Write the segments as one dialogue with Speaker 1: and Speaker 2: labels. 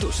Speaker 1: tus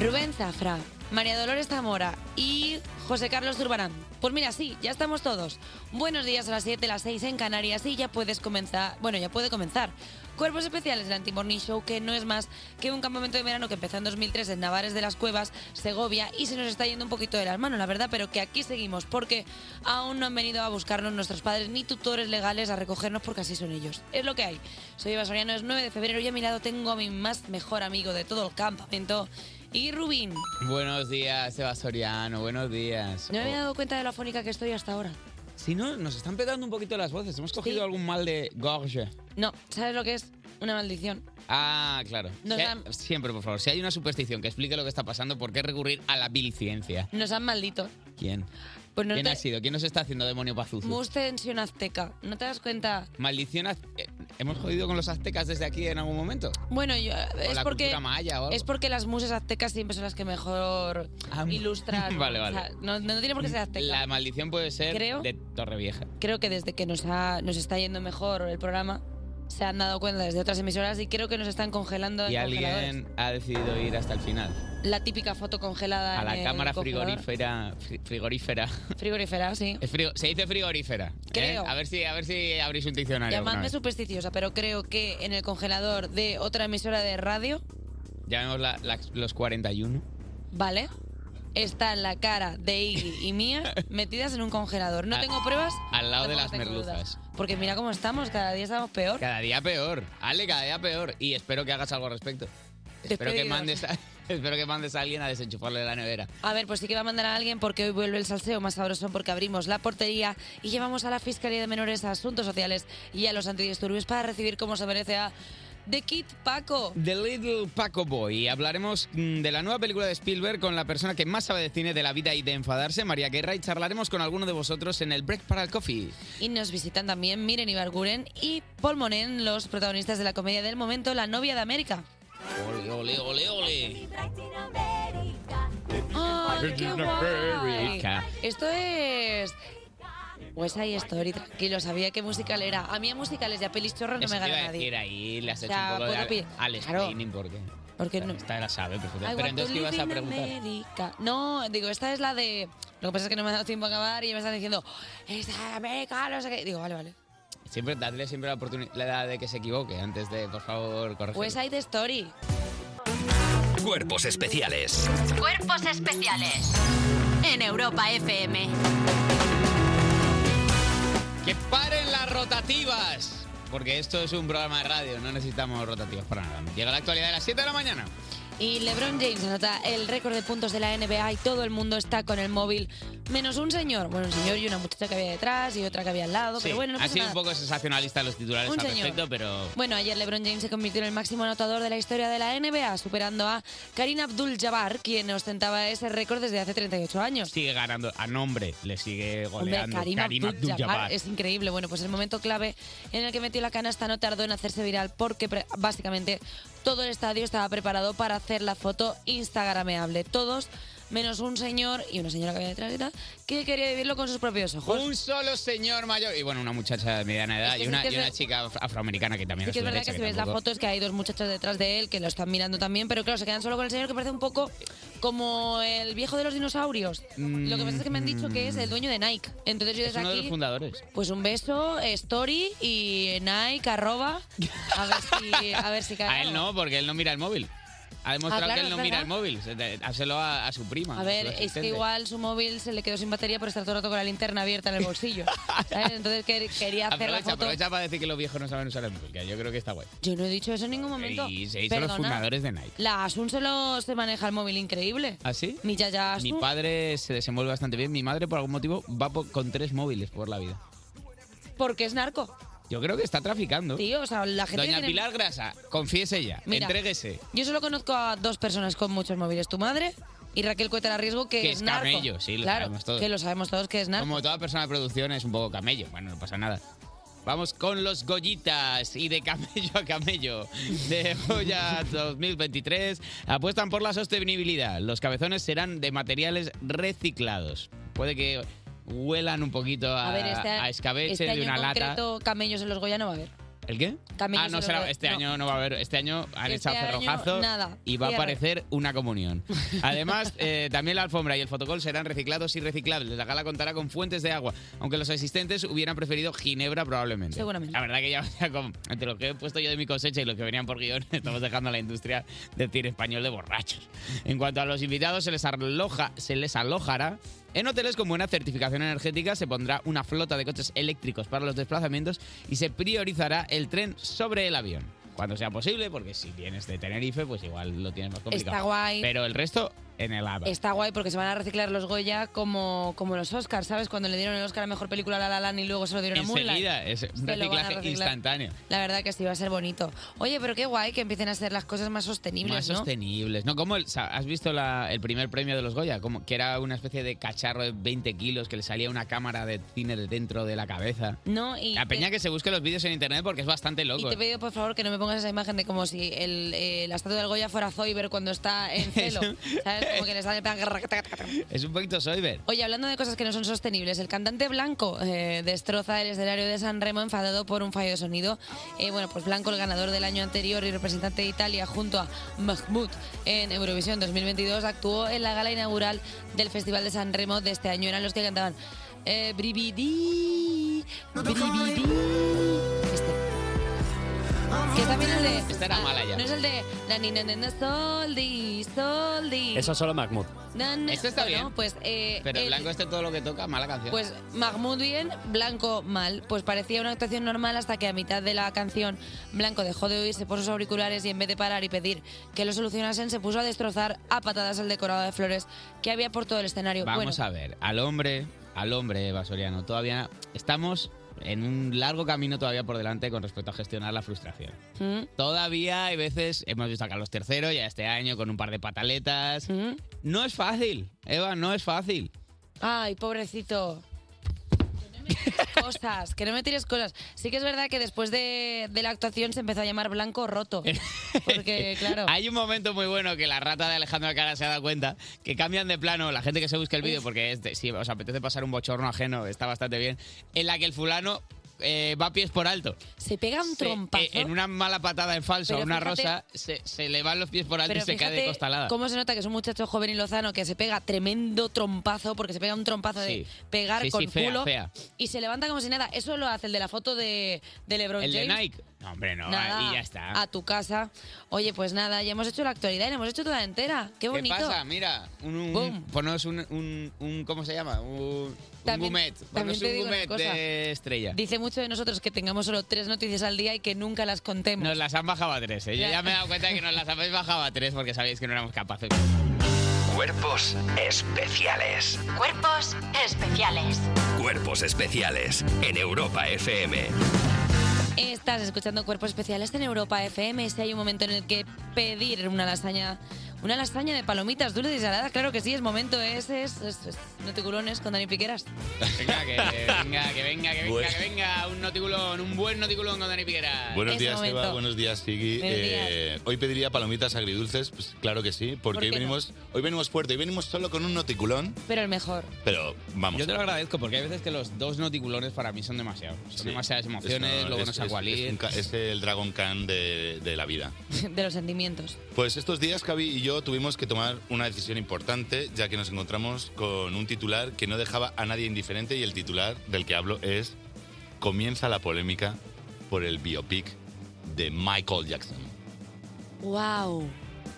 Speaker 2: Rubén Zafra, María Dolores Zamora y José Carlos Zurbarán. Pues mira, sí, ya estamos todos. Buenos días a las 7, las 6 en Canarias y ya puedes comenzar, bueno, ya puede comenzar. Cuerpos especiales del Anti-Morning Show, que no es más que un campamento de verano que empezó en 2003 en Navares de las Cuevas, Segovia, y se nos está yendo un poquito de las manos, la verdad, pero que aquí seguimos, porque aún no han venido a buscarnos nuestros padres ni tutores legales a recogernos, porque así son ellos. Es lo que hay. Soy Eva Soriano, es 9 de febrero y a mi lado tengo a mi más mejor amigo de todo el campamento, y Rubín.
Speaker 3: Buenos días, Eva Soriano, buenos días.
Speaker 2: No me había dado cuenta de lo afónica que estoy hasta ahora.
Speaker 3: Si no, nos están pegando un poquito las voces. Hemos cogido algún mal de gorge.
Speaker 2: No, ¿sabes lo que es? Una maldición.
Speaker 3: Ah, claro.
Speaker 2: Nos
Speaker 3: Si hay-
Speaker 2: dan-
Speaker 3: Siempre, por favor, si hay una superstición que explique lo que está pasando, ¿por qué recurrir a la vilciencia?
Speaker 2: Nos han maldito.
Speaker 3: ¿Quién?
Speaker 2: Pues no
Speaker 3: ¿Quién
Speaker 2: te-
Speaker 3: ha sido? ¿Quién nos está haciendo demonio pazuzu?
Speaker 2: Mustensión azteca. ¿No te das cuenta?
Speaker 3: Maldición. az- eh, ¿Hemos jodido con los aztecas desde aquí en algún momento?
Speaker 2: Bueno, yo, es
Speaker 3: la
Speaker 2: porque
Speaker 3: cultura maya o algo. Ah,
Speaker 2: es porque las musas aztecas siempre son las que mejor ilustran.
Speaker 3: vale,
Speaker 2: O sea,
Speaker 3: vale.
Speaker 2: no, no tiene por qué ser azteca.
Speaker 3: La maldición puede ser
Speaker 2: Creo-
Speaker 3: de Torrevieja.
Speaker 2: Creo que desde que nos ha- nos está yendo mejor el programa se han dado cuenta desde otras emisoras y creo que nos están congelando en
Speaker 3: Y
Speaker 2: congeladores.
Speaker 3: alguien ha decidido ir hasta el final.
Speaker 2: la típica foto congelada
Speaker 3: A
Speaker 2: en
Speaker 3: la
Speaker 2: el
Speaker 3: cámara
Speaker 2: congelador.
Speaker 3: frigorífera. fri- Frigorífera.
Speaker 2: frigorífera, sí.
Speaker 3: Es frigo- se dice frigorífera. ¿eh?
Speaker 2: Creo.
Speaker 3: A ver si, a ver si abrís un diccionario. alguna
Speaker 2: Llamadme
Speaker 3: vez.
Speaker 2: supersticiosa, pero creo que en el congelador de otra emisora de radio,
Speaker 3: Llamemos la- la- los 41.
Speaker 2: ¿vale? Está la cara de Iggy y mía metidas en un congelador. No tengo pruebas.
Speaker 3: Al lado de
Speaker 2: tampoco
Speaker 3: las
Speaker 2: tengo
Speaker 3: merluzas.
Speaker 2: dudas. Porque mira cómo estamos, cada día estamos peor.
Speaker 3: Cada día peor. Ale, cada día peor. Y espero que hagas algo al respecto. Espero que,
Speaker 2: Despedidos.
Speaker 3: mandes a, espero que mandes a alguien a desenchufarle de la nevera.
Speaker 2: A ver, pues sí que va a mandar a alguien porque hoy vuelve el salseo más sabroso porque abrimos la portería y llevamos a la Fiscalía de Menores a Asuntos Sociales y a los antidisturbios para recibir como se merece a The Kid Paco.
Speaker 3: The Little Paco Boy. Hablaremos mm, de la nueva película de Spielberg con la persona que más sabe de cine, de la vida y de enfadarse, María Guerra, y charlaremos con alguno de vosotros en el Break para el Coffee.
Speaker 2: Y nos visitan también Miren Ibarguren y Paul Monen, los protagonistas de la comedia del momento La novia de América.
Speaker 3: Ole, ole, ole, ole.
Speaker 2: ¡Ay, qué guay! Esto es... Pues ahí estoy, tranquilo, sabía qué musical era. A mí a musicales y a pelis chorros no
Speaker 3: Eso
Speaker 2: me
Speaker 3: te iba
Speaker 2: gana
Speaker 3: a decir
Speaker 2: nadie.
Speaker 3: ahí, le has
Speaker 2: O
Speaker 3: hecho
Speaker 2: sea,
Speaker 3: un poco de
Speaker 2: puedo
Speaker 3: al,
Speaker 2: pi-
Speaker 3: al
Speaker 2: Claro.
Speaker 3: screening, porque...
Speaker 2: Porque no.
Speaker 3: Esta la sabe, perfecto.
Speaker 2: I
Speaker 3: Pero
Speaker 2: want to
Speaker 3: entonces, ¿qué ibas
Speaker 2: live
Speaker 3: a
Speaker 2: in
Speaker 3: preguntar?
Speaker 2: America. No, digo, esta es la de... Lo que pasa es que no me ha dado tiempo a acabar y me están diciendo, esta es América, no sé qué. Digo, vale, vale.
Speaker 3: Siempre, dadle siempre la oportunidad de que se equivoque antes de, por favor, corregir.
Speaker 2: Pues ahí de Story.
Speaker 1: Cuerpos especiales.
Speaker 4: Cuerpos especiales en Europa FM.
Speaker 3: ¡Que paren las rotativas! Porque esto es un programa de radio, no necesitamos rotativas para nada. Llega la actualidad de las 7 de la mañana.
Speaker 2: Y LeBron James anota el récord de puntos de la NBA y todo el mundo está con el móvil, menos un señor. Bueno, un señor y una muchacha que había detrás y otra que había al lado,
Speaker 3: Sí,
Speaker 2: pero bueno, no
Speaker 3: ha
Speaker 2: pasa
Speaker 3: sido
Speaker 2: nada.
Speaker 3: un poco sensacionalista los titulares
Speaker 2: Un
Speaker 3: al
Speaker 2: señor.
Speaker 3: respecto, pero
Speaker 2: Bueno, ayer LeBron James se convirtió en el máximo anotador de la historia de la NBA, superando a Karim Abdul-Jabbar, quien ostentaba ese récord desde hace 38 años.
Speaker 3: sigue ganando a nombre, le sigue
Speaker 2: Hombre,
Speaker 3: goleando.
Speaker 2: Karim
Speaker 3: Karim
Speaker 2: Abdul-Jabbar
Speaker 3: Abdul-Jabbar.
Speaker 2: es increíble. Bueno, pues el momento clave en el que metió la canasta no tardó en hacerse viral porque pre- básicamente todo el estadio estaba preparado para hacer la foto instagrameable. Todos, menos un señor y una señora que había detrás y tal, que quería vivirlo con sus propios ojos.
Speaker 3: Un solo señor mayor. Y bueno, una muchacha de mediana edad
Speaker 2: Es que
Speaker 3: y,
Speaker 2: sí
Speaker 3: una,
Speaker 2: que es
Speaker 3: y una
Speaker 2: ver-
Speaker 3: chica afro- afroamericana que también
Speaker 2: Sí que es
Speaker 3: a su
Speaker 2: verdad que
Speaker 3: derecha,
Speaker 2: si ves la
Speaker 3: tampoco-
Speaker 2: foto es que hay dos muchachos detrás de él que lo están mirando también, pero claro, se quedan solo con el señor que parece un poco como el viejo de los dinosaurios. Lo que pasa es que me han dicho que es el dueño de Nike. Entonces yo
Speaker 3: Mm. Es
Speaker 2: desde
Speaker 3: uno de los
Speaker 2: aquí...
Speaker 3: fundadores.
Speaker 2: Pues un beso, eh, story y Nike, arroba. A ver si, a ver si cae.
Speaker 3: A él
Speaker 2: algo.
Speaker 3: no, porque él no mira el móvil. Ha demostrado
Speaker 2: Ah, claro,
Speaker 3: que él
Speaker 2: es
Speaker 3: no mira
Speaker 2: verdad.
Speaker 3: el móvil. Se- de- Hárselo a, a su prima.
Speaker 2: A ver,
Speaker 3: su
Speaker 2: es que
Speaker 3: asistente.
Speaker 2: igual su móvil se le quedó sin batería por estar todo el rato con la linterna abierta en el bolsillo. ¿sabes? Entonces quer- quería hacer la
Speaker 3: Aprovecha,
Speaker 2: foto.
Speaker 3: aprovecha para decir que los viejos no saben usar el móvil, que yo creo que está guay.
Speaker 2: Yo no he dicho eso en ningún momento.
Speaker 3: Y se hizo
Speaker 2: Perdona,
Speaker 3: los fundadores de Nike.
Speaker 2: La Asun solo se maneja el móvil increíble.
Speaker 3: ¿Así?
Speaker 2: Mi Yaya
Speaker 3: Mi
Speaker 2: Asun.
Speaker 3: padre se desenvuelve bastante bien. Mi madre, por algún motivo, va por- con tres móviles por la vida.
Speaker 2: Porque es narco.
Speaker 3: Yo creo que está traficando.
Speaker 2: Tío, o sea, la gente.
Speaker 3: Doña
Speaker 2: tiene-
Speaker 3: Pilar Grasa, confiese ya,
Speaker 2: Mira,
Speaker 3: entréguese.
Speaker 2: Yo solo conozco a dos personas con muchos móviles. Tu madre y Raquel Cuétara Riesgo, que,
Speaker 3: Que es
Speaker 2: narco.
Speaker 3: camello, sí, lo
Speaker 2: claro,
Speaker 3: sabemos todos.
Speaker 2: Que lo sabemos todos que es narco.
Speaker 3: Como toda persona de producción es un poco camello. Bueno, no pasa nada. Vamos con los Goyitas y de camello a camello de Goya 2023 apuestan por la sostenibilidad. Los cabezones serán de materiales reciclados. Puede que huelan un poquito a,
Speaker 2: A ver, este,
Speaker 3: a escabeche
Speaker 2: este
Speaker 3: de
Speaker 2: año
Speaker 3: una
Speaker 2: en
Speaker 3: lata.
Speaker 2: concreto, camellos en los Goya no va a haber.
Speaker 3: ¿El qué?
Speaker 2: Camellos
Speaker 3: ah, no
Speaker 2: en
Speaker 3: será,
Speaker 2: los-
Speaker 3: este
Speaker 2: no.
Speaker 3: año no va a haber, este año han
Speaker 2: Este
Speaker 3: echado
Speaker 2: año,
Speaker 3: cerrojazo
Speaker 2: nada,
Speaker 3: y va a
Speaker 2: cierre.
Speaker 3: aparecer una comunión. Además, eh, también la alfombra y el fotocol serán reciclados y reciclables. La gala contará con fuentes de agua, aunque los asistentes hubieran preferido Ginebra probablemente.
Speaker 2: Seguramente.
Speaker 3: La verdad que ya, ya con- entre lo que he puesto yo de mi cosecha y lo que venían por guión, estamos dejando a la industria del tiro español de borrachos. En cuanto a los invitados, se les, aloja, se les alojará en hoteles con buena certificación energética, se pondrá una flota de coches eléctricos para los desplazamientos y se priorizará el tren sobre el avión. Cuando sea posible, porque si vienes de Tenerife, pues igual lo tienes más complicado.
Speaker 2: Está guay.
Speaker 3: Pero el resto en el ABA.
Speaker 2: Está guay porque se van a reciclar los Goya como, como los Oscars, ¿sabes? Cuando le dieron el Oscar a Mejor Película a La La Land y luego se lo dieron a Moonlight.
Speaker 3: Enseguida, es un
Speaker 2: Se lo van a
Speaker 3: reciclaje
Speaker 2: reciclar.
Speaker 3: instantáneo.
Speaker 2: La verdad que sí, va a ser bonito. Oye, pero qué guay que empiecen a ser las cosas más sostenibles,
Speaker 3: Más
Speaker 2: ¿no?
Speaker 3: sostenibles. No, como el, sa- ¿Has visto la- el primer premio de los Goya? Como, que era una especie de cacharro de 20 kilos que le salía una cámara de cine de dentro de la cabeza.
Speaker 2: No, y
Speaker 3: La
Speaker 2: te-
Speaker 3: peña que se busque los vídeos en internet porque es bastante
Speaker 2: Y
Speaker 3: loco.
Speaker 2: te he pedido, por favor, que no me pongas esa imagen de como si el, eh, la estatua del Goya fuera Zoiber cuando está en celo. ¿Sabes? Como que le sale... plan-
Speaker 3: Es un poquito Soyber.
Speaker 2: Oye, hablando de cosas que no son sostenibles, el cantante Blanco eh, destroza el escenario de San Remo enfadado por un fallo de sonido. Eh, bueno, pues Blanco, el ganador del año anterior y representante de Italia junto a Mahmoud en Eurovisión 2022, actuó en la gala inaugural del Festival de San Remo de este año. Eran los que cantaban eh, Bribidi, Bribidi. Este. Que es también el de.
Speaker 3: Esta era mala ya.
Speaker 2: No es el de. Na, ni, na, na, na, soldi, soldi.
Speaker 5: Eso solo Mahmoud.
Speaker 2: Na, na.
Speaker 3: Este está
Speaker 2: Bueno,
Speaker 3: bien.
Speaker 2: Pues, eh,
Speaker 3: Pero
Speaker 2: el-
Speaker 3: Blanco este todo lo que toca, mala canción.
Speaker 2: pues Mahmoud bien, Blanco mal. Pues parecía una actuación normal hasta que a mitad de la canción Blanco dejó de oírse por sus auriculares y en vez de parar y pedir que lo solucionasen se puso a destrozar a patadas el decorado de flores que había por todo el escenario.
Speaker 3: Vamos
Speaker 2: Eh, bueno,
Speaker 3: a ver, al hombre, al hombre Basoriano, todavía estamos en un largo camino todavía por delante con respecto a gestionar la frustración.
Speaker 2: ¿Mm?
Speaker 3: Todavía hay veces, hemos visto a Carlos III ya este año con un par de pataletas. No es fácil, Eva, no es fácil.
Speaker 2: Ay, pobrecito. Cosas, que no me tires cosas. Sí que es verdad que después de, de la actuación se empezó a llamar Blanco Roto. Porque, claro.
Speaker 3: Hay un momento muy bueno que la rata de Alejandro Cara se ha dado cuenta que cambian de plano la gente que se busca el vídeo, porque es de- si os apetece pasar un bochorno ajeno, está bastante bien, en la que el fulano eh, va pies por alto.
Speaker 2: Se pega un
Speaker 3: Se-
Speaker 2: trompazo.
Speaker 3: eh, en una mala patada en falso a
Speaker 2: Pero
Speaker 3: una
Speaker 2: fíjate-
Speaker 3: rosa, se, se le van los pies por alto y
Speaker 2: Pero
Speaker 3: se cae de
Speaker 2: fíjate
Speaker 3: costalada.
Speaker 2: ¿Cómo se nota que es un muchacho joven y lozano que se pega tremendo trompazo? Porque se pega un trompazo
Speaker 3: Sí.
Speaker 2: de pegar
Speaker 3: Sí, sí,
Speaker 2: con
Speaker 3: fea,
Speaker 2: culo
Speaker 3: fea.
Speaker 2: y se levanta como si nada. Eso lo hace el de la foto de, de LeBron
Speaker 3: ¿El de
Speaker 2: James.
Speaker 3: Nike? No, hombre, no,
Speaker 2: Nada,
Speaker 3: y ya está.
Speaker 2: A tu casa. Oye, pues nada, ya hemos hecho la actualidad y la hemos hecho toda entera. Qué
Speaker 3: ¿Qué
Speaker 2: bonito.
Speaker 3: pasa? Mira, un, un-
Speaker 2: Boom.
Speaker 3: ponos un, un- un- ¿cómo se llama? Un, un
Speaker 2: También-
Speaker 3: gumet.
Speaker 2: también
Speaker 3: Ponos
Speaker 2: te
Speaker 3: un
Speaker 2: digo una
Speaker 3: gumet
Speaker 2: cosa.
Speaker 3: de estrella.
Speaker 2: Dice mucho de nosotros que tengamos solo tres noticias al día y que nunca las contemos.
Speaker 3: Nos las han bajado a tres, ¿eh? Yo
Speaker 2: Ya.
Speaker 3: ya me he dado cuenta que nos las habéis bajado a tres porque sabéis que no éramos capaces.
Speaker 1: Cuerpos especiales.
Speaker 4: Cuerpos especiales.
Speaker 1: Cuerpos especiales en Europa FM.
Speaker 2: Estás escuchando Cuerpos Especiales en Europa FM. Si hay un momento en el que pedir una lasaña, una lasaña de palomitas dulces y saladas, claro que sí, es momento, es, es, es- es- no te culones con Dani Piqueras.
Speaker 3: Venga, que venga, que venga, que venga, que venga. Un noticulón, un buen noticulón con Dani Piqueras.
Speaker 6: Pues- Buenos
Speaker 2: Ese
Speaker 6: días,
Speaker 2: momento.
Speaker 6: Eva. Buenos días, Sigui.
Speaker 2: Buenos
Speaker 6: Eh, hoy pediría palomitas agridulces, pues claro que sí, porque
Speaker 2: ¿Por
Speaker 6: hoy
Speaker 2: qué no?
Speaker 6: venimos, hoy venimos fuerte, hoy venimos solo con un noticulón,
Speaker 2: Pero el mejor.
Speaker 6: pero vamos.
Speaker 3: Yo te lo agradezco porque hay veces que los dos noticulones para mí son demasiados. Son
Speaker 6: Sí.
Speaker 3: demasiadas
Speaker 6: Es
Speaker 3: emociones,
Speaker 6: una-
Speaker 3: luego
Speaker 6: es-
Speaker 3: nos
Speaker 6: es- Es, un
Speaker 3: agualís.
Speaker 6: ca- es el Dragon Khan de, de la vida.
Speaker 2: De los sentimientos.
Speaker 6: Pues estos días, Javi y yo tuvimos que tomar una decisión importante, ya que nos encontramos con un titular que no dejaba a nadie indiferente y el titular del que hablo es Comienza la polémica por el biopic de Michael Jackson.
Speaker 2: ¡Wow!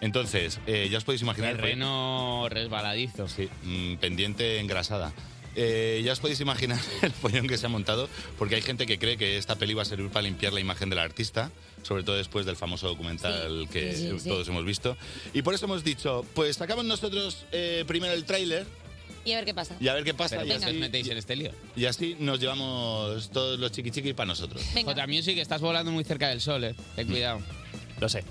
Speaker 6: Entonces, eh, ya os podéis imaginar... el proyecto-
Speaker 3: Terreno resbaladizo.
Speaker 6: Sí, mm, pendiente engrasada. Eh, ya os podéis imaginar el follón que se ha montado, porque hay gente que cree que esta peli va a servir para limpiar la imagen del artista, sobre todo después del famoso documental
Speaker 2: Sí,
Speaker 6: que
Speaker 2: sí, sí, sí.
Speaker 6: todos hemos visto. Y por eso hemos dicho, pues sacamos nosotros eh, primero el tráiler
Speaker 2: Y a ver qué pasa.
Speaker 6: y a ver qué pasa.
Speaker 3: Pero
Speaker 6: Y
Speaker 3: ¿por qué os
Speaker 6: así,
Speaker 3: metéis en este lío?
Speaker 6: y así nos llevamos todos los chiqui chiqui para nosotros.
Speaker 2: Venga.
Speaker 3: Jota Music, estás volando muy cerca del sol, eh. Ten cuidado.
Speaker 5: Lo sé.
Speaker 6: Mm.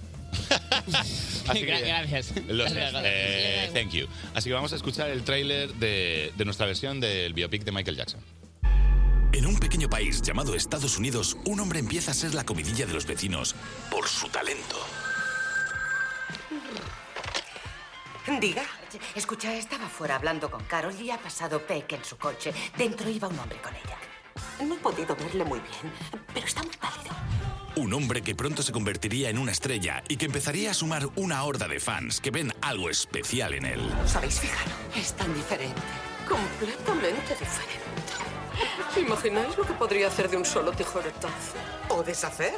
Speaker 6: Así que-
Speaker 3: Gra- gracias.
Speaker 6: Lo sé.
Speaker 3: Gracias.
Speaker 6: Eh, thank you. Así que vamos a escuchar el tráiler de, de nuestra versión del biopic de Michael Jackson.
Speaker 5: En un pequeño país llamado Estados Unidos, un hombre empieza a ser la comidilla de los vecinos por su talento.
Speaker 7: Diga. Escucha, estaba fuera hablando con Carol y ha pasado Peck en su coche. Dentro iba un hombre con ella. No he podido verle muy bien, pero está muy pálido.
Speaker 5: Un hombre que pronto se convertiría en una estrella y que empezaría a sumar una horda de fans que ven algo especial en él.
Speaker 7: ¿Os habéis fijado? Es tan diferente.
Speaker 8: Completamente diferente. ¿Imagináis lo que podría hacer de un solo tijeretazo?
Speaker 7: ¿O deshacer?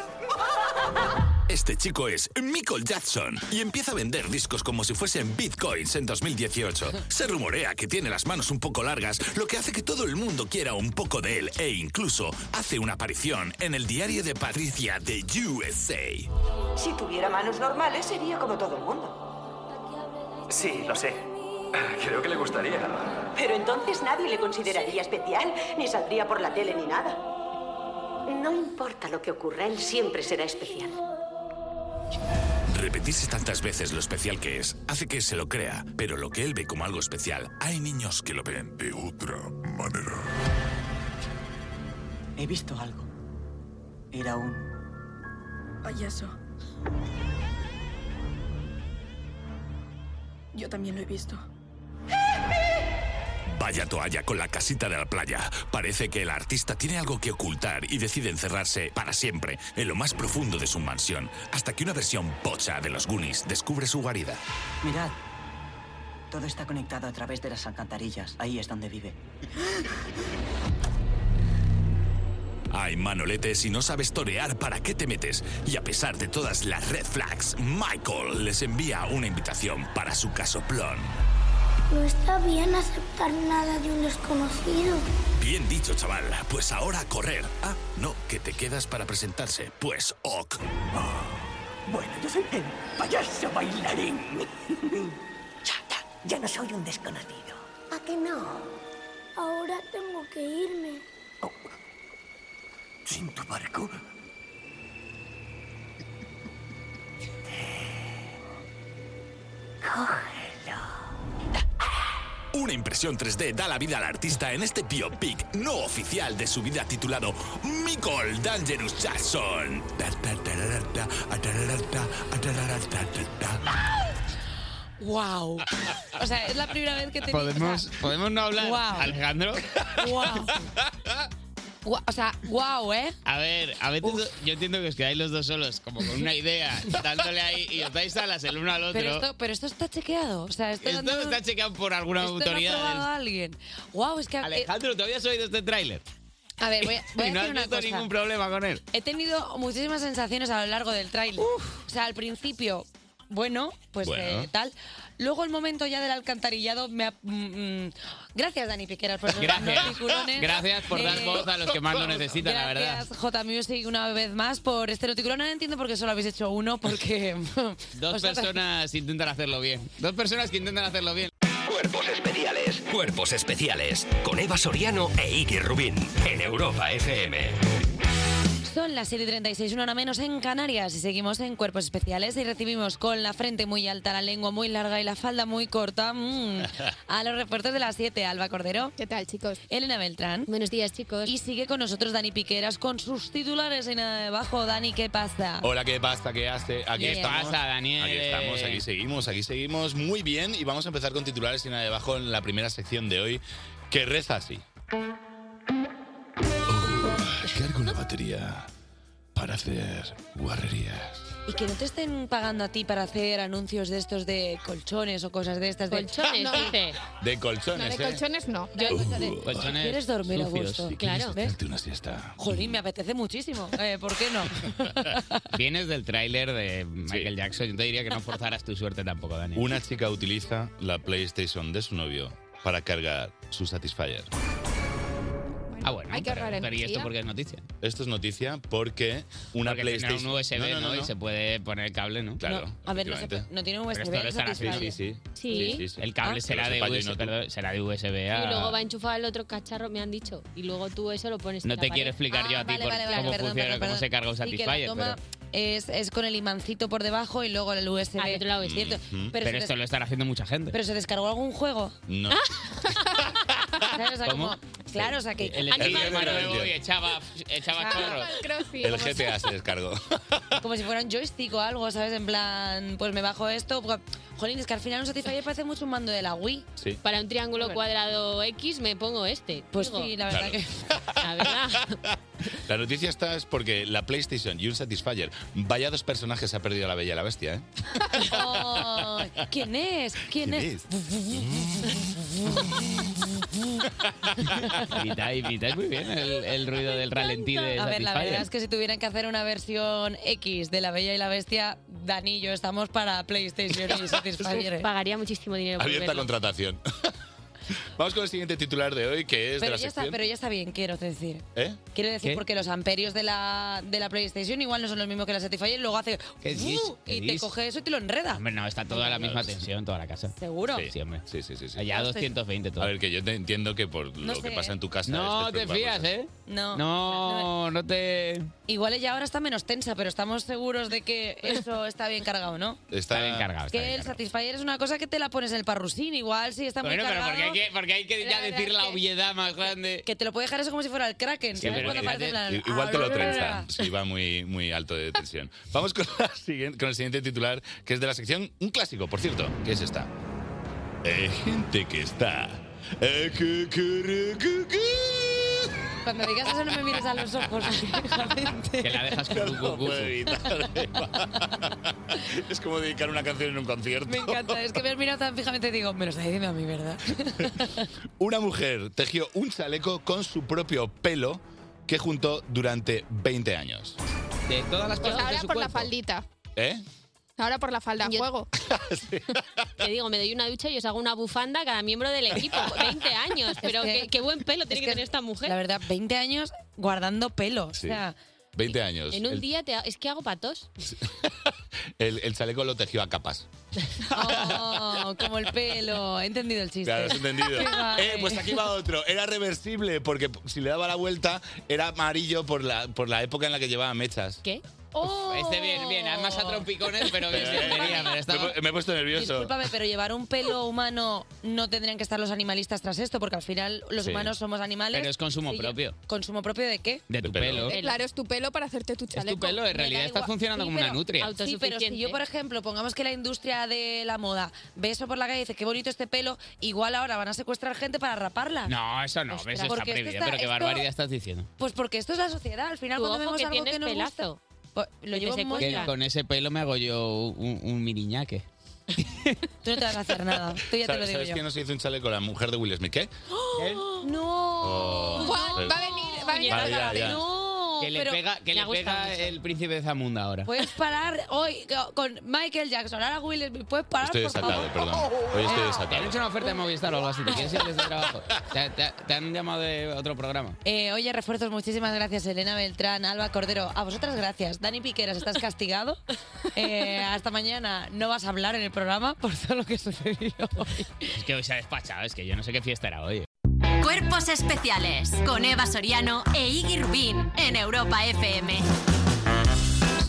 Speaker 5: Este chico es Michael Jackson y empieza a vender discos como si fuesen bitcoins en 2018. Se rumorea que tiene las manos un poco largas, lo que hace que todo el mundo quiera un poco de él e incluso hace una aparición en el diario de Patricia de USA.
Speaker 7: Si tuviera manos normales, sería como todo el mundo.
Speaker 9: Sí, lo sé. Creo que le gustaría.
Speaker 7: Pero entonces nadie le consideraría especial, ni saldría por la tele ni nada. No importa lo que ocurra, él siempre será especial.
Speaker 5: Repetirse tantas veces lo especial que es hace que se lo crea, pero lo que él ve como algo especial, hay niños que lo ven de otra manera.
Speaker 10: He visto algo. Era un...
Speaker 8: Payaso. Yo también lo he visto.
Speaker 5: Vaya toalla con la casita de la playa. Parece que el artista tiene algo que ocultar y decide encerrarse para siempre en lo más profundo de su mansión, hasta que una versión pocha de los Goonies descubre su guarida.
Speaker 10: Mirad. Todo está conectado a través de las alcantarillas. Ahí es donde vive.
Speaker 5: Ay, Manolete, si no sabes torear, ¿para qué te metes? Y a pesar de todas las red flags, Michael les envía una invitación para su casoplón.
Speaker 11: No está bien aceptar nada de un desconocido.
Speaker 5: Bien dicho, chaval. Pues ahora a correr. Ah, no, que te quedas para presentarse. Pues ok.
Speaker 10: Bueno, yo soy el payaso bailarín. ya no soy un desconocido.
Speaker 11: ¿A qué no? Ahora tengo que irme.
Speaker 10: Oh. Sin tu barco.
Speaker 5: Una impresión 3D da la vida al artista en este biopic no oficial de su vida titulado Michael Dangerous Jackson.
Speaker 2: ¡Wow! O sea, es la primera vez que te
Speaker 3: Ah, ¿Podemos, ¿podemos no hablar,
Speaker 2: Guau.
Speaker 3: Alejandro?
Speaker 2: ¡Wow! o sea, wow, ¿eh?
Speaker 3: A ver, a veces yo entiendo que os quedáis los dos solos, como con una idea, dándole ahí y os dais alas el uno al otro.
Speaker 2: Pero esto, pero esto está chequeado. O sea, esto,
Speaker 3: Esto
Speaker 2: no-
Speaker 3: está chequeado por alguna
Speaker 2: esto lo
Speaker 3: autoridad.
Speaker 2: ha probado alguien. Wow, es que. eh,
Speaker 3: Alejandro, ¿todavía has oído este tráiler?
Speaker 2: A ver, voy a, voy a
Speaker 3: y no has
Speaker 2: decir una
Speaker 3: visto
Speaker 2: cosa.
Speaker 3: ningún problema con él.
Speaker 2: He tenido muchísimas sensaciones a lo largo del tráiler. O sea, al principio, bueno, pues
Speaker 3: Bueno.
Speaker 2: eh, tal. Luego el momento ya del alcantarillado me ha... mm, mm. gracias, Dani Piqueras, por esos
Speaker 3: Gracias.
Speaker 2: noticulones.
Speaker 3: Gracias por dar
Speaker 2: Eh,
Speaker 3: voz a los que más lo necesitan, la verdad.
Speaker 2: Gracias, J Music, una vez más, por este noticulón. No entiendo por qué solo habéis hecho uno, porque...
Speaker 3: Dos personas intentan hacerlo bien. Dos personas que intentan hacerlo bien.
Speaker 1: Cuerpos especiales. Cuerpos especiales. Con Eva Soriano e Iggy Rubín. En Europa FM.
Speaker 2: Son las 7 y 36, una hora menos en Canarias y seguimos en cuerpos especiales y recibimos con la frente muy alta, la lengua muy larga y la falda muy corta mm, a los reportes de las 7, Alba Cordero.
Speaker 12: ¿Qué tal, chicos?
Speaker 2: Elena Beltrán.
Speaker 12: Buenos días, chicos.
Speaker 2: Y sigue con nosotros Dani Piqueras con sus titulares en eh, abajo. Dani, ¿qué pasa?
Speaker 6: Hola, ¿qué pasa? ¿Qué hace? Aquí
Speaker 2: Ah. ¿Qué
Speaker 6: estamos.
Speaker 2: pasa,
Speaker 3: Daniel?
Speaker 6: Aquí estamos, aquí seguimos, aquí seguimos muy bien y vamos a empezar con titulares y nada debajo en la primera sección de hoy que reza así. Cargo la batería para hacer guarrerías.
Speaker 2: Y que no te estén pagando a ti para hacer anuncios de estos de colchones o cosas de estas. de-
Speaker 12: Colchones,
Speaker 2: No.
Speaker 12: dice.
Speaker 6: De
Speaker 12: No,
Speaker 6: colchones,
Speaker 12: de
Speaker 6: ¿eh?
Speaker 12: colchones no. Yo,
Speaker 6: colchones
Speaker 2: ¿Quieres dormir a
Speaker 6: sucios.
Speaker 2: gusto?
Speaker 6: Si quieres
Speaker 2: Claro. ¿Ves?
Speaker 6: una siesta.
Speaker 2: Jolín, me apetece muchísimo. Eh, ¿Por qué no?
Speaker 3: Vienes del tráiler de Michael Jackson. Yo te diría que no forzaras tu suerte tampoco, Dani.
Speaker 6: Una chica utiliza la PlayStation de su novio para cargar su Satisfyer.
Speaker 3: Ah, bueno.
Speaker 12: Hay que
Speaker 3: pero-
Speaker 12: ahorrar
Speaker 3: pero ¿Y esto
Speaker 12: energía.
Speaker 3: por qué es noticia?
Speaker 6: Esto es noticia porque una
Speaker 3: Porque tendrá
Speaker 6: PlayStation...
Speaker 3: un USB,
Speaker 6: No,
Speaker 3: ¿no?
Speaker 6: no, no,
Speaker 3: Y
Speaker 6: no.
Speaker 3: se puede poner el cable, ¿no?
Speaker 6: Claro, No,
Speaker 2: a ver, no, se
Speaker 6: efectivamente.
Speaker 2: puede- no tiene un
Speaker 3: Pero
Speaker 2: USB.
Speaker 3: esto no estará
Speaker 2: satisfactorio.
Speaker 3: así,
Speaker 6: Sí,
Speaker 12: Sí.
Speaker 6: sí, sí.
Speaker 3: El cable
Speaker 6: Ah.
Speaker 3: será,
Speaker 6: Que lo
Speaker 3: de
Speaker 6: sepa yo y
Speaker 3: USB,
Speaker 6: no tú.
Speaker 3: perdón, será de USB a...
Speaker 12: Y luego va a enchufar el otro cacharro, me han dicho. Y luego tú eso lo pones. en
Speaker 3: No
Speaker 12: la
Speaker 3: te
Speaker 12: pared.
Speaker 3: quiero explicar yo a ti
Speaker 2: Ah, vale,
Speaker 3: por-
Speaker 2: vale, vale,
Speaker 3: cómo
Speaker 2: perdón,
Speaker 3: funciona,
Speaker 2: perdón,
Speaker 3: cómo
Speaker 2: perdón.
Speaker 3: se carga un
Speaker 2: Sí, que la
Speaker 3: Satisfyer,
Speaker 2: toma
Speaker 3: pero,
Speaker 2: es, es con el imancito por debajo y luego el USB.
Speaker 12: Al otro lado es.
Speaker 2: Cierto.
Speaker 6: Ujú.
Speaker 2: Pero,
Speaker 3: pero Ah,
Speaker 2: se
Speaker 3: esto
Speaker 2: des-
Speaker 3: lo estará haciendo mucha gente.
Speaker 2: pero se descargó algún juego.
Speaker 6: No.
Speaker 2: Claro, o sea,
Speaker 3: ¿Cómo?
Speaker 2: como- claro, o sea, que
Speaker 3: El
Speaker 2: animal
Speaker 3: Animal
Speaker 2: nuevo.
Speaker 3: nuevo y echaba, echaba chorro.
Speaker 6: El GTA se descargó.
Speaker 2: como si fuera un joystick o algo, ¿sabes? En plan, pues me bajo esto. pues, Jolín, es que al final un Satisfyer parece mucho un mando de la Wii.
Speaker 6: Sí.
Speaker 12: Para un triángulo cuadrado X me pongo este.
Speaker 2: Pues
Speaker 12: digo.
Speaker 2: sí, la verdad
Speaker 6: Claro.
Speaker 2: que...
Speaker 6: La noticia está es porque la PlayStation y un Satisfyer, vaya dos personajes ha perdido la Bella y la Bestia, ¿eh?
Speaker 2: Ay, ¿Quién es? ¿Quién,
Speaker 6: ¿Quién
Speaker 2: es?
Speaker 3: Imitáis, imitáis muy bien el, el ruido del ralentí de
Speaker 2: A ver, la verdad
Speaker 3: Satisfyer.
Speaker 2: es que si tuvieran que hacer una versión X de La Bella y la Bestia, Dani y yo estamos para PlayStation y Satisfyer. ¿eh?
Speaker 12: Pagaría muchísimo dinero por
Speaker 6: Abierta
Speaker 12: verlo.
Speaker 6: contratación. Vamos con el siguiente titular de hoy, que es
Speaker 2: Pero
Speaker 6: de la
Speaker 2: ya, está,
Speaker 6: sección...
Speaker 2: pero ya está bien, quiero decir.
Speaker 6: ¿Eh?
Speaker 2: Quiero decir,
Speaker 6: ¿Qué?
Speaker 2: porque los amperios de la, de la PlayStation igual no son los mismos que la Satisfyer, luego hace...
Speaker 3: ¿Qué dices?
Speaker 2: "Uh",
Speaker 3: ¿Qué
Speaker 2: y te
Speaker 3: dices?
Speaker 2: coge eso y te lo enreda.
Speaker 3: Hombre, no, está toda la misma tensión, toda la casa.
Speaker 2: ¿Seguro?
Speaker 3: Sí, sí, hombre.
Speaker 6: Sí, sí, sí. sí.
Speaker 3: Allá 220 todo.
Speaker 6: A ver, que yo te entiendo que por
Speaker 2: No
Speaker 6: lo que
Speaker 2: sé,
Speaker 6: pasa
Speaker 2: ¿eh?
Speaker 6: en tu casa...
Speaker 3: No
Speaker 6: estés
Speaker 3: te
Speaker 6: preocupado
Speaker 3: fías,
Speaker 6: por
Speaker 3: ¿eh?
Speaker 2: No.
Speaker 3: No, no te...
Speaker 2: Igual ella ahora está menos tensa, pero estamos seguros de que eso está bien cargado, ¿no?
Speaker 6: Está bien cargado.
Speaker 2: que el Satisfyer es una cosa que te la pones en el parrusín, igual si está
Speaker 3: Bueno,
Speaker 2: muy
Speaker 3: pero
Speaker 2: cargado.
Speaker 3: porque hay que, porque hay que ya
Speaker 2: La verdad
Speaker 3: decir
Speaker 2: es
Speaker 3: la
Speaker 2: que-
Speaker 3: obviedad más grande.
Speaker 2: Que te lo puede dejar eso como si fuera el Kraken.
Speaker 6: Sí,
Speaker 2: ¿sabes?
Speaker 6: pero
Speaker 2: Cuando Ah,
Speaker 6: que-
Speaker 2: parece en plan,
Speaker 6: i- igual te lo
Speaker 2: "Aurora".
Speaker 6: trenzan. Sí, va muy, muy alto de tensión. Vamos con, la siguiente- con el siguiente titular, que es de la sección Un Clásico, por cierto, que es esta. Eh, gente que está... eh, cu, cu, cu, cu, cu.
Speaker 2: Cuando digas eso no me mires a los ojos.
Speaker 3: Que la dejas
Speaker 6: No lo puedo evitar, Eva. Es como dedicar una canción en un concierto.
Speaker 2: Me encanta, es que me has mirado tan fijamente y digo, me lo está diciendo a mí, ¿verdad?
Speaker 6: Una mujer tejió un chaleco con su propio pelo que juntó durante 20 años.
Speaker 3: De todas
Speaker 13: Pues ahora por la faldita.
Speaker 6: ¿Eh?
Speaker 13: Ahora por la falda, juego.
Speaker 12: Te digo, me doy una ducha y os hago una bufanda a cada miembro del equipo. 20 años, pero
Speaker 2: que-
Speaker 12: qué, qué buen pelo tiene que, tener esta mujer.
Speaker 2: La verdad, 20 años guardando pelo.
Speaker 6: Sí.
Speaker 2: O sea,
Speaker 6: 20 años.
Speaker 12: En un
Speaker 6: el,
Speaker 12: día te ha- es que hago patos.
Speaker 6: el- el chaleco lo tejió a capas.
Speaker 2: oh, como el pelo. He entendido el chiste.
Speaker 6: Claro, has entendido.
Speaker 2: Qué guay.
Speaker 6: Eh, pues aquí va otro. Era reversible porque si le daba la vuelta era amarillo por la, por la época en la que llevaba mechas.
Speaker 12: ¿Qué?
Speaker 2: Oh.
Speaker 3: Este bien, bien, además a trompicones, pero bien,
Speaker 6: Eh,
Speaker 3: bien, tenía, pero
Speaker 6: me,
Speaker 3: estaba-
Speaker 6: he pu- me he puesto nervioso.
Speaker 2: Discúlpame, pero llevar un pelo humano no tendrían que estar los animalistas tras esto, porque al final los
Speaker 3: Sí.
Speaker 2: humanos somos animales.
Speaker 3: Pero es consumo
Speaker 2: Sí,
Speaker 3: propio.
Speaker 2: ¿Consumo propio de qué?
Speaker 3: De tu pelo.
Speaker 13: Eh, Claro, es tu pelo para hacerte tu chaleco.
Speaker 3: tu pelo, en realidad está funcionando como una nutria.
Speaker 2: Sí, pero si yo, por ejemplo, pongamos que la industria de la moda ve eso por la calle y dice qué bonito este pelo, igual ahora van a secuestrar gente para raparla.
Speaker 3: No, eso no,
Speaker 2: Ostras,
Speaker 3: eso está
Speaker 2: porque es que
Speaker 3: prohibido.
Speaker 2: está-
Speaker 3: Pero qué
Speaker 2: esto-
Speaker 3: barbaridad estás diciendo.
Speaker 2: Pues porque esto es la sociedad. Al final,
Speaker 12: Tu
Speaker 2: cuando
Speaker 12: ojo
Speaker 2: vemos
Speaker 12: que
Speaker 2: algo que
Speaker 12: tienes
Speaker 2: nos
Speaker 12: pelazo.
Speaker 2: gusta, pues, lo llevo
Speaker 12: te
Speaker 2: en
Speaker 3: Que
Speaker 2: moña.
Speaker 3: con ese pelo me hago yo un, un miniñaque.
Speaker 2: Tú no te vas a hacer nada. Tú ya te
Speaker 6: ¿Sabes,
Speaker 2: lo digo
Speaker 6: ¿sabes
Speaker 2: yo.
Speaker 6: quién nos hizo un chaleco? La mujer de Will Smith. ¿Qué?
Speaker 2: No.
Speaker 6: Oh.
Speaker 13: Juan, va a venir, va a venir.
Speaker 6: Vale, ya, ya.
Speaker 2: No,
Speaker 3: que le
Speaker 2: pero
Speaker 3: pega, que
Speaker 2: me
Speaker 3: le
Speaker 2: ha gustado
Speaker 3: pega
Speaker 2: mucho.
Speaker 3: el príncipe de Zamunda ahora.
Speaker 2: Puedes parar hoy con Michael Jackson. Ahora Will Smith, puedes parar.
Speaker 3: Estoy
Speaker 2: por favor?
Speaker 3: desatado, perdón. Hoy estoy
Speaker 6: desatado.
Speaker 3: Te han hecho Ah, una oferta de Movistar o algo así. ¿Te quieres ir desde trabajo? ¿Te, te- te han llamado de otro programa?
Speaker 2: Eh, oye, refuerzos, muchísimas gracias, Elena Beltrán, Alba Cordero. A vosotras gracias. Dani Piqueras, estás castigado. Eh, hasta mañana. No vas a hablar en el programa por todo lo que sucedió.
Speaker 3: Es que hoy se ha despachado, es que yo no sé qué fiesta era hoy.
Speaker 4: Cuerpos especiales con Eva Soriano e Iggy Rubín en Europa FM.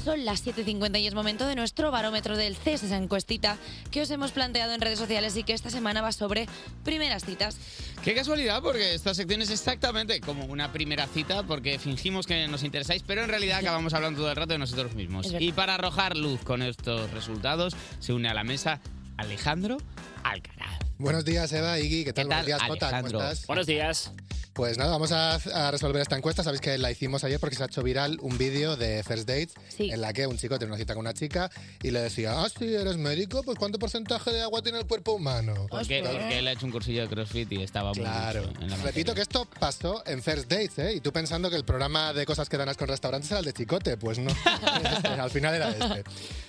Speaker 2: Son las 7.50 y es momento de nuestro barómetro del CES, esa encuestita que os hemos planteado en redes sociales y que esta semana va sobre primeras citas.
Speaker 3: Qué casualidad, porque esta sección es exactamente como una primera cita, porque fingimos que nos interesáis, pero en realidad acabamos hablando todo el rato de nosotros mismos.
Speaker 14: Es verdad.
Speaker 3: Y para arrojar luz con estos resultados, se une a la mesa Alejandro Alcaraz.
Speaker 14: Buenos días, Eva, Iggy, ¿qué tal?
Speaker 3: ¿Qué tal,
Speaker 14: Buenos días, Jota, ¿cómo
Speaker 3: Alejandro?
Speaker 14: estás?
Speaker 3: Buenos días.
Speaker 14: Pues nada, vamos a, a resolver esta encuesta. Sabéis que la hicimos ayer porque se ha hecho viral un vídeo de First Dates en la que un chico tiene una cita con una chica y le decía, ah, sí, eres médico, pues ¿cuánto porcentaje de agua tiene el cuerpo humano?
Speaker 3: ¿Por qué? Porque él ha hecho un cursillo de CrossFit y estaba muy
Speaker 14: Claro.
Speaker 3: mucho en la materia.
Speaker 14: Repito que esto pasó en First Dates, ¿eh? Y tú pensando que el programa de cosas que danas con restaurantes era el de Chicote, pues no. Este, al final era este.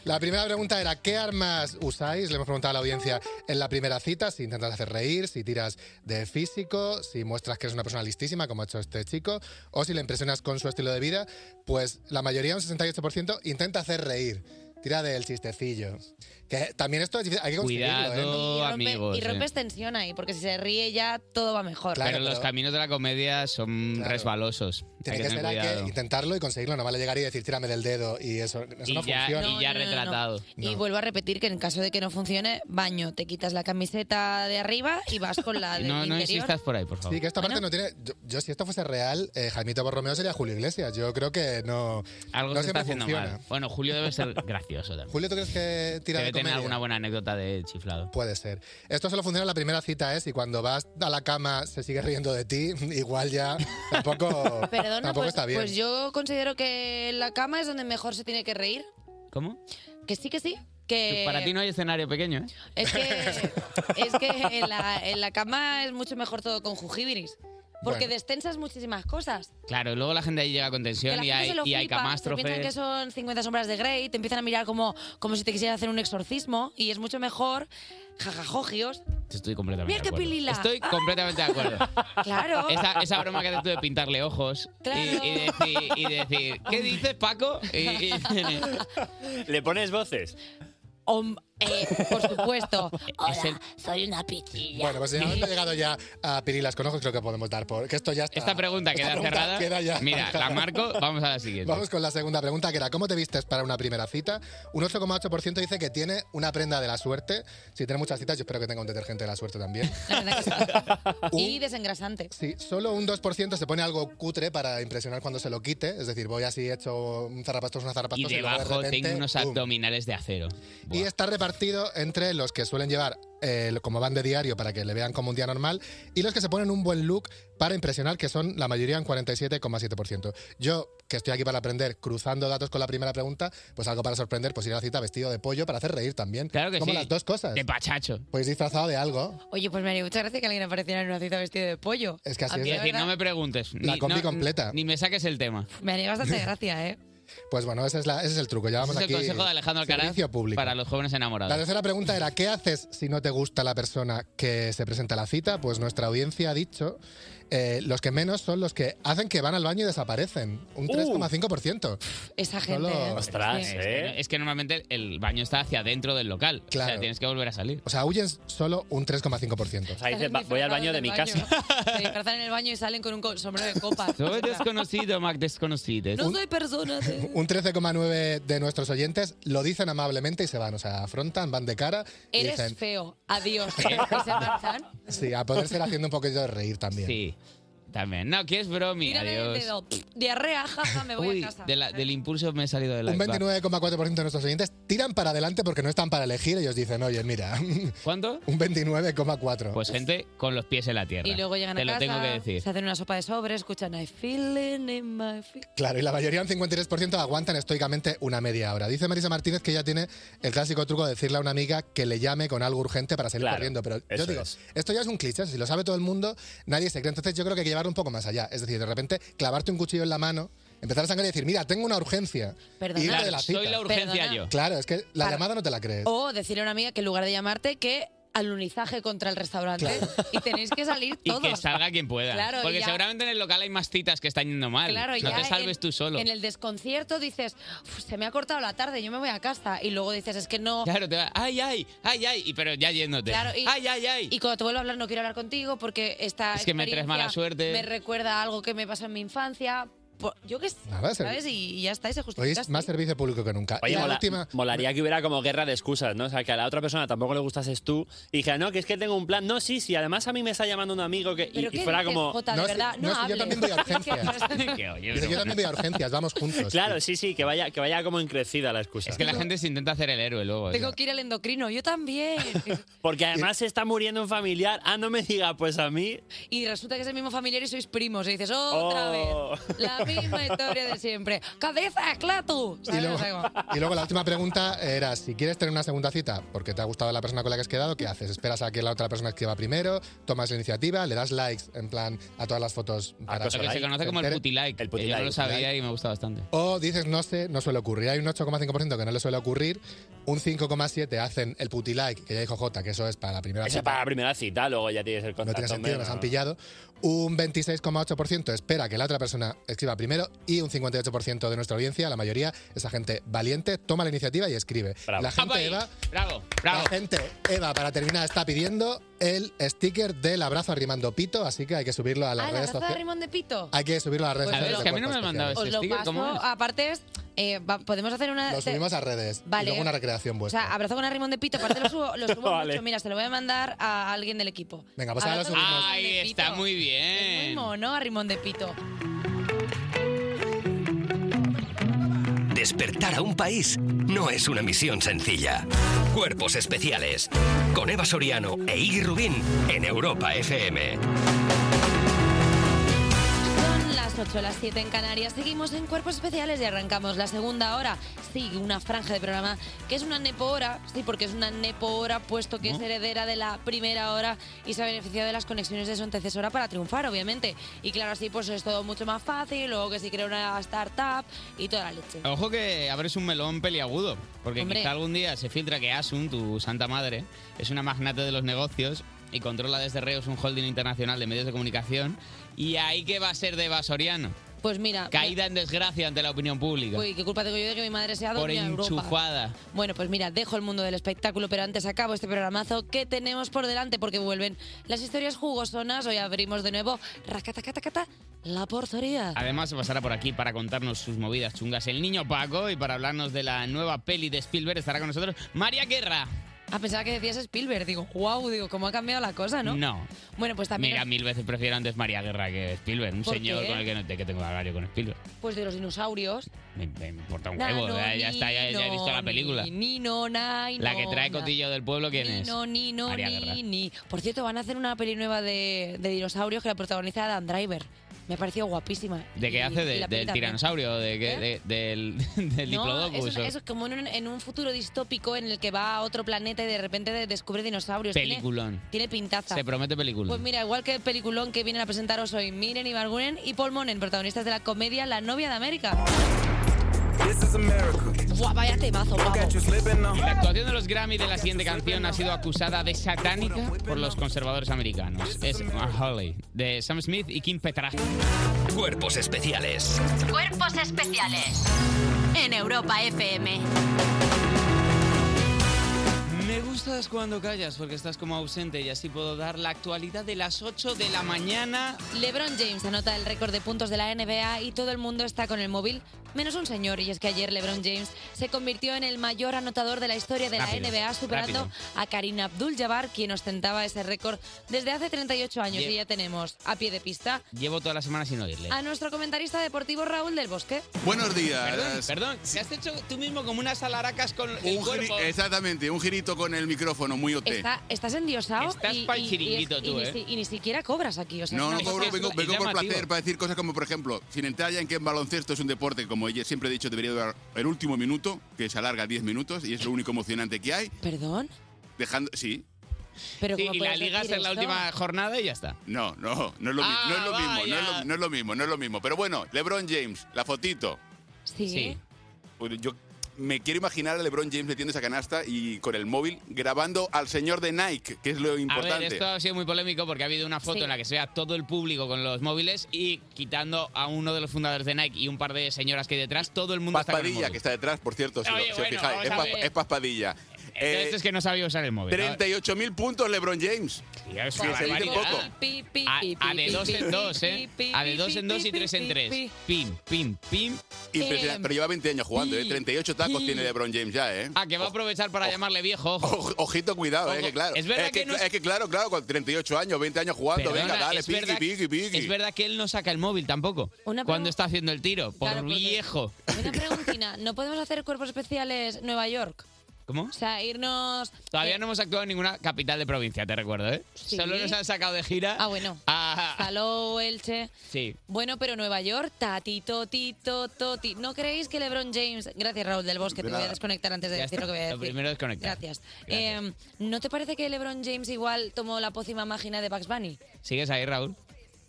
Speaker 14: La primera pregunta era, ¿qué armas usáis? Le hemos preguntado a la audiencia en la primera cita, si intentas hacer reír, si tiras de físico, si muestras que eres una persona listísima, como ha hecho este chico, o si le impresionas con su estilo de vida. Pues la mayoría, un 68%, intenta hacer reír. Tira del chistecillo. Que también esto es difícil, hay que conseguirlo, ¿eh?
Speaker 3: Cuidado, amigos.
Speaker 2: y
Speaker 3: eh.
Speaker 2: rompes tensión ahí, porque si se ríe ya todo va mejor.
Speaker 3: pero los caminos de la comedia son resbalosos.
Speaker 14: Tiene que ser a que intentarlo y conseguirlo. No vale llegar y decir, tírame del dedo y eso, eso
Speaker 3: Y
Speaker 14: no
Speaker 3: ya-
Speaker 14: funciona.
Speaker 3: y ya No, no, no, no. retratado.
Speaker 2: Y vuelvo a repetir que en caso de que no funcione, baño, te quitas la camiseta de arriba y vas con la del
Speaker 3: No, no
Speaker 2: interior.
Speaker 3: insistas por ahí, por favor.
Speaker 14: Sí, que esta parte no tiene. Yo, yo, si esto fuese real, eh, Jaimito Borromeo sería Julio Iglesias. Yo creo que no.
Speaker 3: Algo
Speaker 14: no
Speaker 3: se
Speaker 14: siempre
Speaker 3: está haciendo
Speaker 14: funciona.
Speaker 3: mal. Bueno, Julio debe ser gracioso también.
Speaker 14: Julio, ¿tú crees que Eh, tira
Speaker 3: Debe
Speaker 14: de
Speaker 3: tener
Speaker 14: comedia?
Speaker 3: alguna buena anécdota de chiflado.
Speaker 14: Puede ser. Esto solo funciona en la primera cita, ¿eh? Si cuando vas a la cama se sigue riendo de ti, igual ya tampoco,
Speaker 2: Perdona,
Speaker 14: Oh, tampoco
Speaker 2: pues,
Speaker 14: está bien.
Speaker 2: pues yo considero que la cama es donde mejor se tiene que reír.
Speaker 3: ¿Cómo?
Speaker 2: Que sí, que sí. Que
Speaker 3: Para ti no hay escenario pequeño, ¿eh?
Speaker 2: Es que, es que en, la, en la cama es mucho mejor todo con jujibiris. Porque
Speaker 3: Bueno.
Speaker 2: destensas muchísimas cosas.
Speaker 3: Claro, y luego la gente ahí llega con
Speaker 2: Que la
Speaker 3: tensión y
Speaker 2: gente
Speaker 3: hay,
Speaker 2: se lo
Speaker 3: y hay
Speaker 2: flipa, se piensan que
Speaker 3: catástrofes.
Speaker 2: son 50 sombras de Grey, te empiezan a mirar como, como si te quisieran hacer un exorcismo y es mucho mejor jajajogios.
Speaker 3: Estoy completamente
Speaker 2: Mira
Speaker 3: de
Speaker 2: qué
Speaker 3: acuerdo.
Speaker 2: pilila.
Speaker 3: Estoy
Speaker 2: Ah.
Speaker 3: completamente de acuerdo.
Speaker 2: Claro.
Speaker 3: Esa, esa broma que haces tú de pintarle ojos y- y, decir, y decir, ¿qué dices, Paco? Y- y-
Speaker 15: ¿Le pones voces?
Speaker 2: Om- eh, por supuesto. Hola,
Speaker 14: el-
Speaker 2: soy una pichilla.
Speaker 14: Bueno, pues si no hemos llegado ya a Pirilas con ojos, creo que podemos dar por. Que esto ya está.
Speaker 3: Esta pregunta
Speaker 14: esta
Speaker 3: queda
Speaker 14: pregunta
Speaker 3: cerrada.
Speaker 14: queda ya
Speaker 3: Mira, la
Speaker 14: zanjada.
Speaker 3: marco, vamos a la siguiente.
Speaker 14: Vamos con la segunda pregunta, que era ¿cómo te vistes para una primera cita? Un 8,8% dice que tiene una prenda de la suerte. Si tiene muchas citas, yo espero que tenga un detergente de la suerte también.
Speaker 2: Y desengrasante.
Speaker 14: Sí, solo un 2% se pone algo cutre para impresionar cuando se lo quite. Es decir, voy así hecho un zarrapastos, una
Speaker 3: y
Speaker 14: zarrapastos. luego de
Speaker 3: debajo
Speaker 14: repente,
Speaker 3: tengo unos
Speaker 14: ¡pum!
Speaker 3: abdominales de acero.
Speaker 14: Y está repartido entre los que suelen llevar eh, como van de diario para que le vean como un día normal y los que se ponen un buen look para impresionar, que son la mayoría en 47,7%. Yo, que estoy aquí para aprender, cruzando datos con la primera pregunta, pues algo para sorprender, pues ir a la cita vestido de pollo para hacer reír también. Claro
Speaker 3: que
Speaker 14: como
Speaker 3: sí.
Speaker 14: las dos cosas. De
Speaker 3: pachacho.
Speaker 14: Pues disfrazado de algo.
Speaker 2: Oye, pues me haría mucha gracia que alguien apareciera en una cita vestido Ah, de pollo.
Speaker 14: Es que así
Speaker 2: A
Speaker 14: es.
Speaker 2: mí, la
Speaker 14: Es decir,
Speaker 2: verdad,
Speaker 3: No me preguntes.
Speaker 14: La combi
Speaker 3: no-
Speaker 14: completa.
Speaker 3: Ni me saques el tema.
Speaker 2: Me haría bastante gracia, ¿eh?
Speaker 14: Pues bueno, ese es, la- ese es el truco. Ya vamos
Speaker 3: Ese es
Speaker 14: aquí.
Speaker 3: el consejo de Alejandro Alcaraz
Speaker 14: servicio público.
Speaker 3: para los jóvenes enamorados.
Speaker 14: La tercera pregunta era, ¿qué haces si no te gusta la persona que se presenta a la cita? Pues nuestra audiencia ha dicho, eh, los que menos son los que hacen que van al baño y desaparecen. Un
Speaker 2: Uh.
Speaker 14: 3,5%.
Speaker 2: Esa gente.
Speaker 14: Solo-
Speaker 2: ¿eh?
Speaker 14: Ostras,
Speaker 3: Es
Speaker 2: Sí.
Speaker 3: que, es que normalmente el baño está hacia dentro del local. O sea, tienes que volver a salir.
Speaker 14: O sea, huyen solo un 3,5%.
Speaker 15: sea, dices, "Va- voy al baño de mi casa.
Speaker 2: Se disfrazan en el baño y salen con un co- sombrero de copa.
Speaker 3: Soy desconocido, Mac, desconocido.
Speaker 2: No soy persona. de-
Speaker 14: Un 13,9% de nuestros oyentes lo dicen amablemente y se van. O sea, afrontan, van de cara y
Speaker 2: Eres
Speaker 14: dicen,
Speaker 2: feo. Adiós. Y se marchan.
Speaker 14: sí, a poder ser haciendo un poquito de reír también.
Speaker 3: Sí, también. No, que es bromi.
Speaker 2: Tírame el
Speaker 3: Adiós.
Speaker 2: dedo. Pff, Diarrea, jaja, me voy
Speaker 3: Uy,
Speaker 2: a casa.
Speaker 3: de la- del impulso me he salido de la
Speaker 14: Un 29,4% de nuestros oyentes tiran para adelante porque no están para elegir. Ellos dicen, oye, mira.
Speaker 3: ¿Cuánto?
Speaker 14: Un 29,4%.
Speaker 3: Pues gente con los pies en la tierra.
Speaker 2: Y luego llegan
Speaker 3: Te
Speaker 2: a
Speaker 3: lo
Speaker 2: casa,
Speaker 3: tengo que decir.
Speaker 2: se hacen una sopa de sobre, escuchan I feeling in my feet.
Speaker 14: Claro, y la mayoría, un 53%, aguantan estoicamente una media hora. Dice Marisa Martínez que ya tiene el clásico truco de decirle a una amiga que le llame con algo urgente para salir
Speaker 15: Claro,
Speaker 14: corriendo. Pero yo
Speaker 15: eso
Speaker 14: digo,
Speaker 15: es.
Speaker 14: esto ya es un cliché, si lo sabe todo el mundo, nadie se cree. Entonces yo creo que hay que llevarlo un poco más allá. Es decir, de repente clavarte un cuchillo en la mano, empezar a sangrar y decir, mira, tengo una urgencia.
Speaker 2: Perdona.
Speaker 14: Y irte
Speaker 2: Claro,
Speaker 14: de la
Speaker 2: soy
Speaker 14: cita.
Speaker 2: la urgencia Perdona. yo.
Speaker 14: Claro, es que la
Speaker 2: Para- Oh.
Speaker 14: llamada no te la crees.
Speaker 2: O decirle a una amiga que en lugar de llamarte, que alunizaje contra el restaurante y tenéis que salir
Speaker 3: Y
Speaker 2: todos.
Speaker 3: que salga quien pueda.
Speaker 2: Claro,
Speaker 3: Porque
Speaker 2: ya-
Speaker 3: seguramente en el local hay más citas que están yendo mal.
Speaker 2: Claro,
Speaker 3: no
Speaker 2: ya
Speaker 3: te salves
Speaker 2: en-
Speaker 3: tú solo.
Speaker 2: En el desconcierto dices, "Uf, se me ha cortado la tarde, yo me voy a casa. Y luego dices, es que no.
Speaker 3: Claro, te va, ay, ay, ay, ay, y pero ya yéndote.
Speaker 2: Claro, y,
Speaker 3: ay, ay, ay.
Speaker 2: y cuando te vuelvo a hablar no quiero hablar contigo porque esta
Speaker 3: Es que me traes
Speaker 2: experiencia
Speaker 3: mala suerte.
Speaker 2: me recuerda a algo que me pasó en mi infancia. Por- Yo qué sé,
Speaker 14: Nada, se-
Speaker 2: ¿sabes? Y, y ya está, y se
Speaker 14: Hoy
Speaker 2: justifica.
Speaker 14: es más servicio público que nunca.
Speaker 15: Oye,
Speaker 14: y la
Speaker 15: mola-
Speaker 14: última,
Speaker 15: molaría que hubiera como guerra de excusas, ¿no? O sea, que a la otra persona tampoco le gustases tú y dijera, no, que es que tengo un plan. No, sí, sí, además a mí me está llamando un amigo que. Y,
Speaker 2: ¿Pero
Speaker 15: y
Speaker 2: qué
Speaker 15: fuera
Speaker 2: dices,
Speaker 15: como.
Speaker 2: Jota, de verdad, no
Speaker 14: yo
Speaker 2: hables.
Speaker 14: también voy a urgencias.
Speaker 3: Que, oye,
Speaker 14: Dice,
Speaker 3: pero-
Speaker 14: yo también voy a urgencias, vamos juntos.
Speaker 15: Claro, sí, sí, que vaya, que vaya como encrecida la excusa.
Speaker 3: Es que la gente se intenta hacer el héroe
Speaker 14: Pues
Speaker 3: luego.
Speaker 2: Tengo que ir al endocrino, yo también.
Speaker 15: Porque además se está muriendo un familiar. Ah, no me diga, pues a mí.
Speaker 2: y resulta que es el mismo familiar y sois primos. Y dices, otra
Speaker 15: Oh.
Speaker 2: vez, la misma historia de siempre. ¡Cabeza, clatu! ¿Sabes? O sea, como-
Speaker 14: Y luego la última pregunta era, si quieres tener una segunda cita porque te ha gustado la persona con la que has quedado, ¿qué haces? ¿Esperas a que la otra persona escriba primero? ¿Tomas la iniciativa? ¿Le das likes en plan a todas las fotos? para
Speaker 3: Lo que se conoce como el
Speaker 14: entere?
Speaker 3: putilike. que yo no lo sabía y me gusta bastante.
Speaker 14: O dices, no sé, no suele ocurrir. Hay un 8,5% que no le suele ocurrir, Un 5,7 hacen el putilike, que ya dijo Jota, que eso es para la primera
Speaker 15: Esa
Speaker 14: cita.
Speaker 15: es para la primera cita, luego ya tienes el
Speaker 14: No
Speaker 15: contacto.
Speaker 14: tiene sentido,
Speaker 15: menos.
Speaker 14: nos han pillado. Un 26,8% espera que la otra persona escriba primero y un 58% de nuestra audiencia, la mayoría, esa gente valiente, toma la iniciativa y escribe. La gente,
Speaker 3: Apa ahí.
Speaker 14: Eva,
Speaker 3: Bravo, bravo.
Speaker 14: la gente, Eva, para terminar, está pidiendo el sticker del abrazo arrimando pito, así que hay que subirlo a las
Speaker 2: Ah, la
Speaker 14: redes
Speaker 2: taza de
Speaker 14: sociales.
Speaker 2: Rimón de Pito.
Speaker 14: Hay que subirlo a las redes
Speaker 2: Pues
Speaker 14: sociales.
Speaker 2: os
Speaker 14: de
Speaker 2: lo-
Speaker 14: Cuerpo Especial.
Speaker 2: Os lo paso. Aparte, es, eh, va- podemos hacer una.
Speaker 14: Lo
Speaker 2: te-
Speaker 14: subimos a redes.
Speaker 2: Vale.
Speaker 14: Y luego una recreación
Speaker 2: O
Speaker 14: vuestra.
Speaker 2: sea, abrazo con a Rimón de Pito. Aparte, lo subo, lo subo
Speaker 14: Vale.
Speaker 2: mucho. Mira, se lo voy a mandar a alguien del equipo.
Speaker 14: Venga, pues ahora lo
Speaker 2: Abrazo
Speaker 14: subimos.
Speaker 2: con Rimón
Speaker 3: Ahí
Speaker 2: de
Speaker 3: está,
Speaker 2: Pito.
Speaker 3: muy
Speaker 2: Es muy
Speaker 3: bien.
Speaker 2: mono a Rimón de Pito.
Speaker 1: Despertar a un país no es una misión sencilla. Cuerpos especiales. Con Eva Soriano e Iggy Rubín en Europa FM.
Speaker 2: Son las 8, las 7 en Canarias. Seguimos en Cuerpos Especiales y arrancamos la segunda hora. Sí, una franja de programa que es una nepo hora. Sí, porque es una nepo hora puesto que es
Speaker 16: ¿No?
Speaker 2: heredera de la primera hora y se ha beneficiado de las conexiones de su antecesora para triunfar, obviamente. Y claro, así pues es todo mucho más fácil. Luego que si crea una startup y toda la leche.
Speaker 3: Ojo que abres un melón peliagudo, porque
Speaker 2: Hombre.
Speaker 3: quizá algún día se filtra que Asun, tu santa madre, es una magnate de los negocios y controla desde Reus un holding internacional de medios de comunicación. ¿Y ahí qué va a ser de Eva Soriano?
Speaker 2: Pues mira.
Speaker 3: Caída en desgracia ante la opinión pública.
Speaker 2: Uy, qué culpa tengo yo de que mi madre sea
Speaker 3: por
Speaker 2: doña Europa.
Speaker 3: enchufada.
Speaker 2: Bueno, pues mira, dejo el mundo del espectáculo, pero antes acabo este programazo que tenemos por delante porque vuelven las historias jugosonas. Hoy abrimos de nuevo racatacatacata, la porzoría.
Speaker 3: Además, pasará por aquí para contarnos sus movidas chungas el niño Paco y para hablarnos de la nueva peli de Spielberg estará con nosotros María Guerra.
Speaker 2: A pesar Ah, que decías Spielberg, digo, wow, digo, cómo ha cambiado la cosa, Ah, ¿no? Bueno, pues también,
Speaker 3: Mira, mil veces prefiero antes María Guerra que Spielberg, un
Speaker 2: ¿Por
Speaker 3: señor
Speaker 2: qué?
Speaker 3: con el que, no, de que tengo agario con Spielberg.
Speaker 2: pues de los dinosaurios.
Speaker 3: Me, me importa un
Speaker 2: Na,
Speaker 3: huevo,
Speaker 2: no,
Speaker 3: ya, ya está, ya, ya he
Speaker 2: ni,
Speaker 3: visto la
Speaker 2: no,
Speaker 3: película.
Speaker 2: ni, ni, no, na, y
Speaker 3: la
Speaker 2: no,
Speaker 3: que trae
Speaker 2: na.
Speaker 3: Cotillo del Pueblo, ¿quién
Speaker 2: Ni
Speaker 3: es?
Speaker 2: no, ni no,
Speaker 3: María
Speaker 2: ni,
Speaker 3: Guerra.
Speaker 2: ni. Por cierto, van a hacer una peli nueva de, de dinosaurios que la protagoniza Dan Driver. Me ha parecido guapísima.
Speaker 3: ¿De qué
Speaker 2: Y-
Speaker 3: hace?
Speaker 2: y
Speaker 3: De-
Speaker 2: la peli
Speaker 3: ¿Del
Speaker 2: también. ¿Eh?
Speaker 3: tiranosaurio? ¿De qué? De- ¿Del, del
Speaker 2: No, eso,
Speaker 3: diplodocus? o-
Speaker 2: eso es como en un, en un futuro distópico en el que va a otro planeta y de repente de- descubre dinosaurios. Tiene-
Speaker 3: Peliculón.
Speaker 2: Tiene, pintaza.
Speaker 3: Se promete película.
Speaker 2: Pues mira, igual que el peliculón que vienen a presentaros hoy Miren Ibarguren y Paul Monen, protagonistas de la comedia La novia de América.
Speaker 17: This is America.
Speaker 2: Buah, vaya temazo, guapo.
Speaker 3: La actuación de los Grammy de la siguiente canción ha sido acusada de satánica por los conservadores americanos. Es Holly, de Sam Smith y Kim Petra.
Speaker 1: Cuerpos especiales.
Speaker 4: Cuerpos especiales en Europa FM.
Speaker 3: Me gustas cuando callas porque estás como ausente y así puedo dar la actualidad de las 8 de la mañana.
Speaker 2: LeBron James anota el récord de puntos de la NBA y todo el mundo está con el móvil, menos un señor. Y es que ayer LeBron James se convirtió en el mayor anotador de la historia de
Speaker 16: Rápido,
Speaker 2: la NBA, superando
Speaker 16: rápido.
Speaker 2: a Karim Abdul-Jabbar, quien ostentaba ese récord desde hace 38 años.
Speaker 3: Bien.
Speaker 2: Y ya tenemos a pie de pista
Speaker 3: Llevo toda la semana sin oírle.
Speaker 2: a nuestro comentarista deportivo Raúl del Bosque.
Speaker 18: Buenos días.
Speaker 3: Perdón, perdón, te has hecho tú mismo como unas alaracas con el
Speaker 18: Un giri-
Speaker 3: cuerpo.
Speaker 18: exactamente, un girito con el micrófono, muy OT.
Speaker 2: Está- estás endiosado
Speaker 3: Estás
Speaker 2: y,
Speaker 3: pa'l
Speaker 2: y- y
Speaker 3: chiringuito
Speaker 2: es- y
Speaker 18: tú,
Speaker 2: ni
Speaker 18: ¿eh?
Speaker 2: si- y ni siquiera cobras aquí. o sea,
Speaker 18: No,
Speaker 2: es
Speaker 18: no
Speaker 2: una
Speaker 18: cobro,
Speaker 2: cosa-
Speaker 18: vengo, vengo por placer, para decir cosas como, por ejemplo, sin entrar ya en que en baloncesto es un deporte, como yo siempre he dicho, debería durar el último minuto, que se alarga 10 minutos y es lo único emocionante que hay.
Speaker 2: ¿Perdón?
Speaker 18: Dejando, sí.
Speaker 2: Pero
Speaker 3: Sí,
Speaker 2: ¿cómo
Speaker 3: y la
Speaker 2: puedes
Speaker 3: ligas
Speaker 2: decir
Speaker 3: en la
Speaker 2: esto?
Speaker 3: última jornada y ya está.
Speaker 18: No, no, no es lo, mi-
Speaker 3: Ah,
Speaker 18: no es lo mismo, no es
Speaker 3: vaya.
Speaker 18: lo, no es lo mismo, no es lo mismo. Pero bueno, LeBron James, la fotito.
Speaker 2: Sí.
Speaker 18: Pues Yo me quiero imaginar a LeBron James metiendo esa canasta y con el móvil grabando al señor de Nike, que es lo importante.
Speaker 3: A ver, esto ha sido muy polémico porque ha habido una foto
Speaker 18: Sí.
Speaker 3: en la que se ve a todo el público con los móviles y quitando a uno de los fundadores de Nike y un par de señoras que hay detrás, todo el mundo está con el
Speaker 18: Paspadilla,
Speaker 3: móvil.
Speaker 18: que está detrás, por cierto, si, lo-
Speaker 3: Oye,
Speaker 18: si os
Speaker 3: bueno,
Speaker 18: fijáis.
Speaker 3: vamos
Speaker 18: Es,
Speaker 3: a
Speaker 18: pas-
Speaker 3: ver.
Speaker 18: es Eh, Paspadilla.
Speaker 3: Entonces es que no sabía usar el móvil.
Speaker 18: 38.000 puntos LeBron James.
Speaker 3: es
Speaker 18: que
Speaker 3: una
Speaker 18: se dice
Speaker 3: barbaridad.
Speaker 18: poco.
Speaker 2: Pi, pi,
Speaker 3: A,
Speaker 2: pi,
Speaker 3: a
Speaker 2: pi,
Speaker 3: de
Speaker 2: pi,
Speaker 3: dos en
Speaker 2: pi,
Speaker 3: dos,
Speaker 2: pi,
Speaker 3: ¿eh?
Speaker 2: pi,
Speaker 3: A de dos
Speaker 2: pi,
Speaker 3: en dos
Speaker 2: pi,
Speaker 3: y tres en
Speaker 2: pi,
Speaker 3: tres.
Speaker 2: pi.
Speaker 3: Pim, pim, pim.
Speaker 18: Impresionante, pero lleva 20 años jugando, ¿eh?
Speaker 3: pi,
Speaker 18: 38 tacos
Speaker 3: pi.
Speaker 18: tiene LeBron James ya, ¿eh?
Speaker 3: Ah, que va a aprovechar para llamarle viejo.
Speaker 18: Ojo, Ojito, cuidado, eh,
Speaker 3: Ojo.
Speaker 18: que claro.
Speaker 3: Es verdad que no es-
Speaker 18: es que claro, claro, con 38 años, 20 años jugando,
Speaker 3: Perdona,
Speaker 18: venga, dale,
Speaker 3: es verdad
Speaker 18: piqui,
Speaker 3: que-
Speaker 18: piqui, piqui.
Speaker 3: Es verdad que él no saca el móvil tampoco cuando está haciendo el tiro, por
Speaker 2: Claro, porque-
Speaker 3: viejo.
Speaker 2: Una preguntina, ¿no podemos hacer cuerpos especiales Nueva York?
Speaker 3: ¿Cómo?
Speaker 2: O sea, irnos...
Speaker 3: Todavía no hemos actuado en ninguna capital de provincia, te recuerdo, ¿eh?
Speaker 2: Sí.
Speaker 3: Solo nos han sacado de gira.
Speaker 2: Ah, bueno.
Speaker 3: Ah,
Speaker 2: Salou, Elche...
Speaker 3: sí.
Speaker 2: Bueno, pero Nueva York, tatito, tito, toti. ¿No creéis que LeBron James... Gracias, Raúl del Bosque, te voy a
Speaker 3: nada.
Speaker 2: desconectar antes de
Speaker 3: Ya
Speaker 2: decir
Speaker 3: está.
Speaker 2: lo que voy a decir.
Speaker 3: Lo primero es conectar.
Speaker 2: Gracias. Eh, ¿No te parece que LeBron James igual tomó la pócima mágina de Bugs Bunny?
Speaker 3: ¿Sigues ahí, Raúl?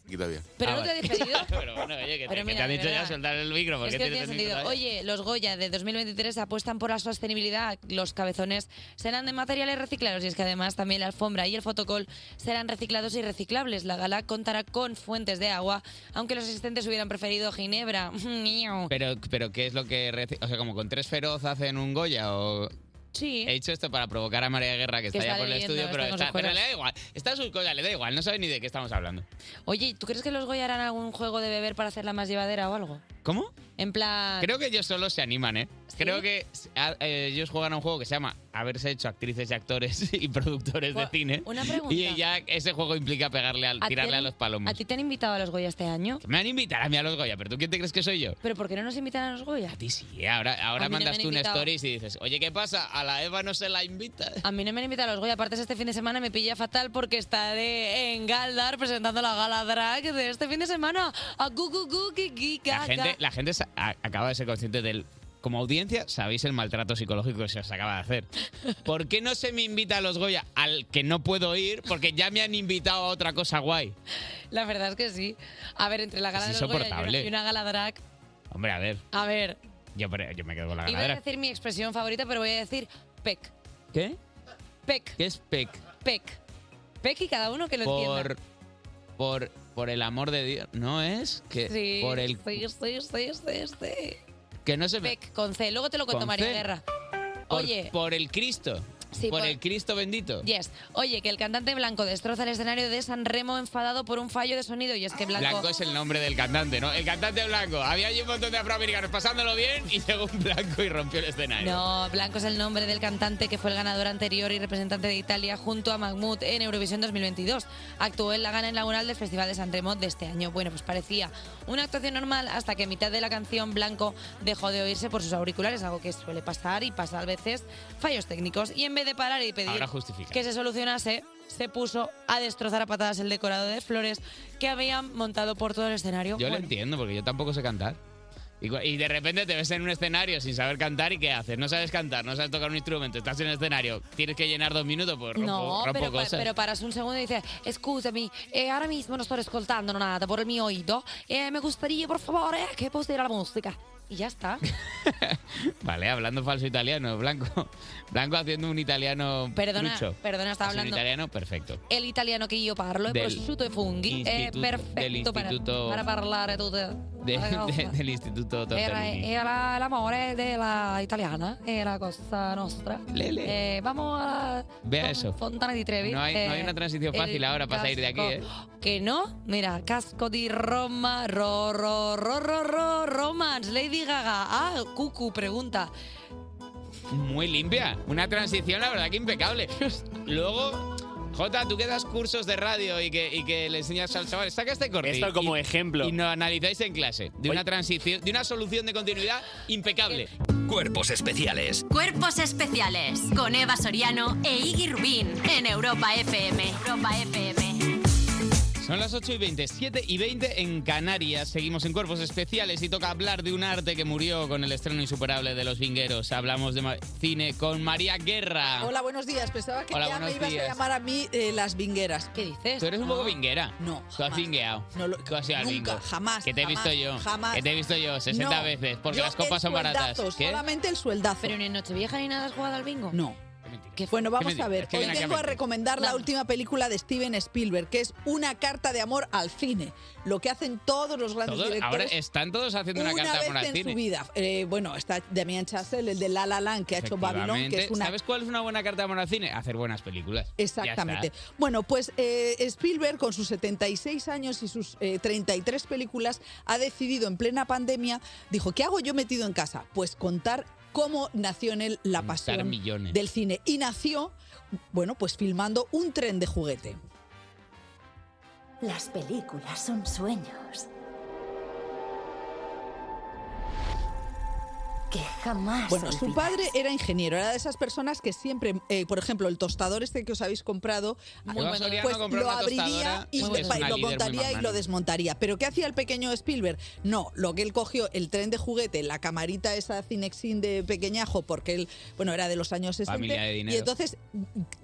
Speaker 18: Aquí todavía.
Speaker 3: Ah,
Speaker 2: Pero no te he despedido.
Speaker 3: Pero bueno, oye, que, te-
Speaker 2: Pero
Speaker 3: que te
Speaker 2: mira, de
Speaker 3: han dicho ya
Speaker 2: verdad.
Speaker 3: soltar el micro porque
Speaker 2: Es que no
Speaker 3: tienes
Speaker 2: tiene
Speaker 3: el
Speaker 2: sentido.
Speaker 3: micro ahí.
Speaker 2: Oye, los Goya de 2023 apuestan por la sostenibilidad. Los cabezones serán de materiales reciclados y es que además también la alfombra y el fotocol serán reciclados y reciclables. La gala contará con fuentes de agua, aunque los asistentes hubieran preferido Ginebra. Miau.
Speaker 3: Pero, pero ¿qué es lo que... reci- O sea, como con tres feroz hacen un Goya o...
Speaker 2: Sí.
Speaker 3: He hecho esto para provocar a María Guerra, que,
Speaker 2: Que
Speaker 3: está,
Speaker 2: está
Speaker 3: ya por el
Speaker 2: bebiendo,
Speaker 3: estudio,
Speaker 2: está
Speaker 3: pero,
Speaker 2: con
Speaker 3: está-
Speaker 2: sus
Speaker 3: pero
Speaker 2: cosas.
Speaker 3: le da igual. Está en sus cosas, le da igual, no sabe ni de qué estamos hablando.
Speaker 2: Oye, ¿tú crees que los Goya harán algún juego de beber para hacerla más llevadera o algo?
Speaker 3: ¿Cómo?
Speaker 2: En plan...
Speaker 3: Creo que ellos solos se animan, ¿eh? Creo que a- eh, ellos juegan a un juego que se llama haberse hecho actrices y actores y productores de cine.
Speaker 2: Pues, una pregunta.
Speaker 3: Y ya ese juego implica pegarle al,
Speaker 2: ¿A ti
Speaker 3: tirarle
Speaker 2: han-
Speaker 3: a los palomos.
Speaker 2: ¿A ti te han invitado a los Goya este año?
Speaker 3: Me han invitado a mí a los Goya, pero ¿tú quién te crees que soy yo?
Speaker 2: ¿Pero por qué no nos invitan a los Goya?
Speaker 3: Y sí, ahora, ahora
Speaker 2: A mí no me
Speaker 3: mandas
Speaker 2: han
Speaker 3: tú una
Speaker 2: invitado.
Speaker 3: story y dices, oye, ¿qué pasa? A la Eva no se la invita.
Speaker 2: A mí no me han invitado a los Goya, aparte este fin de semana me pilla fatal porque estaré en Galdar presentando la gala drag de este fin de semana. A gu, gu, gu, ki, ki,
Speaker 3: La
Speaker 2: ka,
Speaker 3: gente,
Speaker 2: ka.
Speaker 3: la gente sa- a- acaba de ser consciente del... Como audiencia, sabéis el maltrato psicológico que se os acaba de hacer. ¿Por qué no se me invita a los Goya al que no puedo ir? Porque ya me han invitado a otra cosa guay.
Speaker 2: La verdad es que sí. A ver, entre la gala
Speaker 3: Es
Speaker 2: de los Goya y una,
Speaker 3: insoportable.
Speaker 2: y una gala drag.
Speaker 3: Hombre, a ver,
Speaker 2: A ver,
Speaker 3: yo, pre- yo me quedo con la
Speaker 2: iba a
Speaker 3: ganadera.
Speaker 2: decir mi expresión favorita, pero voy a decir pec.
Speaker 3: ¿Qué?
Speaker 2: Pec,
Speaker 3: ¿Qué es PEC?
Speaker 2: pec. Pec y cada uno que lo
Speaker 3: Por,
Speaker 2: entienda.
Speaker 3: por, por el amor de Dios, ¿no es? Que
Speaker 2: Sí,
Speaker 3: por el
Speaker 2: sí, sí, sí, sí, sí.
Speaker 3: que no se me-
Speaker 2: Pec, con C. Luego te lo cuento,
Speaker 3: Con
Speaker 2: María
Speaker 3: C.
Speaker 2: Guerra.
Speaker 3: por,
Speaker 2: Oye.
Speaker 3: por el Cristo,
Speaker 2: Sí,
Speaker 3: por,
Speaker 2: por-
Speaker 3: el Cristo bendito.
Speaker 2: Yes. Oye, que el cantante Blanco destroza el escenario de San Remo enfadado por un fallo de sonido. Y es que Blanco...
Speaker 3: Ah, Blanco es el nombre del cantante, ¿no? El cantante blanco. Había allí un montón de afroamericanos pasándolo bien y llegó un blanco y rompió el escenario.
Speaker 2: No, Blanco es el nombre del cantante que fue el ganador anterior y representante de Italia junto a Mahmoud en Eurovisión 2022. Actuó en la gana inaugural del Festival de San Remo de este año. Bueno, pues parecía una actuación normal hasta que en mitad de la canción Blanco dejó de oírse por sus auriculares, algo que suele pasar y pasa a veces fallos técnicos. Y en vez de parar y pedir
Speaker 3: Ahora justifica.
Speaker 2: que se solucionase, se puso a destrozar a patadas el decorado de flores que habían montado por todo el escenario.
Speaker 3: Yo lo
Speaker 2: Bueno,
Speaker 3: entiendo porque yo tampoco sé cantar. Y, cu- y de repente te ves en un escenario sin saber cantar y ¿qué haces? No sabes cantar, no sabes tocar un instrumento, estás en el escenario, tienes que llenar dos minutos, pues rompo,
Speaker 2: No,
Speaker 3: rompo
Speaker 2: pero, pa-
Speaker 3: cosas.
Speaker 2: pero paras un segundo y dices, scusami, eh, ahora mismo no estoy ascoltando nada por el mio oído. Eh, me gustaría, por favor, eh, que pusiera la música. Y ya está.
Speaker 3: Vale, hablando falso italiano, Blanco. Blanco haciendo un italiano
Speaker 2: Perdona,
Speaker 3: lucho.
Speaker 2: perdona, estaba
Speaker 3: Hace
Speaker 2: hablando-
Speaker 3: Un italiano perfecto.
Speaker 2: El italiano que yo parlo è
Speaker 3: Del
Speaker 2: prosciutto e funghi. È
Speaker 3: istituto-
Speaker 2: perfetto per,
Speaker 3: dell'istituto-
Speaker 2: per parlare tutto.
Speaker 3: De- de- del Instituto
Speaker 2: Era,
Speaker 3: Tortellini.
Speaker 2: era l'amore della eh, italiana, era cosa nostra.
Speaker 3: Lele.
Speaker 2: Eh, vamos a
Speaker 3: Vea eso.
Speaker 2: Fontana di Trevi.
Speaker 3: No hay, no hay
Speaker 2: eh,
Speaker 3: una transición fácil
Speaker 2: el
Speaker 3: ahora para salir de aquí, ¿eh?
Speaker 2: casco- Que no, mira, casco de Roma, ro, ro, ro, ro, ro, romance, Lady Gaga. Ah, Cucu pregunta.
Speaker 3: Muy limpia. Una transición, la verdad, que impecable. Luego, Jota, tú que das cursos de radio y que, y que le enseñas al chaval, saca este corte.
Speaker 15: Esto como
Speaker 3: y-
Speaker 15: ejemplo.
Speaker 3: Y nos analizáis en clase. De una transición, de una solución de continuidad impecable.
Speaker 1: Cuerpos especiales
Speaker 4: Cuerpos especiales con Eva Soriano e Iggy Rubín en Europa FM. Europa FM.
Speaker 3: Son las 8 y 20, 7 y 20 en Canarias. Seguimos en Cuerpos Especiales y toca hablar de un arte que murió con el estreno insuperable de Los Vingueros. Hablamos de ma- cine con María Guerra.
Speaker 16: Hola, buenos días. Pensaba que
Speaker 3: Ah. Hola,
Speaker 16: ya me
Speaker 3: buenos
Speaker 16: ibas
Speaker 3: días.
Speaker 16: a llamar a mí eh, las vingueras. ¿Qué dices?
Speaker 3: Tú eres un poco vinguera. No. Tú has vingueado. Tú has ido al
Speaker 16: nunca,
Speaker 3: bingo.
Speaker 16: jamás,
Speaker 3: Que te he
Speaker 16: jamás,
Speaker 3: visto yo.
Speaker 16: jamás.
Speaker 3: Que te he visto yo 60
Speaker 16: No,
Speaker 3: veces. Porque
Speaker 16: yo
Speaker 3: las copas
Speaker 16: el
Speaker 3: son baratas.
Speaker 16: sueldazo,
Speaker 3: ¿Qué?
Speaker 16: Solamente el sueldazo.
Speaker 2: Pero ni en Nochevieja ni nada has jugado al bingo.
Speaker 16: No. Bueno,
Speaker 2: Qué
Speaker 16: vamos
Speaker 2: mentira,
Speaker 16: a ver.
Speaker 2: es que
Speaker 16: Hoy
Speaker 2: viene aquí a
Speaker 16: vengo a
Speaker 2: mentir.
Speaker 16: recomendar la última película de Steven Spielberg, que es Una carta de amor al cine. Lo que hacen todos los grandes
Speaker 3: Todos-
Speaker 16: directores.
Speaker 3: ahora están todos haciendo una, carta
Speaker 16: vez
Speaker 3: por al
Speaker 16: en
Speaker 3: cine.
Speaker 16: su vida. Eh, bueno, está Damien Chazelle, el de La La Land, que ha hecho Babylon, que es
Speaker 3: Efectivamente.
Speaker 16: una
Speaker 3: ¿Sabes cuál es una buena carta por al cine? Hacer buenas películas. Ya está.
Speaker 16: Exactamente. Bueno, pues eh, Spielberg, con sus 76 años y sus eh, 33 películas, ha decidido en plena pandemia, dijo, ¿qué hago yo metido en casa? Pues contar cómo nació en él la pasión
Speaker 3: millones.
Speaker 16: del cine. Y nació, bueno, pues filmando un tren de juguete.
Speaker 19: Las películas son sueños.
Speaker 7: que jamás.
Speaker 16: Bueno, su padre era ingeniero, era de esas personas que siempre, eh, por ejemplo, el tostador este que os habéis comprado,
Speaker 3: Muy bueno. Soriano
Speaker 16: pues
Speaker 3: compró
Speaker 16: lo
Speaker 3: una
Speaker 16: abriría
Speaker 3: tostadora,
Speaker 16: y
Speaker 3: muy
Speaker 16: lo-
Speaker 3: buena. Es una
Speaker 16: lo
Speaker 3: líder muy
Speaker 16: montaría y lo
Speaker 3: magnánima.
Speaker 16: desmontaría. Pero ¿qué hacía el pequeño Spielberg? No, lo que él cogió, el tren de juguete, la camarita esa Cinexin de pequeñajo, porque él, bueno, era de los años 60,
Speaker 3: Familia de
Speaker 16: y
Speaker 3: dinero.
Speaker 16: entonces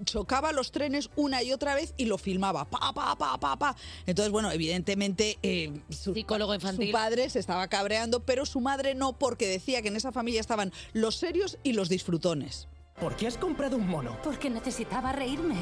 Speaker 16: chocaba los trenes una y otra vez y lo filmaba, pa, pa, pa, pa, pa. Entonces, bueno, evidentemente eh, su,
Speaker 2: Psicólogo infantil.
Speaker 16: su padre se estaba cabreando, pero su madre no, porque decía que en esa familia estaban los serios y los disfrutones.
Speaker 19: ¿Por qué has comprado un mono?
Speaker 16: Porque necesitaba reírme.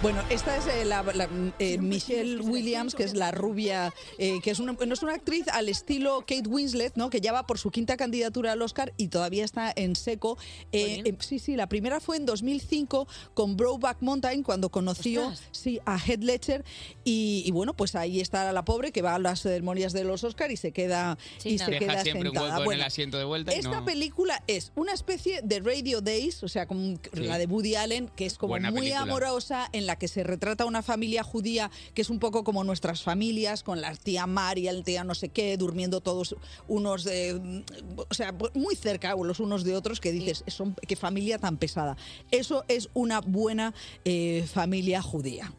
Speaker 16: Bueno, esta es eh, la, la, mm, eh, Michelle Williams, que es la rubia, eh, que es una, no es una actriz al estilo Kate Winslet, ¿no? que ya va por su quinta candidatura al Oscar y todavía está en seco. Eh, eh, sí, sí, la primera fue en 2005 con Brokeback Mountain, cuando conoció
Speaker 10: Ostras.
Speaker 16: sí, a Heath Ledger. Y, y bueno, pues ahí está la pobre que va a las ceremonias de los Oscar y se queda, y se
Speaker 3: Deja
Speaker 16: queda
Speaker 3: siempre un
Speaker 16: sentada.
Speaker 3: hueco en
Speaker 16: Bueno,
Speaker 3: el asiento de vuelta. y
Speaker 16: esta
Speaker 3: no-
Speaker 16: película es una especie de Radio Days, o sea, como un- la de Woody Allen, que es como
Speaker 3: Buena
Speaker 16: muy
Speaker 3: película.
Speaker 16: amorosa, en la que se retrata una familia judía que es un poco como nuestras familias, con la tía María, el tía no sé qué, durmiendo todos unos, de, o sea, muy cerca los unos de otros, que dices, son, qué familia tan pesada. Eso es una buena eh, familia judía.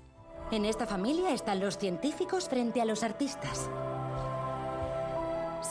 Speaker 20: En esta familia están los científicos frente a los artistas.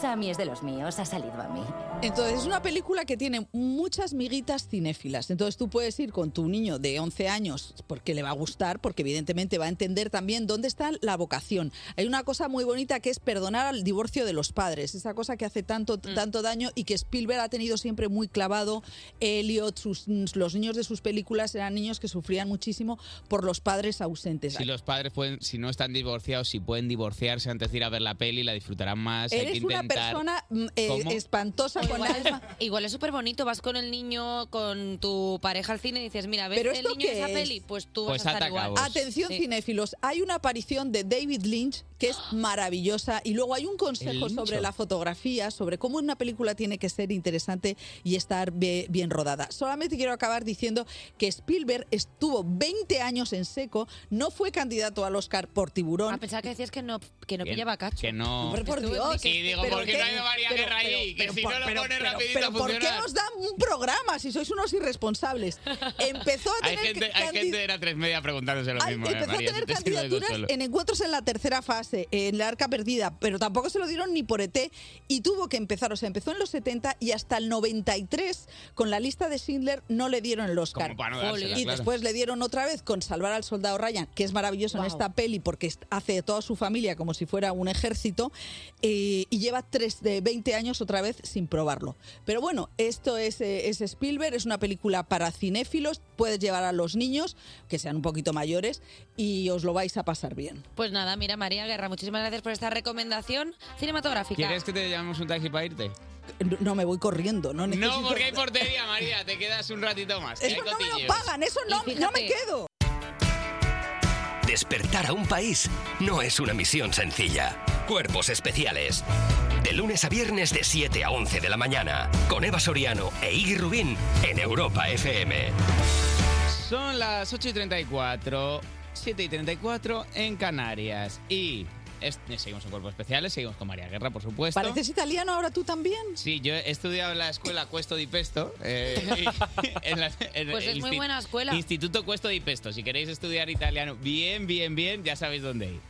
Speaker 20: Sammy es de los míos, ha salido a mí.
Speaker 16: Entonces, es una película que tiene muchas miguitas cinéfilas. Entonces, tú puedes ir con tu niño de 11 años porque le va a gustar, porque evidentemente va a entender también dónde está la vocación. Hay una cosa muy bonita que es perdonar al divorcio de los padres, esa cosa que hace tanto, tanto daño y que Spielberg ha tenido siempre muy clavado. Elliot, sus- los niños de sus películas eran niños que sufrían muchísimo por los padres ausentes.
Speaker 3: Si los padres pueden, si no están divorciados, si pueden divorciarse antes de ir a ver la peli, la disfrutarán
Speaker 2: Ah,
Speaker 3: más. hay
Speaker 16: Eres
Speaker 3: que
Speaker 16: una
Speaker 3: intentar-
Speaker 16: persona mm, eh,
Speaker 3: ¿Cómo?
Speaker 16: espantosa con la alma.
Speaker 2: Igual es súper bonito, vas con el niño, con tu pareja al cine y dices, mira, ¿ves
Speaker 16: ¿Pero
Speaker 2: el
Speaker 16: esto
Speaker 2: niño
Speaker 16: qué
Speaker 2: esa
Speaker 16: es?
Speaker 2: peli? Pues tú vas a estar igual.
Speaker 16: Atención
Speaker 2: Sí.
Speaker 16: cinéfilos, hay una aparición de David Lynch que es maravillosa y luego hay un consejo
Speaker 2: El
Speaker 16: sobre
Speaker 2: Lyncho.
Speaker 16: la fotografía, sobre cómo una película tiene que ser interesante y estar be- bien rodada. Solamente quiero acabar diciendo que Spielberg estuvo 20 años en seco, no fue candidato al Oscar por Tiburón. A
Speaker 2: pensar Ah, que decías que no, que no
Speaker 3: Bien,
Speaker 2: pillaba cacho.
Speaker 3: Que no.
Speaker 16: Hombre, por Dios.
Speaker 3: Y digo,
Speaker 16: Pero
Speaker 3: ¿por qué
Speaker 16: qué-
Speaker 3: no ha ido María
Speaker 16: pero-
Speaker 3: Guerra ahí?
Speaker 16: pero-
Speaker 3: que si no
Speaker 16: pero-
Speaker 3: lo pones
Speaker 16: pero-
Speaker 3: rapidito
Speaker 16: pero ¿por qué
Speaker 3: funciona.
Speaker 16: nos dan un programa si sois unos irresponsables? Empezó a
Speaker 3: Hay
Speaker 16: Oh, tener
Speaker 3: gente, hay
Speaker 16: candi-
Speaker 3: gente de la tres media preguntándose lo
Speaker 16: Ay,
Speaker 3: mismo. eh,
Speaker 16: empezó
Speaker 3: María,
Speaker 16: a
Speaker 3: si
Speaker 16: tener
Speaker 3: te sirve de
Speaker 16: candidaturas
Speaker 3: consuelo.
Speaker 16: en encuentros en la tercera fase, en la arca perdida, pero tampoco se lo dieron ni por ET y tuvo que empezar, o sea, empezó en los 70 y hasta el 93 con la lista de Schindler no le dieron el Oscar.
Speaker 3: Como para no dársela,
Speaker 16: y
Speaker 3: claro.
Speaker 16: después le dieron otra vez con Salvar al Soldado Ryan, que es maravilloso en esta peli porque es- hace de toda su familia como si fuera un ejército eh, y lleva tres de 20 años otra vez sin probarlo. Pero bueno, esto es, eh, es Spielberg, es una película para cinéfilos, puedes llevar a los niños que sean un poquito mayores y os lo vais a pasar bien.
Speaker 2: Pues nada, mira, María Guerra, muchísimas gracias por esta recomendación cinematográfica.
Speaker 3: ¿Quieres que te llamemos un taxi para irte?
Speaker 16: No, no, me voy corriendo, no necesito-
Speaker 3: No, porque hay portería, María. Te quedas un ratito más. que
Speaker 16: Eso
Speaker 3: hay
Speaker 16: no me lo
Speaker 3: cotilleos.
Speaker 16: pagan, eso no, no me quedo.
Speaker 1: Despertar a un país no es una misión sencilla. Cuerpos especiales. De lunes a viernes de 7 a 11 de la mañana. Con Eva Soriano e Iggy Rubín en Europa FM.
Speaker 3: Son las 8 y 34, 7 y 34 en Canarias. Y es- seguimos en Cuerpos Especiales, seguimos con María Guerra, por supuesto.
Speaker 16: ¿Pareces italiano ahora tú también?
Speaker 3: Sí, yo he estudiado en la escuela Cuesto di Pesto. eh, y- en la- en
Speaker 2: Pues
Speaker 3: el
Speaker 2: es muy
Speaker 3: insti-
Speaker 2: buena escuela.
Speaker 3: Instituto Cuesto di Pesto. Si queréis estudiar italiano bien, bien, bien, ya sabéis dónde ir.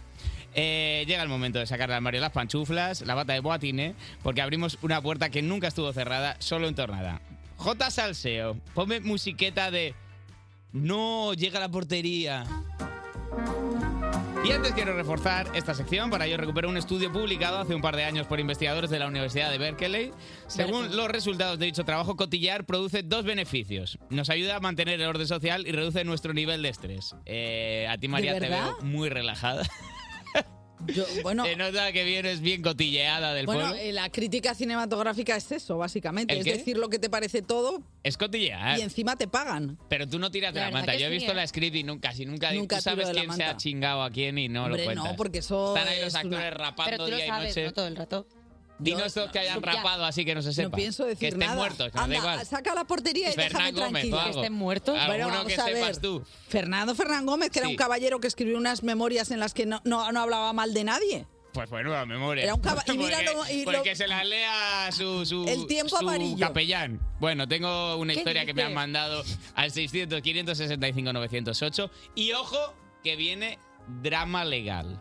Speaker 3: Eh, llega el momento de sacar del armario las panchuflas, la bata de boatine, porque abrimos una puerta que nunca estuvo cerrada, solo entornada. J. Salseo, ponme musiqueta de... No, llega la portería. Y antes quiero reforzar esta sección. Para ello recupero un estudio publicado hace un par de años por investigadores de la Universidad de Berkeley. Según los resultados de dicho trabajo, cotillear produce dos beneficios. Nos ayuda a mantener el orden social y reduce nuestro nivel de estrés. Eh, a ti, María, te
Speaker 16: verdad?
Speaker 3: veo muy relajada.
Speaker 16: bueno,
Speaker 3: Se nota que vienes bien cotilleada del
Speaker 16: Bueno,
Speaker 3: pueblo.
Speaker 16: eh, la crítica cinematográfica es eso, básicamente.
Speaker 3: ¿El
Speaker 16: Es
Speaker 3: qué?
Speaker 16: decir lo que te parece todo
Speaker 3: Es cotillear.
Speaker 16: y encima te pagan.
Speaker 3: Pero tú no tiras de
Speaker 16: La
Speaker 3: la,
Speaker 16: verdad
Speaker 3: manta.
Speaker 16: que
Speaker 3: Yo he
Speaker 16: sí,
Speaker 3: visto
Speaker 16: ¿eh?
Speaker 3: la script y nunca, si nunca,
Speaker 16: Nunca
Speaker 3: tú
Speaker 16: tiro
Speaker 3: sabes
Speaker 16: de la
Speaker 3: quién se ha
Speaker 16: manta.
Speaker 3: chingado a quién y no lo
Speaker 16: Hombre,
Speaker 3: cuentas.
Speaker 16: no, porque eso
Speaker 3: Están ahí los
Speaker 16: es
Speaker 3: actores
Speaker 16: una-
Speaker 3: rapando
Speaker 16: Pero tú lo
Speaker 3: día
Speaker 16: sabes,
Speaker 3: y noche.
Speaker 16: ¿no?
Speaker 2: Todo el rato.
Speaker 3: Dinos todos que hayan
Speaker 16: ya.
Speaker 3: rapado así que no se sepa.
Speaker 16: No pienso decir
Speaker 3: Que estén
Speaker 16: nada.
Speaker 3: muertos, que nos da
Speaker 16: Anda,
Speaker 3: igual.
Speaker 16: saca la portería y
Speaker 3: Fernán
Speaker 16: déjame
Speaker 3: Gómez, o
Speaker 16: tranquila.
Speaker 3: algo. Alguno
Speaker 16: Bueno, vamos
Speaker 3: que
Speaker 16: a ver.
Speaker 3: sepas tú.
Speaker 16: Fernando Fernán Gómez, que era
Speaker 3: Sí.
Speaker 16: un caballero que escribió unas memorias en las que no, no, no hablaba mal de nadie.
Speaker 3: Pues bueno, la memoria.
Speaker 16: Era un caba- y mira
Speaker 3: Porque-
Speaker 16: lo- y lo-
Speaker 3: porque se la lea su, su-
Speaker 16: El tiempo
Speaker 3: Uh, su
Speaker 16: amarillo.
Speaker 3: capellán. Bueno, tengo una
Speaker 16: ¿Qué
Speaker 3: historia que me
Speaker 16: dices?
Speaker 3: han mandado al 600 565 908 y ojo que viene drama legal.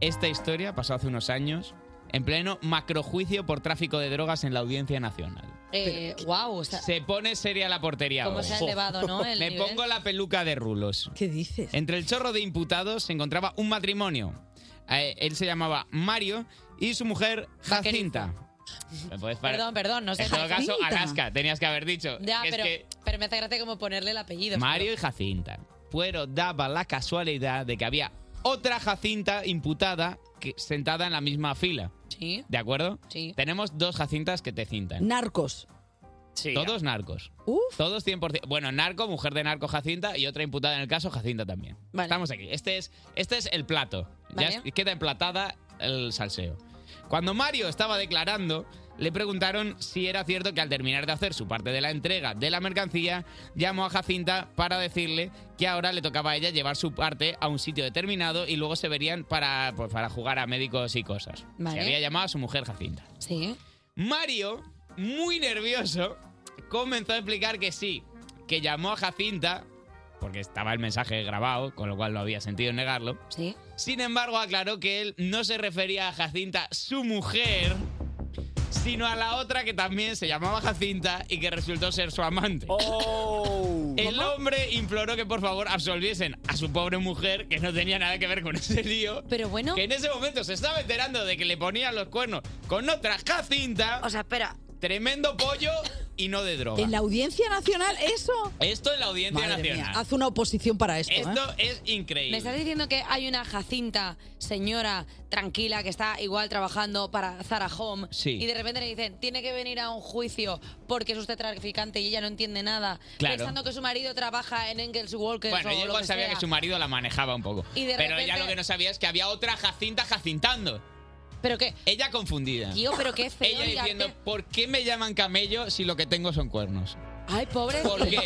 Speaker 3: Esta historia pasó hace unos años en pleno macrojuicio por tráfico de drogas en la Audiencia Nacional.
Speaker 2: Eh, wow, o sea,
Speaker 3: Se pone seria la portería.
Speaker 2: Cómo
Speaker 3: ahora.
Speaker 2: se ha elevado, ¿no? El
Speaker 3: Me
Speaker 2: nivel.
Speaker 3: pongo la peluca de rulos.
Speaker 16: ¿Qué dices?
Speaker 3: Entre el chorro de imputados se encontraba un matrimonio. Eh, él se llamaba Mario y su mujer Jacinta. Me puedes parar.
Speaker 2: Perdón, perdón, no sé.
Speaker 3: En todo caso,
Speaker 2: Jacinta.
Speaker 3: Alaska, tenías que haber dicho.
Speaker 2: Ya,
Speaker 3: Que es
Speaker 2: pero,
Speaker 3: que
Speaker 2: pero me hace gracia como ponerle el apellido.
Speaker 3: Mario y Jacinta. Pero daba la casualidad de que había otra Jacinta imputada que, sentada en la misma fila.
Speaker 2: Sí.
Speaker 3: ¿De acuerdo?
Speaker 2: Sí.
Speaker 3: Tenemos dos Jacintas que te cintan.
Speaker 16: Narcos.
Speaker 3: Todos narcos. Todos 100%. Bueno, narco, mujer de narco Jacinta y otra imputada en el caso Jacinta también. Estamos aquí. Este es, este es el plato.
Speaker 21: Vale.
Speaker 3: Ya queda emplatada el salseo. Cuando Mario estaba declarando, le preguntaron si era cierto que al terminar de hacer su parte de la entrega de la mercancía, llamó a Jacinta para decirle que ahora le tocaba a ella llevar su parte a un sitio determinado y luego se verían para, pues, para jugar a médicos y cosas.
Speaker 2: Vale.
Speaker 3: Se había llamado a su mujer Jacinta.
Speaker 2: Sí.
Speaker 3: Mario, muy nervioso, comenzó a explicar que sí, que llamó a Jacinta, porque estaba el mensaje grabado, con lo cual no había sentido negarlo.
Speaker 2: Sí.
Speaker 3: Sin embargo, aclaró que él no se refería a Jacinta, su mujer, sino a la otra que también se llamaba Jacinta y que resultó ser su amante. El hombre imploró que por favor absolviesen a su pobre mujer, que no tenía nada que ver con ese lío.
Speaker 2: Pero bueno.
Speaker 3: Que en ese momento se estaba enterando de que le ponían los cuernos con otra Jacinta. O
Speaker 2: sea, espera.
Speaker 3: Tremendo pollo y no de droga.
Speaker 16: En la Audiencia Nacional, eso.
Speaker 3: Esto en la Audiencia
Speaker 16: Madre mía,
Speaker 3: Nacional.
Speaker 16: haz una oposición para esto. ¿eh?
Speaker 3: Esto es
Speaker 2: Me
Speaker 3: increíble.
Speaker 2: estás diciendo que hay una Jacinta, señora tranquila, que está igual trabajando para Zara Home.
Speaker 3: Sí.
Speaker 2: Y de repente le dicen, tiene que venir a un juicio porque es usted traficante y ella no entiende nada.
Speaker 3: Claro.
Speaker 2: Pensando que su marido trabaja en Engels Walker.
Speaker 3: Bueno,
Speaker 2: o
Speaker 3: yo
Speaker 2: lo
Speaker 3: igual sabía
Speaker 2: sea.
Speaker 3: que su marido la manejaba un poco.
Speaker 2: Y de
Speaker 3: pero ya
Speaker 2: repente-
Speaker 3: lo que no sabía es que había otra Jacinta jacintando.
Speaker 2: ¿Pero qué?
Speaker 3: Ella confundida.
Speaker 2: Tío, pero qué feo.
Speaker 3: Ella
Speaker 2: mirarte.
Speaker 3: diciendo, ¿por qué me llaman camello si lo que tengo son cuernos?
Speaker 2: Ay, pobre.
Speaker 3: ¿Por qué?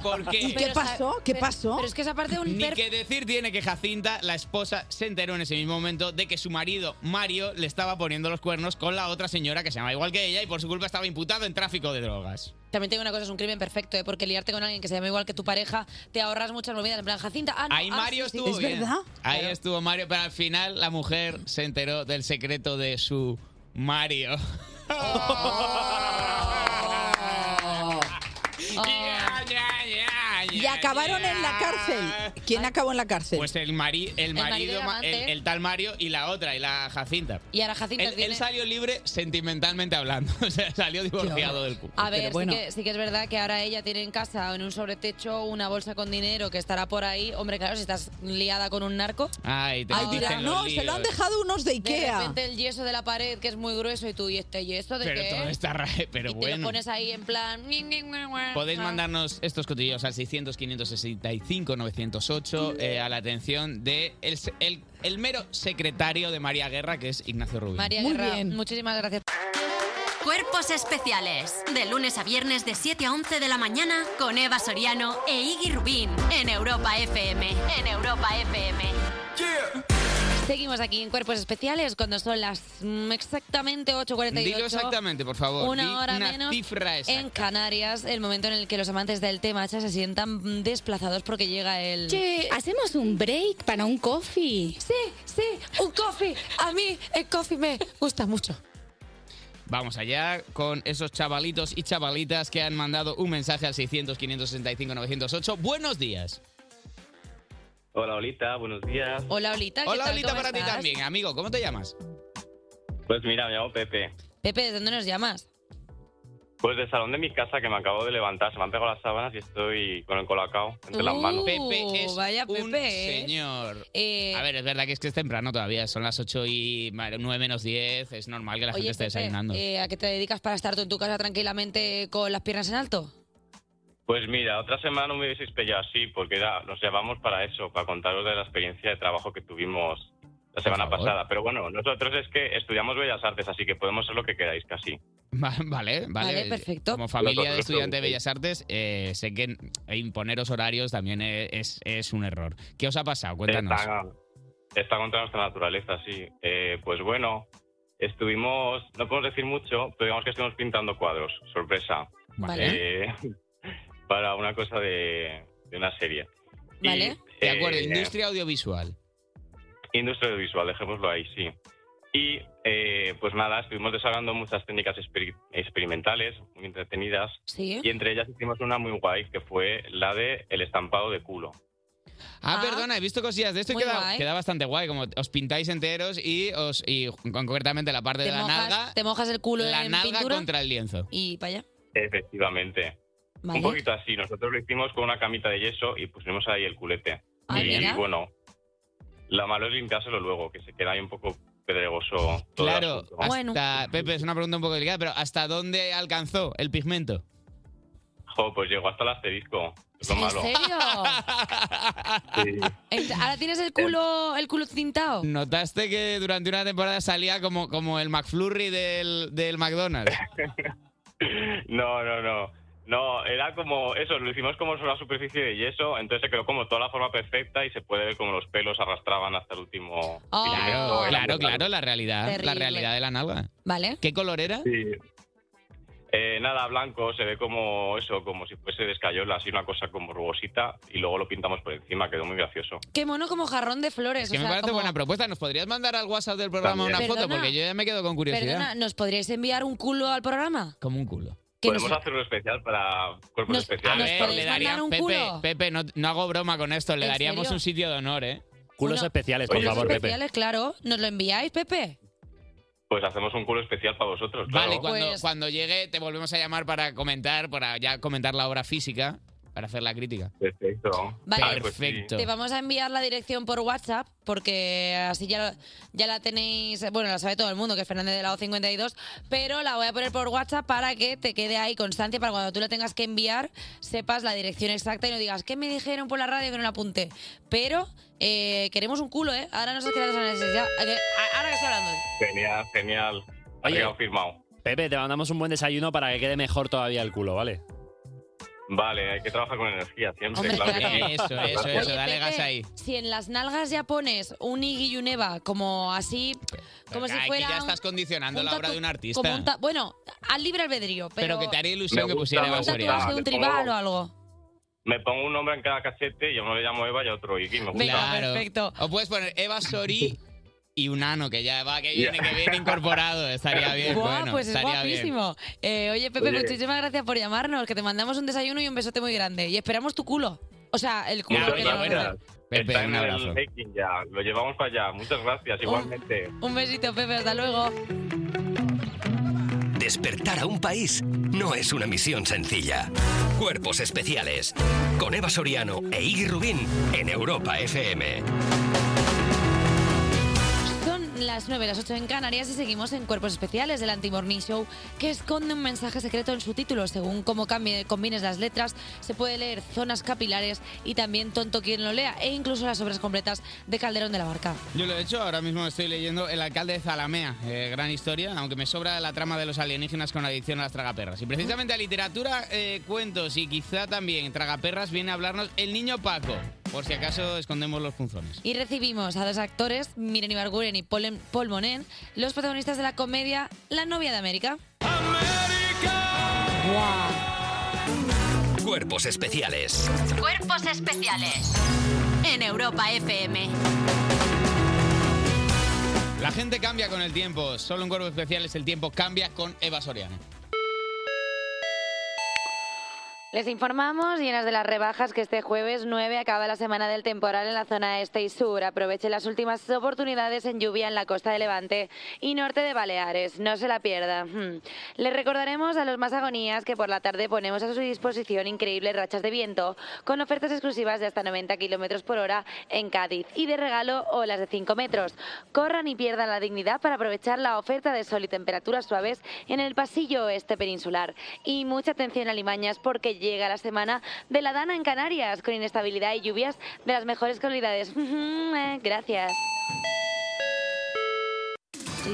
Speaker 3: ¿Por qué?
Speaker 16: ¿Y qué pasó? ¿Qué pasó?
Speaker 2: Pero es que esa parte de un
Speaker 3: Ni
Speaker 2: perfil.
Speaker 3: que decir tiene que Jacinta, la esposa, se enteró en ese mismo momento de que su marido, Mario, le estaba poniendo los cuernos con la otra señora que se llama igual que ella y por su culpa estaba imputado en tráfico de drogas.
Speaker 2: También tengo una cosa, es un crimen perfecto, ¿eh? porque liarte con alguien que se llama igual que tu pareja, te ahorras muchas movidas. En plan, Jacinta, ah, no,
Speaker 3: Ahí
Speaker 2: ah,
Speaker 3: Mario
Speaker 2: sí, sí.
Speaker 3: estuvo bien. Ahí estuvo Mario, pero al final la mujer se enteró del secreto de su Mario.
Speaker 2: Oh.
Speaker 16: Y acabaron en la cárcel. ¿Quién acabó en la cárcel?
Speaker 3: Pues el, mari- el
Speaker 16: marido
Speaker 3: marido, ma- el,
Speaker 16: amante.
Speaker 3: el tal Mario y la otra, y la Jacinta.
Speaker 2: Y ahora Jacinta
Speaker 3: Él,
Speaker 2: tiene-
Speaker 3: él salió libre sentimentalmente hablando. O sea, salió divorciado del cubo.
Speaker 2: A ver, sí que- sí, que, es verdad que ahora ella tiene en casa, en un sobretecho, una bolsa con dinero que estará por ahí. Hombre, claro, si estás liada con un narco.
Speaker 3: Ay, te
Speaker 16: Ay,
Speaker 3: metiste
Speaker 16: dirá,
Speaker 3: en los
Speaker 16: no, se lo han
Speaker 3: líos".
Speaker 16: dejado unos de
Speaker 2: De
Speaker 16: Ikea.
Speaker 2: repente el yeso de la pared, que es muy grueso, y tú, ¿y este yeso de
Speaker 3: Pero
Speaker 2: qué?
Speaker 3: todo
Speaker 2: es?".
Speaker 3: está raro. Pero
Speaker 2: Te lo
Speaker 3: bueno.
Speaker 2: pones ahí en plan...
Speaker 3: Podéis mandarnos estos cotillos al 600 565 908 eh, a la atención de el, se- el- el mero secretario de María Guerra, que es Ignacio Rubio.
Speaker 2: María Guerra, muchísimas gracias.
Speaker 4: Cuerpos especiales. De lunes a viernes de 7 a 11 de la mañana con Eva Soriano e Iggy Rubín en Europa FM. En Europa FM.
Speaker 2: Seguimos aquí en Cuerpos Especiales cuando son las mm, exactamente 8.48.
Speaker 3: Dilo exactamente, por favor. Di
Speaker 2: Una hora
Speaker 3: una
Speaker 2: menos
Speaker 3: cifra exacta.
Speaker 2: en Canarias, el momento en el que los amantes del té matcha se sientan mm, desplazados porque llega el...
Speaker 22: Che, ¿hacemos un break para un coffee? Sí, sí, un coffee. A mí el coffee me gusta mucho.
Speaker 3: Vamos allá con esos chavalitos y chavalitas que han mandado un mensaje al 600-565-908. Buenos días.
Speaker 23: Hola, Olita, buenos días.
Speaker 2: Hola, Olita. ¿qué
Speaker 3: Hola,
Speaker 2: tal?
Speaker 3: Olita,
Speaker 2: ¿Cómo
Speaker 3: para ti
Speaker 2: estás?
Speaker 3: también. Amigo, ¿cómo te llamas?
Speaker 23: Pues mira, me llamo Pepe.
Speaker 2: Pepe, ¿de dónde nos llamas?
Speaker 23: Pues del salón de mi casa que me acabo de levantar, se me han pegado las sábanas y estoy con el colacao entre las manos.
Speaker 3: Pepe es
Speaker 2: Uh, vaya Pepe.
Speaker 3: un
Speaker 2: ¿eh?
Speaker 3: Señor.
Speaker 2: Eh,
Speaker 3: A ver, es verdad que es que es temprano todavía, son las 8 y 9 menos 10, es normal que la gente
Speaker 2: oye,
Speaker 3: esté
Speaker 2: Pepe,
Speaker 3: desayunando.
Speaker 2: eh, ¿a qué te dedicas para estar tú en tu casa tranquilamente con las piernas en alto?
Speaker 23: Pues mira, otra semana no me hubieseis pillado así, porque era, nos llamamos para eso, para contaros de la experiencia de trabajo que tuvimos la semana pasada. Pero bueno, nosotros es que estudiamos Bellas Artes, así que podemos ser lo que queráis casi.
Speaker 3: Va- Vale, vale.
Speaker 23: Vale, perfecto.
Speaker 3: Como familia de
Speaker 23: Nosotros
Speaker 3: estudiante de
Speaker 23: preguntéis.
Speaker 3: Bellas Artes, eh, sé que e-, imponeros horarios también es, es un error. ¿Qué os ha pasado? Cuéntanos.
Speaker 23: Está, está contra nuestra naturaleza, sí. Eh, pues bueno, estuvimos, no podemos decir mucho, pero digamos que estuvimos pintando cuadros, sorpresa.
Speaker 2: Vale.
Speaker 23: Eh, para una cosa de, de una serie.
Speaker 2: ¿Vale?
Speaker 3: De acuerdo,
Speaker 23: Eh,
Speaker 3: industria audiovisual.
Speaker 23: Industria audiovisual, dejémoslo ahí, sí. Y eh, pues nada, estuvimos desarrollando muchas técnicas experi- experimentales, muy entretenidas.
Speaker 2: Sí.
Speaker 23: Y entre ellas hicimos una muy guay, que fue la de el estampado de culo.
Speaker 3: Ah, perdona, he visto cosillas de esto y
Speaker 2: Muy
Speaker 3: queda,
Speaker 2: guay.
Speaker 3: queda bastante guay. Como os pintáis enteros y os y concretamente la parte
Speaker 2: Te
Speaker 3: de la
Speaker 2: mojas,
Speaker 3: nalga,
Speaker 2: te mojas el culo
Speaker 3: la
Speaker 2: en
Speaker 3: nalga
Speaker 2: pintura
Speaker 3: contra el lienzo.
Speaker 2: y para allá.
Speaker 23: Efectivamente.
Speaker 2: Vale.
Speaker 23: Un poquito así. Nosotros lo hicimos con una camita de yeso y pusimos ahí el culete.
Speaker 2: Ah,
Speaker 23: y
Speaker 2: mira.
Speaker 23: bueno, lo malo es limpiárselo luego, que se queda ahí un poco pedregoso. todo el
Speaker 3: Claro,
Speaker 23: asunto.
Speaker 3: hasta,
Speaker 2: Ah,
Speaker 3: Pepe, es una pregunta un poco delicada, pero ¿hasta dónde alcanzó el pigmento?
Speaker 23: Jo, pues llegó hasta el asterisco. Es lo malo.
Speaker 2: ¿En serio?
Speaker 23: Sí.
Speaker 2: Ent- Ahora tienes el culo, el culo tintado.
Speaker 3: ¿Notaste que durante una temporada salía como, como el McFlurry del, del McDonald's?
Speaker 23: No, no, no. No, era como eso, lo hicimos como sobre una superficie de yeso, entonces se quedó como toda la forma perfecta y se puede ver como los pelos arrastraban hasta el último.
Speaker 3: Claro,
Speaker 23: milímetro.
Speaker 3: claro, claro, la realidad. La
Speaker 23: Terrible.
Speaker 3: realidad de la nalga.
Speaker 2: Vale.
Speaker 3: ¿Qué color era?
Speaker 23: Sí. Eh, nada, blanco, se ve como eso, como si fuese de escayola, así una cosa como rugosita, y luego lo pintamos por encima, quedó muy gracioso.
Speaker 2: Qué mono como jarrón de flores.
Speaker 3: Es que
Speaker 2: o
Speaker 3: me
Speaker 2: sea,
Speaker 3: parece
Speaker 2: como-
Speaker 3: buena propuesta. ¿Nos podrías mandar al WhatsApp del programa
Speaker 23: También.
Speaker 3: una foto?
Speaker 2: Perdona.
Speaker 3: Porque yo ya me quedo con curiosidad.
Speaker 2: Perdona, ¿nos podríais enviar un culo al programa?
Speaker 3: Como un culo.
Speaker 2: Que
Speaker 23: Podemos
Speaker 2: nos-
Speaker 23: hacer un especial para cuerpos
Speaker 3: A
Speaker 23: especiales.
Speaker 3: ver, le daría,
Speaker 2: un
Speaker 3: Pepe,
Speaker 2: culo?
Speaker 3: Pepe no, no hago broma con esto, le
Speaker 2: ¿En
Speaker 3: daríamos
Speaker 2: serio?
Speaker 3: un sitio de honor, ¿eh?
Speaker 15: Culos especiales,
Speaker 23: por Oye, favor,
Speaker 2: especiales, claro. ¿Nos lo enviáis, Pepe?
Speaker 23: Pues hacemos un culo especial para vosotros, claro.
Speaker 2: pues,
Speaker 3: Vale, cuando, cuando llegue te volvemos a llamar para comentar, para ya comentar la obra física, para hacer la crítica.
Speaker 23: Perfecto.
Speaker 2: Vale.
Speaker 23: pues sí.
Speaker 3: Perfecto.
Speaker 2: Te vamos a enviar la dirección por WhatsApp porque así ya, ya la tenéis, bueno, la sabe todo el mundo que es Fernández de la O52, pero la voy a poner por WhatsApp para que te quede ahí constancia para cuando tú la tengas que enviar sepas la dirección exacta y no digas que me dijeron por la radio que no la apunté. Pero eh, queremos un culo, ¿eh? Ahora no sé qué la necesidad. eh, que- a- Ahora que estoy hablando.
Speaker 23: Genial, genial.
Speaker 15: Oye.
Speaker 23: Oye. firmado.
Speaker 15: Pepe, te mandamos un buen desayuno para que quede mejor todavía el culo, ¿vale?
Speaker 23: Vale, hay que trabajar con energía siempre,
Speaker 15: Hombre,
Speaker 23: claro que sí.
Speaker 15: claro. Eso, eso,
Speaker 23: Gracias.
Speaker 15: eso, dale
Speaker 2: Pepe, Si en las nalgas ya pones un Iggy y un Eva como así, como si
Speaker 3: Aquí
Speaker 2: fuera
Speaker 3: ya
Speaker 2: un-
Speaker 3: estás condicionando
Speaker 2: un
Speaker 3: la obra
Speaker 2: tatu-
Speaker 3: de un artista.
Speaker 2: como un ta- bueno, al libre albedrío,
Speaker 3: Pero
Speaker 2: pero,
Speaker 3: que te haría ilusión
Speaker 23: Me
Speaker 3: que
Speaker 23: gusta,
Speaker 3: pusiera
Speaker 23: me
Speaker 3: Eva
Speaker 23: gusta.
Speaker 3: Soriano.
Speaker 2: tatuaje de un tribal o algo.
Speaker 23: Me pongo un nombre en cada cachete y a uno le llamo Eva y a otro Iggy. Me gusta.
Speaker 3: Claro. O puedes poner Eva Sori y un ano, que ya va, que viene, que viene incorporado. Estaría bien,
Speaker 2: Guau,
Speaker 3: bueno,
Speaker 2: pues es
Speaker 3: estaría bien.
Speaker 2: guapísimo. Eh, oye, Pepe,
Speaker 3: Oye.
Speaker 2: muchísimas gracias por llamarnos, que te mandamos un desayuno y un besote muy grande. Y esperamos tu culo. O sea, el culo.
Speaker 23: Muchas
Speaker 2: que te vamos a
Speaker 23: gracias.
Speaker 2: hacer.
Speaker 3: Pepe,
Speaker 23: Está
Speaker 3: un
Speaker 23: en el
Speaker 3: abrazo.
Speaker 23: making ya. Lo llevamos para allá. Muchas
Speaker 2: Oh.
Speaker 23: gracias, igualmente.
Speaker 2: Un besito, Pepe, hasta luego.
Speaker 1: Despertar a un país no es una misión sencilla. Cuerpos especiales. Con Eva Soriano e Iggy Rubín en Europa FM.
Speaker 2: Son las 9, las 8 en Canarias y seguimos en Cuerpos Especiales del Anti-Morning Show que esconde un mensaje secreto en su título. Según cómo cambie, combines las letras, se puede leer zonas capilares y también tonto quien lo lea e incluso las obras completas de Calderón de la Barca.
Speaker 3: Yo lo he hecho, ahora mismo estoy leyendo El alcalde de Zalamea, eh, gran historia, aunque me sobra la trama de los alienígenas con adicción a las tragaperras. Y precisamente a literatura, eh, cuentos y quizá también tragaperras viene a hablarnos el niño Paco, por si acaso escondemos los punzones.
Speaker 2: Y recibimos a dos actores, Miren Ibarguren y Paul, Paul Monen, los protagonistas de la comedia La novia de América.
Speaker 1: Cuerpos especiales.
Speaker 4: Cuerpos especiales en Europa FM.
Speaker 3: La gente cambia con el tiempo, solo en cuerpo especial es el tiempo cambia con Eva Soriano.
Speaker 2: Les informamos, llenas de las rebajas, que este jueves 9 acaba la semana del temporal en la zona este y sur. Aprovechen las últimas oportunidades en lluvia en la costa de Levante y norte de Baleares. No se la pierda. Hmm. Les recordaremos a los más agonías que por la tarde ponemos a su disposición increíbles rachas de viento con ofertas exclusivas de hasta 90 kilómetros por hora en Cádiz y de regalo olas de 5 metros. Corran y pierdan la dignidad para aprovechar la oferta de sol y temperaturas suaves en el pasillo oeste peninsular. Y mucha atención a Limañas porque llega la semana de la Dana en Canarias con inestabilidad y lluvias de las mejores calidades. Eh, Gracias.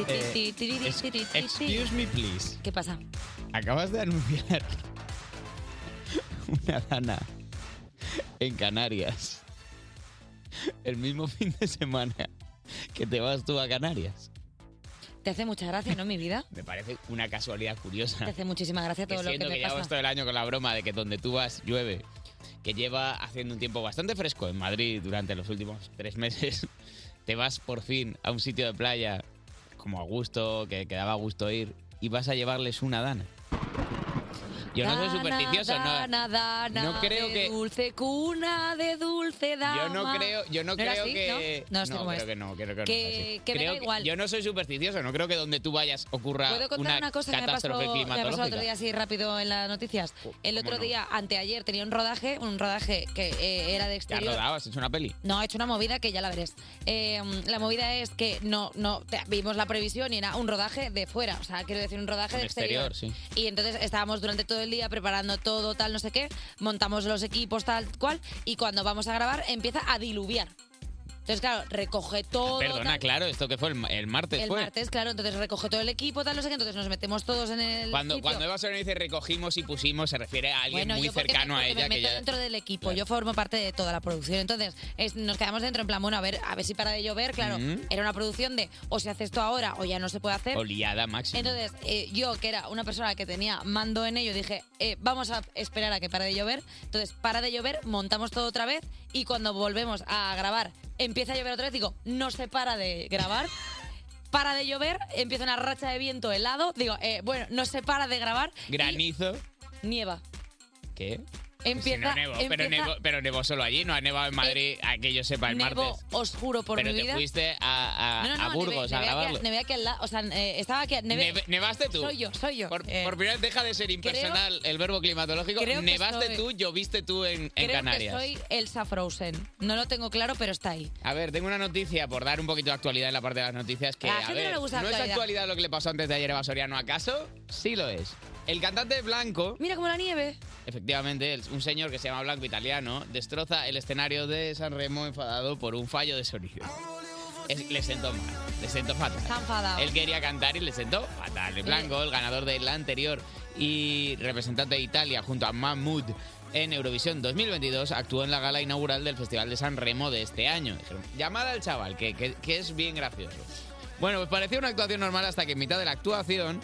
Speaker 3: Eh, ex- excuse me please,
Speaker 2: ¿Qué pasa?
Speaker 3: acabas de anunciar una dana en Canarias el mismo fin de semana que te vas tú a Canarias.
Speaker 2: Te hace mucha gracia, ¿no, mi vida?
Speaker 3: Me parece una casualidad curiosa.
Speaker 2: Te hace muchísima gracia todo
Speaker 3: que
Speaker 2: lo que
Speaker 3: siento
Speaker 2: te
Speaker 3: que llevamos
Speaker 2: pasa.
Speaker 3: todo el año con la broma de que donde tú vas llueve, que lleva haciendo un tiempo bastante fresco en Madrid durante los últimos tres meses, te vas por fin a un sitio de playa como a gusto, que, que daba gusto ir, y vas a llevarles una dana. Yo no soy
Speaker 2: Dana,
Speaker 3: supersticioso, no, eh.
Speaker 2: dana, dana
Speaker 3: no creo
Speaker 2: de
Speaker 3: que-
Speaker 2: Dulce cuna de dulce dama.
Speaker 3: Yo no creo, yo no
Speaker 2: ¿No era
Speaker 3: creo
Speaker 2: así?
Speaker 3: que.
Speaker 2: No, no sé cómo
Speaker 3: creo
Speaker 2: es.
Speaker 3: que no, creo que, no
Speaker 2: Que-
Speaker 3: es así.
Speaker 2: que me da
Speaker 3: Creo
Speaker 2: igual.
Speaker 3: Yo no soy supersticioso, no creo que donde tú vayas ocurra
Speaker 2: ¿Puedo contar una, cosa que me pasó,
Speaker 3: catástrofe
Speaker 2: me pasó el
Speaker 3: climatológica.
Speaker 2: otro día así rápido en las noticias? El
Speaker 3: ¿cómo
Speaker 2: otro
Speaker 3: no?
Speaker 2: día, anteayer, tenía un rodaje, un rodaje que eh, era de
Speaker 3: ¿Te has
Speaker 2: exterior.
Speaker 3: rodado? ¿Has hecho una peli?
Speaker 2: No, he hecho una movida que ya la verás. Eh, la movida es que no, no te- vimos la previsión y era un rodaje de fuera, o sea, quiero decir un rodaje
Speaker 3: Un
Speaker 2: de exterior.
Speaker 3: exterior,
Speaker 2: Y entonces estábamos durante todo el día preparando todo, tal, no sé qué, montamos los equipos, tal cual, y cuando vamos a grabar empieza a diluviar. Entonces, claro, recoge todo.
Speaker 3: Perdona,
Speaker 2: tal.
Speaker 3: claro, esto que fue el, ma- el martes
Speaker 2: El
Speaker 3: fue.
Speaker 2: martes, claro, entonces recoge todo el equipo, tal, no sé qué, entonces nos metemos todos en el.
Speaker 3: Cuando,
Speaker 2: sitio.
Speaker 3: cuando Eva Soriano dice recogimos y pusimos, se refiere a alguien
Speaker 2: Bueno,
Speaker 3: muy
Speaker 2: yo porque me-
Speaker 3: cercano a
Speaker 2: porque
Speaker 3: ella
Speaker 2: Me
Speaker 3: que
Speaker 2: meto
Speaker 3: ya.
Speaker 2: dentro del equipo,
Speaker 3: Claro.
Speaker 2: yo formo parte de toda la producción. Entonces, es- nos quedamos dentro en plan, bueno, a ver, a ver si para de llover, claro.
Speaker 3: Mm.
Speaker 2: Era una producción de o se hace esto ahora o ya no se puede hacer.
Speaker 3: Oliada máxima.
Speaker 2: Entonces, eh, yo, que era una persona que tenía mando en ello, dije, eh, vamos a esperar a que pare de llover. Entonces, para de llover, montamos todo otra vez y cuando volvemos a grabar, empieza a llover otra vez. Digo, no se para de grabar. Para de llover, empieza una racha de viento helado. Digo, eh, bueno, no se para de grabar,
Speaker 3: Granizo.
Speaker 2: nieva.
Speaker 3: ¿Qué? Pues
Speaker 2: Empieza,
Speaker 3: Si no nevó, pero,
Speaker 2: empieza-
Speaker 3: nevó, pero nevó solo allí, no ha nevado en Madrid, a que yo sepa, el
Speaker 2: Nevó,
Speaker 3: martes.
Speaker 2: os juro por
Speaker 3: pero
Speaker 2: mi
Speaker 3: te
Speaker 2: vida.
Speaker 3: fuiste a, a-
Speaker 2: No, no,
Speaker 3: a
Speaker 2: no,
Speaker 3: Burgos
Speaker 2: nevé-
Speaker 3: a
Speaker 2: nevé aquí-
Speaker 3: grabarlo.
Speaker 2: nevé aquí al lado, o sea, eh, estaba aquí, nevé-
Speaker 3: Neve- ¿Nevaste tú?
Speaker 2: Soy yo, soy yo.
Speaker 3: Por,
Speaker 2: Eh,
Speaker 3: por primera vez deja de ser impersonal el verbo climatológico.
Speaker 2: creo que
Speaker 3: Nevaste
Speaker 2: soy-
Speaker 3: tú, lloviste tú en, en
Speaker 2: creo
Speaker 3: Canarias.
Speaker 2: que soy Elsa Frozen. No lo tengo claro, pero está ahí.
Speaker 3: A ver, tengo una noticia por dar un poquito de actualidad en la parte de las noticias que
Speaker 2: A la
Speaker 3: a
Speaker 2: gente
Speaker 3: ver,
Speaker 2: no le gusta la
Speaker 3: es
Speaker 2: actualidad.
Speaker 3: actualidad lo que le pasó antes de ayer a Eva Soriano, ¿acaso? Sí lo es. El cantante Blanco,
Speaker 2: Mira como la nieve.
Speaker 3: efectivamente, el- un señor que se llama Blanco italiano, destroza el escenario de San Remo enfadado por un fallo de sonido. Es- le sentó mal, le sentó fatal.
Speaker 2: Está enfadado.
Speaker 3: Él quería cantar y le sentó fatal. El Blanco, el ganador de la anterior y representante de Italia junto a Mahmoud en Eurovisión 2022, actuó en la gala inaugural del Festival de San Remo de este año. Dijeron, llamada al chaval, que, que- que es bien gracioso. Bueno, pues parecía una actuación normal hasta que en mitad de la actuación,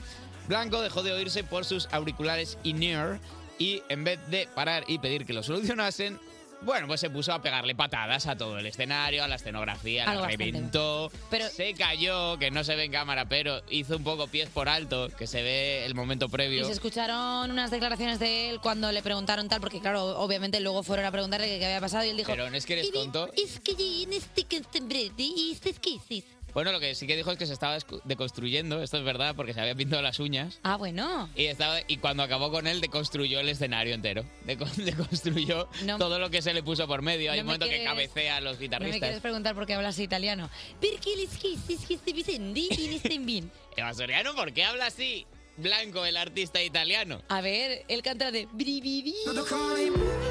Speaker 3: Blanco dejó de oírse por sus auriculares in-ear y en vez de parar y pedir que lo solucionasen, bueno, pues se puso a pegarle patadas a todo el escenario, a la escenografía,
Speaker 2: Algo
Speaker 3: la
Speaker 2: bastante
Speaker 3: reventó saltó, se cayó, que no se ve en cámara, pero hizo un poco pies por alto, que se ve el momento
Speaker 2: Y
Speaker 3: previo.
Speaker 2: se escucharon unas declaraciones de él cuando le preguntaron tal, porque claro, obviamente luego fueron a preguntarle qué qué había pasado y él dijo...
Speaker 3: Pero no es que eres tonto.
Speaker 2: Es que yo en este costumbre, y este es que hiciste".
Speaker 3: Bueno, lo que sí que dijo es que se estaba escu- deconstruyendo, esto es verdad, porque se había pintado las uñas.
Speaker 2: Ah, bueno.
Speaker 3: Y, estaba, y cuando acabó con él, deconstruyó el escenario entero. Decon- Deconstruyó todo lo que se le puso por medio. Hay
Speaker 2: no
Speaker 3: un
Speaker 2: me
Speaker 3: momento que
Speaker 2: quieres-
Speaker 3: cabecea a los
Speaker 2: No me quieres
Speaker 3: guitarristas.
Speaker 2: preguntar por qué hablas italiano. Perché le schizzi, schizzi, vicendi, in este bien.
Speaker 3: Eva Soriano, ¿por qué habla así? Blanco, el artista italiano.
Speaker 2: A ver, él canta de... "Bri, bri, bri".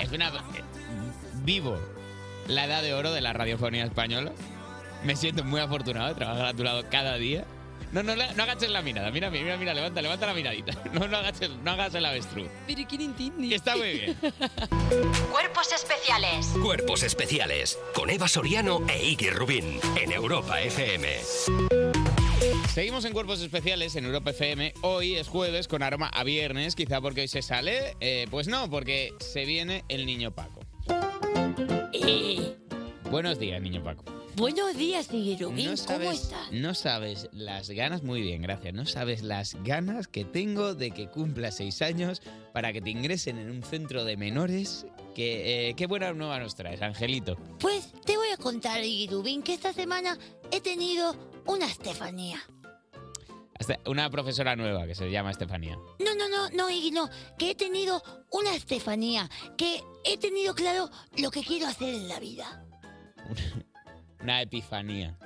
Speaker 3: Es una. eh, Vivo la edad de oro de la radiofonía española. Me siento muy afortunado de trabajar a tu lado cada día. No, no, le- no agaches la mirada. Mira, mira, mira, mira, levanta, levanta la miradita. No, no agaches, no hagas el avestruz.
Speaker 2: Pero ¿quién entiende?
Speaker 3: Que Está muy bien.
Speaker 4: Cuerpos especiales.
Speaker 1: Cuerpos especiales con Eva Soriano e Iggy Rubín en Europa FM.
Speaker 3: Seguimos en Cuerpos Especiales en Europa FM. Hoy es jueves con aroma a viernes, quizá porque hoy se sale. Eh, pues no, porque se viene el niño Paco. Buenos días, niño Paco.
Speaker 8: Buenos días, Guirubín.
Speaker 3: No
Speaker 8: ¿Cómo
Speaker 3: sabes,
Speaker 8: estás?
Speaker 3: no sabes las ganas, muy bien, gracias. No sabes las ganas que tengo de que cumpla seis años para que te ingresen en un centro de menores. Que, eh, qué buena nueva nos traes, Angelito.
Speaker 8: Pues te voy a contar, Guirubín, que esta semana he tenido una Estefanía.
Speaker 3: Hasta una profesora nueva que se llama Estefanía.
Speaker 8: No, no, no, no, Iggy, no. Que he tenido una Estefanía. Que he tenido claro lo que quiero hacer en la vida.
Speaker 3: Una epifanía.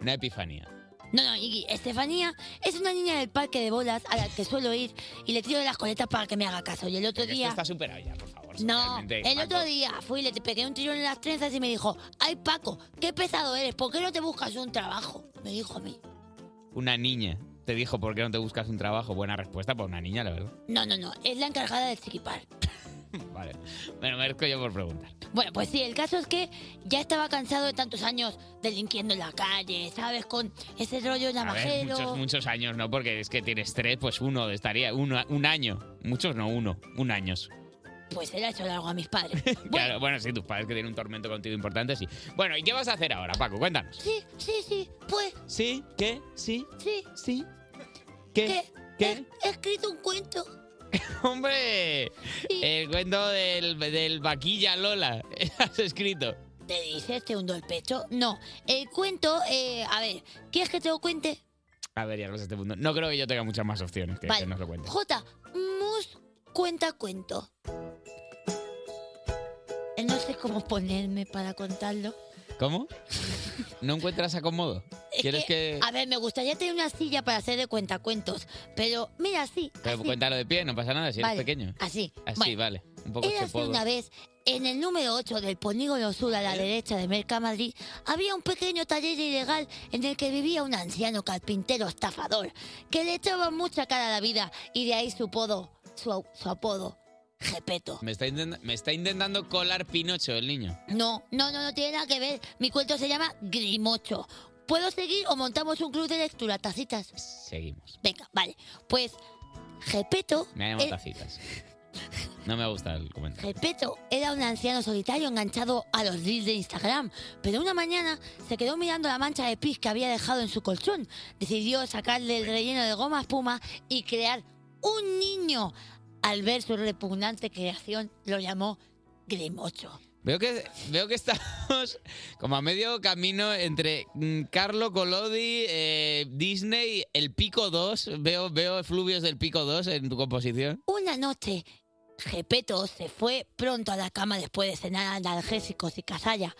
Speaker 3: Una epifanía.
Speaker 8: No, no, Iggy, Estefanía es una niña del parque de bolas a la que suelo ir y le tiro de las coletas para que me haga caso. Y el otro
Speaker 3: Pero que
Speaker 8: día...
Speaker 3: Esto está superado ya, por favor.
Speaker 8: No,
Speaker 3: realmente,
Speaker 8: el otro
Speaker 3: Paco.
Speaker 8: día fui, le pegué un tirón en las trenzas y me dijo, ay Paco, qué pesado eres, ¿por qué no te buscas un trabajo? Me dijo a mí.
Speaker 3: Una niña te dijo por qué no te buscas un trabajo. Buena respuesta por una niña, la verdad.
Speaker 8: No, no, no, es la encargada de estripar.
Speaker 3: vale. Me lo merezco yo por preguntar.
Speaker 8: Bueno, pues sí, el caso es que ya estaba cansado de tantos años delinquiendo en la calle, ¿sabes? Con ese rollo
Speaker 3: A ver,
Speaker 8: navajero.
Speaker 3: muchos, muchos años, ¿no? Porque es que tienes tres, pues uno estaría, uno, un año. Muchos no, uno, un año.
Speaker 8: Pues él ha hecho largo a mis padres.
Speaker 3: Claro, bueno, sí, tus padres que tienen un tormento contigo importante, sí. Bueno, ¿y qué vas a hacer ahora, Paco? Cuéntanos.
Speaker 8: Sí, sí, sí, pues
Speaker 3: ¿Sí? ¿Qué? ¿Sí?
Speaker 8: sí.
Speaker 3: Sí. ¿Qué? ¿Qué?
Speaker 8: He escrito un cuento.
Speaker 3: ¡Hombre! El cuento del, del vaquilla Lola. Has escrito.
Speaker 8: ¿Te dices? ¿Te hundo el pecho? No, el cuento, eh, a ver, ¿quieres que te lo cuente?
Speaker 3: A ver, ya a este punto. No creo que yo tenga muchas más opciones que, que
Speaker 8: Vale.
Speaker 3: nos lo cuentes.
Speaker 8: J. Mus cuenta cuento. Eh, No sé cómo ponerme para contarlo.
Speaker 3: ¿Cómo? ¿No encuentras acomodo?
Speaker 8: Es
Speaker 3: ¿Quieres que.?
Speaker 8: A ver, me gustaría tener una silla para hacer de cuentacuentos, pero mira, sí.
Speaker 3: Pero cuéntalo de pie, no pasa nada si
Speaker 8: Vale,
Speaker 3: eres pequeño.
Speaker 8: Así.
Speaker 3: Así, vale. Un poco
Speaker 8: Era
Speaker 3: chepodo.
Speaker 8: una vez, en el número 8 del polígono sur a la derecha de Mercamadrid, había un pequeño taller ilegal en el que vivía un anciano carpintero estafador, que le echaba mucha cara a la vida y de ahí su podo, su, su apodo, Gepeto.
Speaker 3: Me está, intenta- me está intentando colar Pinocho el niño.
Speaker 8: No, no, no, no tiene nada que ver. Mi cuento se llama Grimocho. ¿Puedo seguir o montamos un club de lectura, tacitas?
Speaker 3: Seguimos.
Speaker 8: Venga, vale. Pues Gepeto...
Speaker 3: Me llamo tacitas. No me gusta el comentario.
Speaker 8: Repeto, era un anciano solitario enganchado a los reels de Instagram, pero una mañana se quedó mirando la mancha de pis que había dejado en su colchón. Decidió sacarle el relleno de goma espuma y crear un niño. Al ver su repugnante creación, lo llamó Grimocho.
Speaker 3: Veo que, veo que estamos como a medio camino entre mm, Carlo Collodi, eh, Disney, el Pico 2. Veo, veo efluvios del Pico 2 en tu composición.
Speaker 8: Una noche, Gepeto se fue pronto a la cama después de cenar analgésicos y casalla.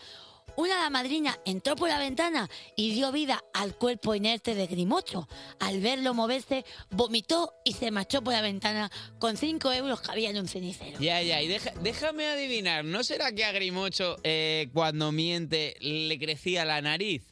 Speaker 8: Una madrina entró por la ventana y dio vida al cuerpo inerte de Grimocho. Al verlo moverse, vomitó y se marchó por la ventana con 5 euros que había en un cenicero.
Speaker 3: Ya, ya, y deja- déjame adivinar, ¿no será que a Grimocho eh, cuando miente le crecía la nariz?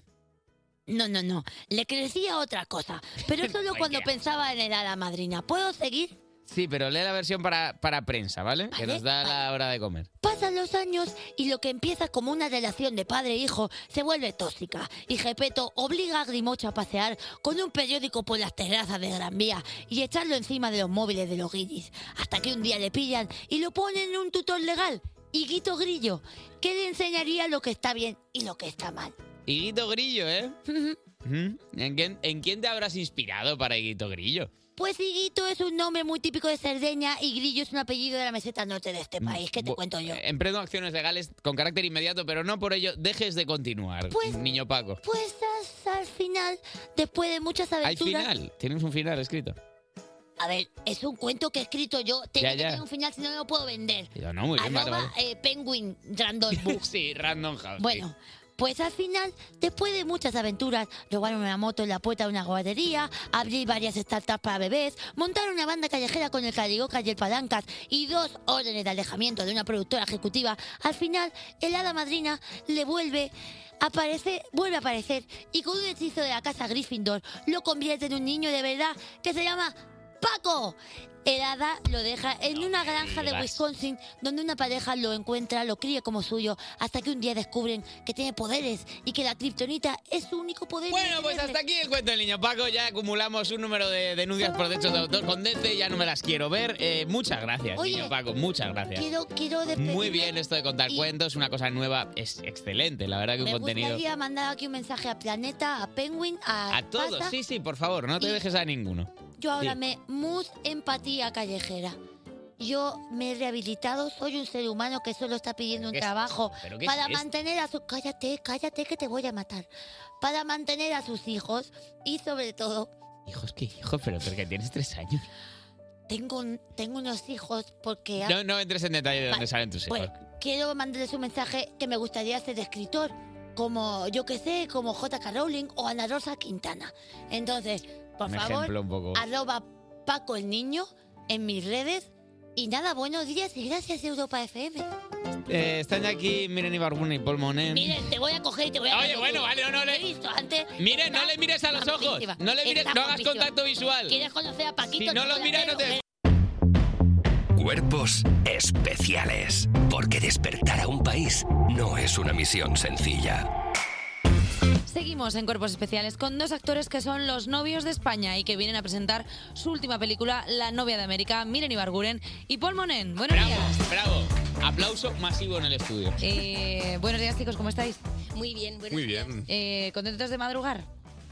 Speaker 8: No, no, no. Le crecía otra cosa, pero solo
Speaker 3: Ay,
Speaker 8: cuando
Speaker 3: qué asco.
Speaker 8: pensaba en el hada madrina. ¿Puedo seguir?
Speaker 3: Sí, pero lee la versión para, para prensa, ¿vale? Que nos da la hora de comer.
Speaker 8: Pasan los años y lo que empieza como una relación de padre e hijo se vuelve tóxica y Gepeto obliga a Grimocho a pasear con un periódico por las terrazas de Gran Vía y echarlo encima de los móviles de los guiris, hasta que un día le pillan y lo ponen en un tutor legal, Higuito Grillo, que le enseñaría lo que está bien y lo que está mal.
Speaker 3: Higuito Grillo, ¿eh? Ujú. ¿En quién, en quién te habrás inspirado para Higuito Grillo?
Speaker 8: Pues Higuito es un nombre muy típico de Cerdeña y Grillo es un apellido de la meseta norte de este país, que te
Speaker 3: Mm, Bu-
Speaker 8: cuento yo.
Speaker 3: eh, Emprendo acciones legales con carácter inmediato, pero no por ello dejes de continuar, niño Paco.
Speaker 8: Pues hasta al final, después de muchas
Speaker 3: Hay
Speaker 8: aventuras...
Speaker 3: final, tienes un final escrito.
Speaker 8: A ver, es un cuento que he escrito yo. Tenía
Speaker 3: Ya,
Speaker 8: que
Speaker 3: ya.
Speaker 8: tener un final, si no, no lo puedo vender.
Speaker 3: Digo, no, muy bien, vale,
Speaker 8: Arroba,
Speaker 3: vale.
Speaker 8: eh, Penguin Random Book.
Speaker 3: sí, Random House. sí.
Speaker 8: Bueno, pues al final, después de muchas aventuras, robaron una moto en la puerta de una guardería, abrir varias startups para bebés, montar una banda callejera con el Caligoca y el Palancas y dos órdenes de alejamiento de una productora ejecutiva, al final, el hada madrina le vuelve aparece, vuelve a aparecer y con un hechizo de la casa Gryffindor lo convierte en un niño de verdad que se llama Paco. El hada lo deja en una granja de
Speaker 9: digas.
Speaker 8: Wisconsin donde una pareja lo encuentra, lo cría como suyo, hasta que un día descubren que tiene poderes y que la kriptonita es su único poder.
Speaker 3: Bueno, pues hasta aquí el cuento del niño Paco. Ya acumulamos un número de denuncias por derechos de autor con Dente. Ya no me las quiero ver. Eh, muchas gracias,
Speaker 8: Oye,
Speaker 3: niño Paco. Muchas gracias.
Speaker 8: Quiero, quiero despedirme.
Speaker 3: Muy bien esto de contar
Speaker 8: Y-
Speaker 3: cuentos. Una cosa nueva es excelente. La verdad que un
Speaker 8: Me
Speaker 3: contenido...
Speaker 8: gustaría mandar aquí un mensaje a Planeta, a Penguin, a,
Speaker 3: A todos.
Speaker 8: Pasa.
Speaker 3: Sí, sí, por favor. No te
Speaker 8: Y-
Speaker 3: dejes a ninguno.
Speaker 8: Yo ahora
Speaker 3: Sí.
Speaker 8: me mus empatía callejera. Yo me he rehabilitado, soy un ser humano que solo está pidiendo un
Speaker 9: ¿Pero qué es-
Speaker 8: trabajo
Speaker 9: pero qué es
Speaker 8: para
Speaker 9: esto?
Speaker 8: mantener a sus cállate, cállate que te voy a matar. Para mantener a sus hijos y sobre todo
Speaker 3: Hijos, qué hijos, pero porque tienes tres años.
Speaker 8: tengo un- tengo unos hijos porque
Speaker 3: No, no entres en detalle de dónde
Speaker 8: Vale.
Speaker 3: salen tus hijos.
Speaker 8: Bueno, quiero mandarles un mensaje que me gustaría ser de escritor, como yo que sé, como J.K. Rowling o Ana Rosa Quintana. Entonces, por
Speaker 3: Un
Speaker 8: favor,
Speaker 3: ejemplo un poco.
Speaker 8: arroba Paco el Niño en mis redes. Y nada, buenos días y gracias Europa FM.
Speaker 3: Eh, están aquí Miren Ibarbuna y Paul Monet.
Speaker 8: Miren, te voy a coger y te voy a...
Speaker 3: Oye,
Speaker 8: coger.
Speaker 3: bueno, vale, no, no,
Speaker 8: Te
Speaker 3: le-
Speaker 8: he visto antes.
Speaker 3: Miren,
Speaker 8: Está
Speaker 3: no le mires a los ojos.
Speaker 8: guapísima.
Speaker 3: No le mires-
Speaker 8: Está
Speaker 3: no hagas
Speaker 8: guapísima.
Speaker 3: contacto visual.
Speaker 8: ¿Quieres conocer a Paquito?
Speaker 3: Si no
Speaker 8: Te
Speaker 3: lo
Speaker 8: voy a
Speaker 3: miras,
Speaker 8: hacer
Speaker 3: no te-
Speaker 8: ver-
Speaker 1: Cuerpos especiales. Porque despertar a un país no es una misión sencilla.
Speaker 2: Seguimos en Cuerpos Especiales con dos actores que son los novios de España y que vienen a presentar su última película, La novia de América, Miren Ibarguren y Paul Monen. Buenos días.
Speaker 3: Bravo. Aplauso masivo en el estudio.
Speaker 2: Eh, buenos días, chicos, ¿cómo estáis?
Speaker 9: Muy bien, buenos
Speaker 3: Muy
Speaker 9: días.
Speaker 3: bien.
Speaker 2: Eh, ¿Contentos de madrugar?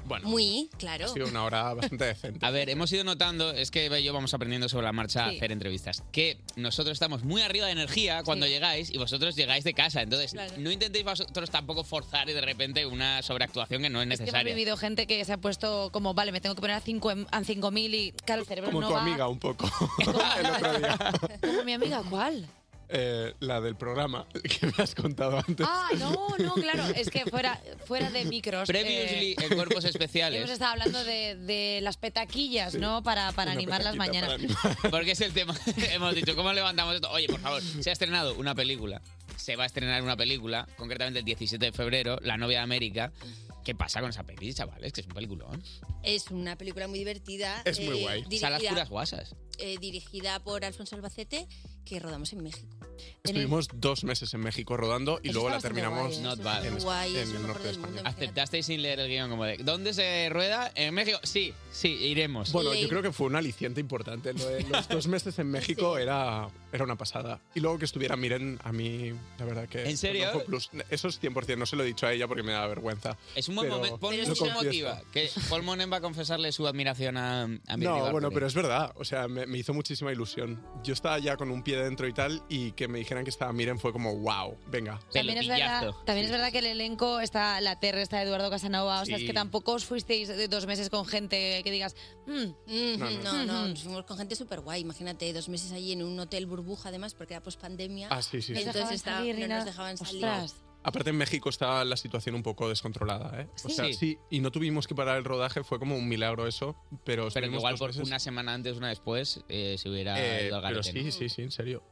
Speaker 9: Bueno. Muy, claro.
Speaker 3: una hora bastante decente. A ver, hemos ido notando, es que Eva y yo vamos aprendiendo sobre la marcha
Speaker 9: Sí.
Speaker 3: a hacer entrevistas, que nosotros estamos muy arriba de energía cuando llegáis y vosotros llegáis de casa. Entonces,
Speaker 2: Claro.
Speaker 3: no intentéis vosotros tampoco forzar y de repente una sobreactuación que no es
Speaker 2: Que hemos
Speaker 3: necesaria.
Speaker 2: vivido gente que se ha puesto como, vale, me tengo que poner a 5.000 a 5.000 y claro, el cerebro
Speaker 11: Como
Speaker 2: no
Speaker 11: tu
Speaker 2: va.
Speaker 11: amiga un poco, el otro día.
Speaker 2: ¿Como mi amiga cuál?
Speaker 11: Eh, la del programa que me has contado antes.
Speaker 2: Ah, no, no, claro, es que fuera, fuera de micros.
Speaker 11: Previously
Speaker 2: eh,
Speaker 11: en Cuerpos
Speaker 3: Especiales.
Speaker 2: Hemos estado hablando de, de las petaquillas, ¿no? Para, para animar las mañanas.
Speaker 3: Porque es el tema. Hemos dicho, ¿cómo levantamos esto? Oye, por favor, se ha estrenado una película. Se va a estrenar una película, concretamente el 17 de febrero, La novia de América. ¿Qué pasa con esa peli, chavales? Que es un peliculón.
Speaker 9: Es una película muy divertida. eh,
Speaker 3: O sea, las
Speaker 9: dirigida-
Speaker 3: puras guasas.
Speaker 9: eh, dirigida por Alfonso Albacete, que rodamos en México.
Speaker 11: Estuvimos dos meses en México rodando y
Speaker 9: Eso
Speaker 11: luego la
Speaker 9: está bastante
Speaker 11: terminamos
Speaker 9: guay, ¿eh? Not
Speaker 11: en-
Speaker 9: bad.
Speaker 11: en,
Speaker 9: Guay, es lo
Speaker 11: el
Speaker 9: mejor
Speaker 11: norte de
Speaker 9: del
Speaker 11: España.
Speaker 3: Aceptaste sin leer el guión como de... ¿Dónde se rueda? ¿En México? Sí, sí, iremos.
Speaker 11: Bueno, yo creo que fue un aliciente importante. Lo de los dos meses en México era, era una pasada. Y luego que estuviera Miren, a mí, la verdad que.
Speaker 3: ¿En serio?
Speaker 11: no fue plus. Eso es 100%, no se lo he dicho a ella porque me da vergüenza.
Speaker 3: Es un buen
Speaker 11: Pero-
Speaker 3: momento. Ponle
Speaker 11: lo
Speaker 3: una
Speaker 11: confieso.
Speaker 3: motiva. Que Paul Monen va a confesarle su admiración a, a Mireille
Speaker 11: No, bueno,
Speaker 3: Ibargüen.
Speaker 11: pero es verdad. O sea, me, me hizo muchísima ilusión. Yo estaba ya con un pie dentro y tal, y que me dijeran que estaba Miren fue como, wow, venga.
Speaker 2: También es, verdad, también es verdad que el elenco está la Terre, está Eduardo Casanova, o sea, es
Speaker 11: Sí.
Speaker 2: que tampoco os fuisteis de dos meses con gente que digas, "Hmm".
Speaker 9: Mm,
Speaker 11: No, no,
Speaker 9: no,
Speaker 11: no.
Speaker 9: no, nos fuimos con gente súper guay. Imagínate, dos meses allí en un hotel burbuja, además, porque era pospandemia.
Speaker 11: Ah, sí, sí, sí. ¿Nos
Speaker 9: Entonces
Speaker 11: dejaban
Speaker 9: estaba- salir, no Rina? nos dejaban salir. Ostras.
Speaker 11: Aparte, en México estaba la situación un poco descontrolada, ¿eh? O
Speaker 9: Sí.
Speaker 11: sea,
Speaker 3: Sí.
Speaker 11: sí, y no tuvimos que parar el rodaje, fue como un milagro eso, pero.
Speaker 3: Pero que
Speaker 11: estuvimos
Speaker 3: igual
Speaker 11: dos
Speaker 3: por
Speaker 11: meses-
Speaker 3: una semana antes, una después, eh, se hubiera
Speaker 11: Eh,
Speaker 3: ido al
Speaker 11: pero
Speaker 3: garete.
Speaker 11: sí, sí, sí, en serio.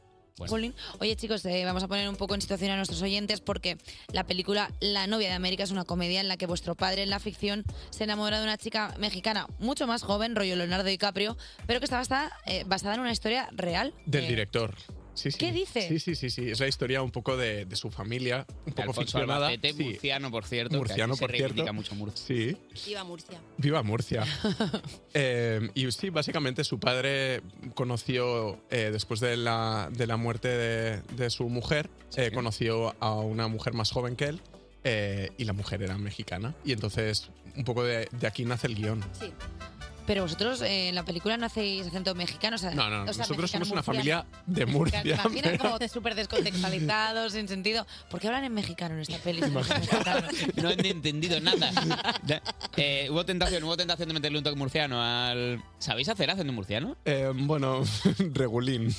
Speaker 2: Jolín. Oye, chicos, eh, vamos a poner un poco en situación a nuestros oyentes porque la película La novia de América es una comedia en la que vuestro padre en la ficción se enamora de una chica mexicana mucho más joven, rollo Leonardo DiCaprio, pero que está basada, eh, basada en una historia real.
Speaker 11: Del
Speaker 2: Eh,
Speaker 11: director. Sí, sí.
Speaker 2: ¿Qué dice?
Speaker 11: Sí, sí, sí, sí. Es la historia un poco de, de su familia, un poco
Speaker 3: Alfonso
Speaker 11: ficcionada.
Speaker 3: Albacete,
Speaker 11: Sí.
Speaker 3: murciano, por cierto.
Speaker 11: Murciano,
Speaker 3: que aquí se
Speaker 11: por cierto.
Speaker 3: reivindica mucho Murcia.
Speaker 11: Sí.
Speaker 9: Viva Murcia.
Speaker 11: Viva Murcia. Eh, y sí, básicamente su padre conoció, eh, después de la, de la muerte de, de su mujer, eh, conoció a una mujer más joven que él eh, y la mujer era mexicana. Y entonces un poco de, de aquí nace el guión.
Speaker 2: Pero vosotros eh, en la película no hacéis acento mexicano. O sea,
Speaker 11: No, no,
Speaker 2: o sea,
Speaker 11: nosotros somos una
Speaker 2: mexicano-murciano.
Speaker 11: familia de Murcia.
Speaker 2: ¿Te imaginas
Speaker 11: pero-
Speaker 2: como súper descontextualizados, sin sentido? ¿Por qué hablan en mexicano en esta peli? si no es mexicano?
Speaker 3: No he entendido nada. Eh, hubo tentación, hubo tentación de meterle un toque murciano al. ¿Sabéis hacer acento murciano?
Speaker 11: Eh, bueno, regulín.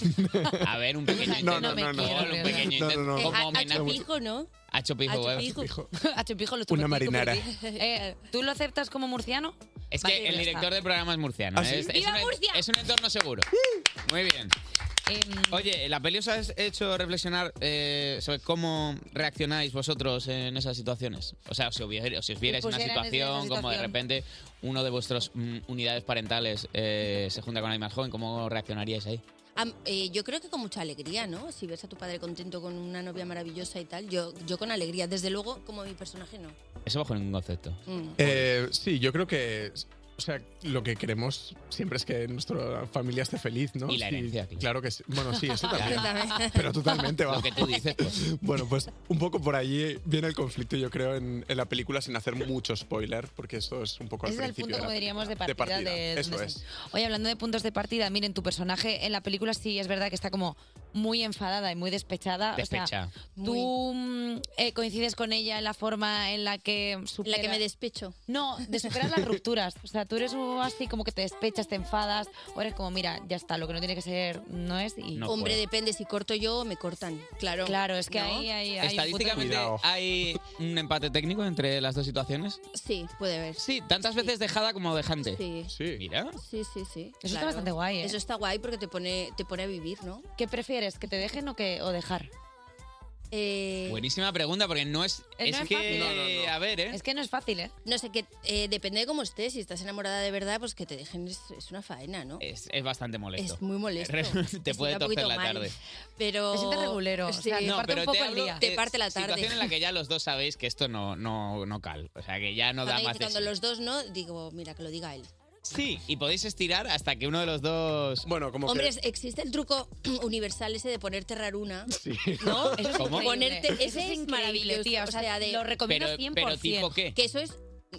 Speaker 3: A ver, un pequeño
Speaker 11: No,
Speaker 3: intento.
Speaker 11: no, no, no.
Speaker 3: Paul, Un pequeño
Speaker 11: No, no,
Speaker 3: intento.
Speaker 11: no.
Speaker 9: Eh,
Speaker 3: Como
Speaker 9: a-
Speaker 3: homenaje.
Speaker 9: Achupijo, ¿no?
Speaker 3: A Chopijo, eh.
Speaker 9: Achupijo.
Speaker 3: bueno.
Speaker 2: A Chupijo lo
Speaker 11: Una
Speaker 2: tuve que
Speaker 11: marinara.
Speaker 2: convertir. Eh, ¿Tú lo aceptas como murciano?
Speaker 3: Es
Speaker 2: Vale,
Speaker 3: que el
Speaker 2: ya está.
Speaker 3: director del programa es murciano. ¿eh?
Speaker 11: ¿Ah, sí?
Speaker 3: es, es
Speaker 2: ¡Viva
Speaker 3: un, en-
Speaker 2: Murcia!
Speaker 3: es un entorno seguro. Muy bien.
Speaker 2: Em,
Speaker 3: Oye, la peli os ha hecho reflexionar eh, sobre cómo reaccionáis vosotros en esas situaciones. O sea, si os vierais, si os vierais en una
Speaker 21: pusieran en esa
Speaker 3: situación, como de
Speaker 21: situación.
Speaker 3: repente uno de vuestros mm, unidades parentales eh, se junta con alguien más joven, ¿cómo reaccionaríais ahí?
Speaker 9: Am- eh, yo creo que con mucha alegría, ¿no? Si ves a tu padre contento con una novia maravillosa y tal, yo, yo con alegría, desde luego, como mi personaje no.
Speaker 3: Eso bajo ningún concepto.
Speaker 2: Mm.
Speaker 11: Eh, sí, yo creo que. O sea, lo que queremos siempre es que nuestra familia esté feliz, ¿no?
Speaker 3: Y la
Speaker 11: Sí,
Speaker 3: herencia,
Speaker 11: claro. que sí. Bueno, sí, eso
Speaker 9: Claro.
Speaker 11: también.
Speaker 9: También.
Speaker 11: Pero totalmente va.
Speaker 3: Lo que tú dices,
Speaker 11: Bueno, pues un poco por allí viene el conflicto, yo creo, en, en la película, sin hacer mucho spoiler, porque eso es un poco al
Speaker 2: Ese es el
Speaker 11: principio
Speaker 2: punto,
Speaker 11: de la
Speaker 2: como diríamos, de
Speaker 11: película.
Speaker 2: partida. de-
Speaker 11: Eso
Speaker 2: de-
Speaker 11: es.
Speaker 2: Oye, hablando de puntos de partida, miren, tu personaje en la película sí es verdad que está como muy enfadada y muy despechada. O
Speaker 3: Despecha.
Speaker 2: sea, ¿Tú mm, eh, coincides con ella en la forma en la que supera...
Speaker 9: me despecho.
Speaker 2: No, de superar las rupturas. O sea, tú eres un- así como que te despechas, te enfadas, o eres como, mira, ya está, lo que no tiene que ser no es y...
Speaker 9: Hombre, depende, si corto yo o me cortan. Claro.
Speaker 2: Claro, es que
Speaker 9: ¿No?
Speaker 2: ahí, ahí- ahí hay un
Speaker 3: Estadísticamente
Speaker 2: punto-
Speaker 3: hay un empate técnico entre las dos situaciones.
Speaker 9: Sí, puede haber.
Speaker 3: Sí, tantas veces dejada como dejante.
Speaker 9: Sí.
Speaker 3: Mira.
Speaker 9: Sí, sí, sí.
Speaker 2: Eso está bastante guay, ¿eh?
Speaker 9: Eso está guay porque te pone, te pone a vivir, ¿no?
Speaker 2: ¿Qué prefieres, que te dejen o, que, o dejar?
Speaker 9: Eh,
Speaker 3: Buenísima pregunta, porque no es.
Speaker 9: Eh,
Speaker 3: es
Speaker 9: no es
Speaker 3: que.
Speaker 9: fácil. No, no, no.
Speaker 3: A ver, ¿eh?
Speaker 2: Es que no es fácil, ¿eh?
Speaker 9: No sé, que eh, depende de cómo estés. Si estás enamorada de verdad, pues que te dejen es, es una faena, ¿no?
Speaker 3: Es, es bastante molesto.
Speaker 9: Es muy molesto.
Speaker 3: Te
Speaker 9: Te
Speaker 3: puede torcer
Speaker 9: sienta un poquito
Speaker 3: la
Speaker 9: mal.
Speaker 3: tarde.
Speaker 9: Pero...
Speaker 2: Te sientes regulero, o sea, te No, parte pero un te poco el hablo día. de
Speaker 9: Te parte la tarde.
Speaker 3: Situación en la que ya los dos sabéis que esto no, no, no cal. O sea, que ya no da
Speaker 9: cuando,
Speaker 3: más
Speaker 9: dice-
Speaker 3: de
Speaker 9: cuando
Speaker 3: sí.
Speaker 9: los dos no, digo, mira, que lo diga él.
Speaker 3: Sí, y podéis estirar hasta que uno de los dos.
Speaker 11: Bueno, como
Speaker 9: Hombre, es- existe el truco universal ese de ponerte raruna.
Speaker 3: ¿No? ¿Cómo?
Speaker 9: Ponerte,
Speaker 2: Eso es
Speaker 9: ese es,
Speaker 2: increíble,
Speaker 9: maravilloso.
Speaker 2: tía, o sea,
Speaker 9: de-
Speaker 2: lo recomiendo Pero- 100%. pero ¿tipo qué?
Speaker 9: Que eso es,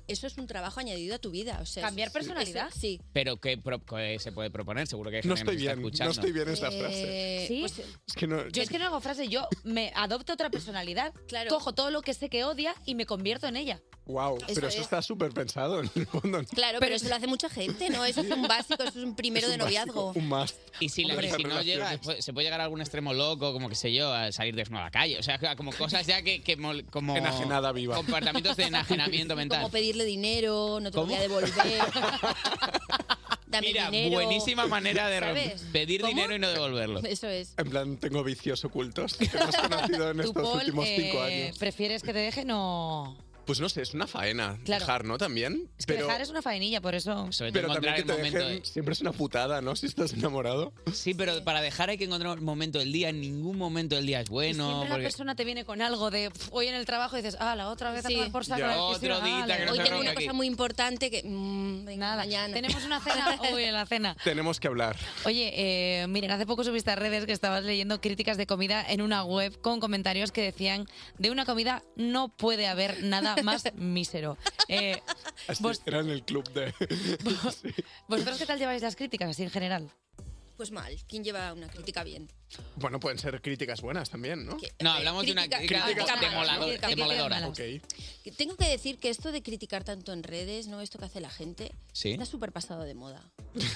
Speaker 9: eso es un trabajo añadido a tu vida. O sea,
Speaker 2: ¿Cambiar
Speaker 9: eso-
Speaker 2: personalidad?
Speaker 9: eso- sí.
Speaker 3: Pero ¿qué, pro- qué se puede proponer? Seguro que hay
Speaker 11: No
Speaker 3: gente que nos
Speaker 11: estoy
Speaker 3: está
Speaker 11: bien, no
Speaker 3: escuchando.
Speaker 11: estoy bien esta
Speaker 9: Eh, frase.
Speaker 2: ¿Sí?
Speaker 11: Es que no-
Speaker 2: pues, Yo es que no hago frase, yo me adopto otra personalidad, cojo todo lo que sé que odia y me convierto en ella.
Speaker 11: Wow,
Speaker 9: Eso
Speaker 11: pero eso
Speaker 9: es.
Speaker 11: está súper pensado en el fondo.
Speaker 9: Claro, pero eso lo hace mucha gente, ¿no? Eso es un básico, eso es un primero
Speaker 11: Es un
Speaker 9: de
Speaker 11: básico,
Speaker 9: noviazgo.
Speaker 11: Un must.
Speaker 3: Y si, la-
Speaker 11: Hombre.
Speaker 3: y si no
Speaker 11: Relaciones.
Speaker 3: llega, pues, se puede llegar a algún extremo loco, como que sé yo, a salir desnudo a la calle. O sea, como cosas ya que, que mol- como...
Speaker 11: Enajenada viva.
Speaker 3: Comportamientos de enajenamiento mental.
Speaker 9: Como pedirle dinero, no te lo
Speaker 3: ¿Cómo?
Speaker 9: voy a devolver. Dame
Speaker 3: Mira,
Speaker 9: dinero.
Speaker 3: buenísima manera de rom-
Speaker 9: ¿Sabes?
Speaker 3: pedir dinero y no devolverlo.
Speaker 9: Eso es.
Speaker 11: En plan, tengo vicios ocultos que hemos conocido en
Speaker 2: Tú,
Speaker 11: estos
Speaker 2: Paul,
Speaker 11: últimos cinco
Speaker 2: eh,
Speaker 11: años.
Speaker 2: ¿prefieres que te dejen o...?
Speaker 11: Pues no sé, es una faena
Speaker 2: Claro.
Speaker 11: dejar, ¿no? También.
Speaker 2: Es que
Speaker 11: pero
Speaker 2: dejar es una faenilla, por eso...
Speaker 11: pero también que te dejen siempre es una putada, ¿no? Si estás enamorado.
Speaker 3: Sí, pero para dejar hay que encontrar un momento del día. En ningún momento del día es bueno.
Speaker 2: Siempre la
Speaker 3: porque-
Speaker 2: persona te viene con algo de "Pf, hoy en el trabajo y dices, ah, la otra vez a
Speaker 9: Sí.
Speaker 2: tomar por saco
Speaker 3: Ya.
Speaker 2: la
Speaker 3: Otro
Speaker 2: piscina,
Speaker 3: dita
Speaker 2: vale".
Speaker 3: que no
Speaker 9: Hoy
Speaker 3: se
Speaker 9: tengo una
Speaker 3: reúne aquí.
Speaker 9: cosa muy importante que... mm, venga, mañana.
Speaker 2: Tenemos una cena hoy en la cena.
Speaker 11: Tenemos que hablar.
Speaker 2: Oye, eh, miren, hace poco subiste a redes que estabas leyendo críticas de comida en una web con comentarios que decían de una comida no puede haber nada más mísero. Eh,
Speaker 11: Así, Era en el club de.
Speaker 2: ¿Vosotros qué tal lleváis las críticas así en general?
Speaker 9: Pues mal, ¿quién lleva una crítica bien?
Speaker 11: Bueno, pueden ser críticas buenas también, ¿no?
Speaker 3: No,
Speaker 2: eh,
Speaker 3: hablamos de una crítica
Speaker 9: críticas
Speaker 3: demolado-
Speaker 9: malas, críticas
Speaker 3: demoledora.
Speaker 9: malas. Que Tengo que decir que esto de criticar tanto en redes, ¿no? Esto que hace la gente,
Speaker 3: Sí.
Speaker 9: está súper pasado de moda.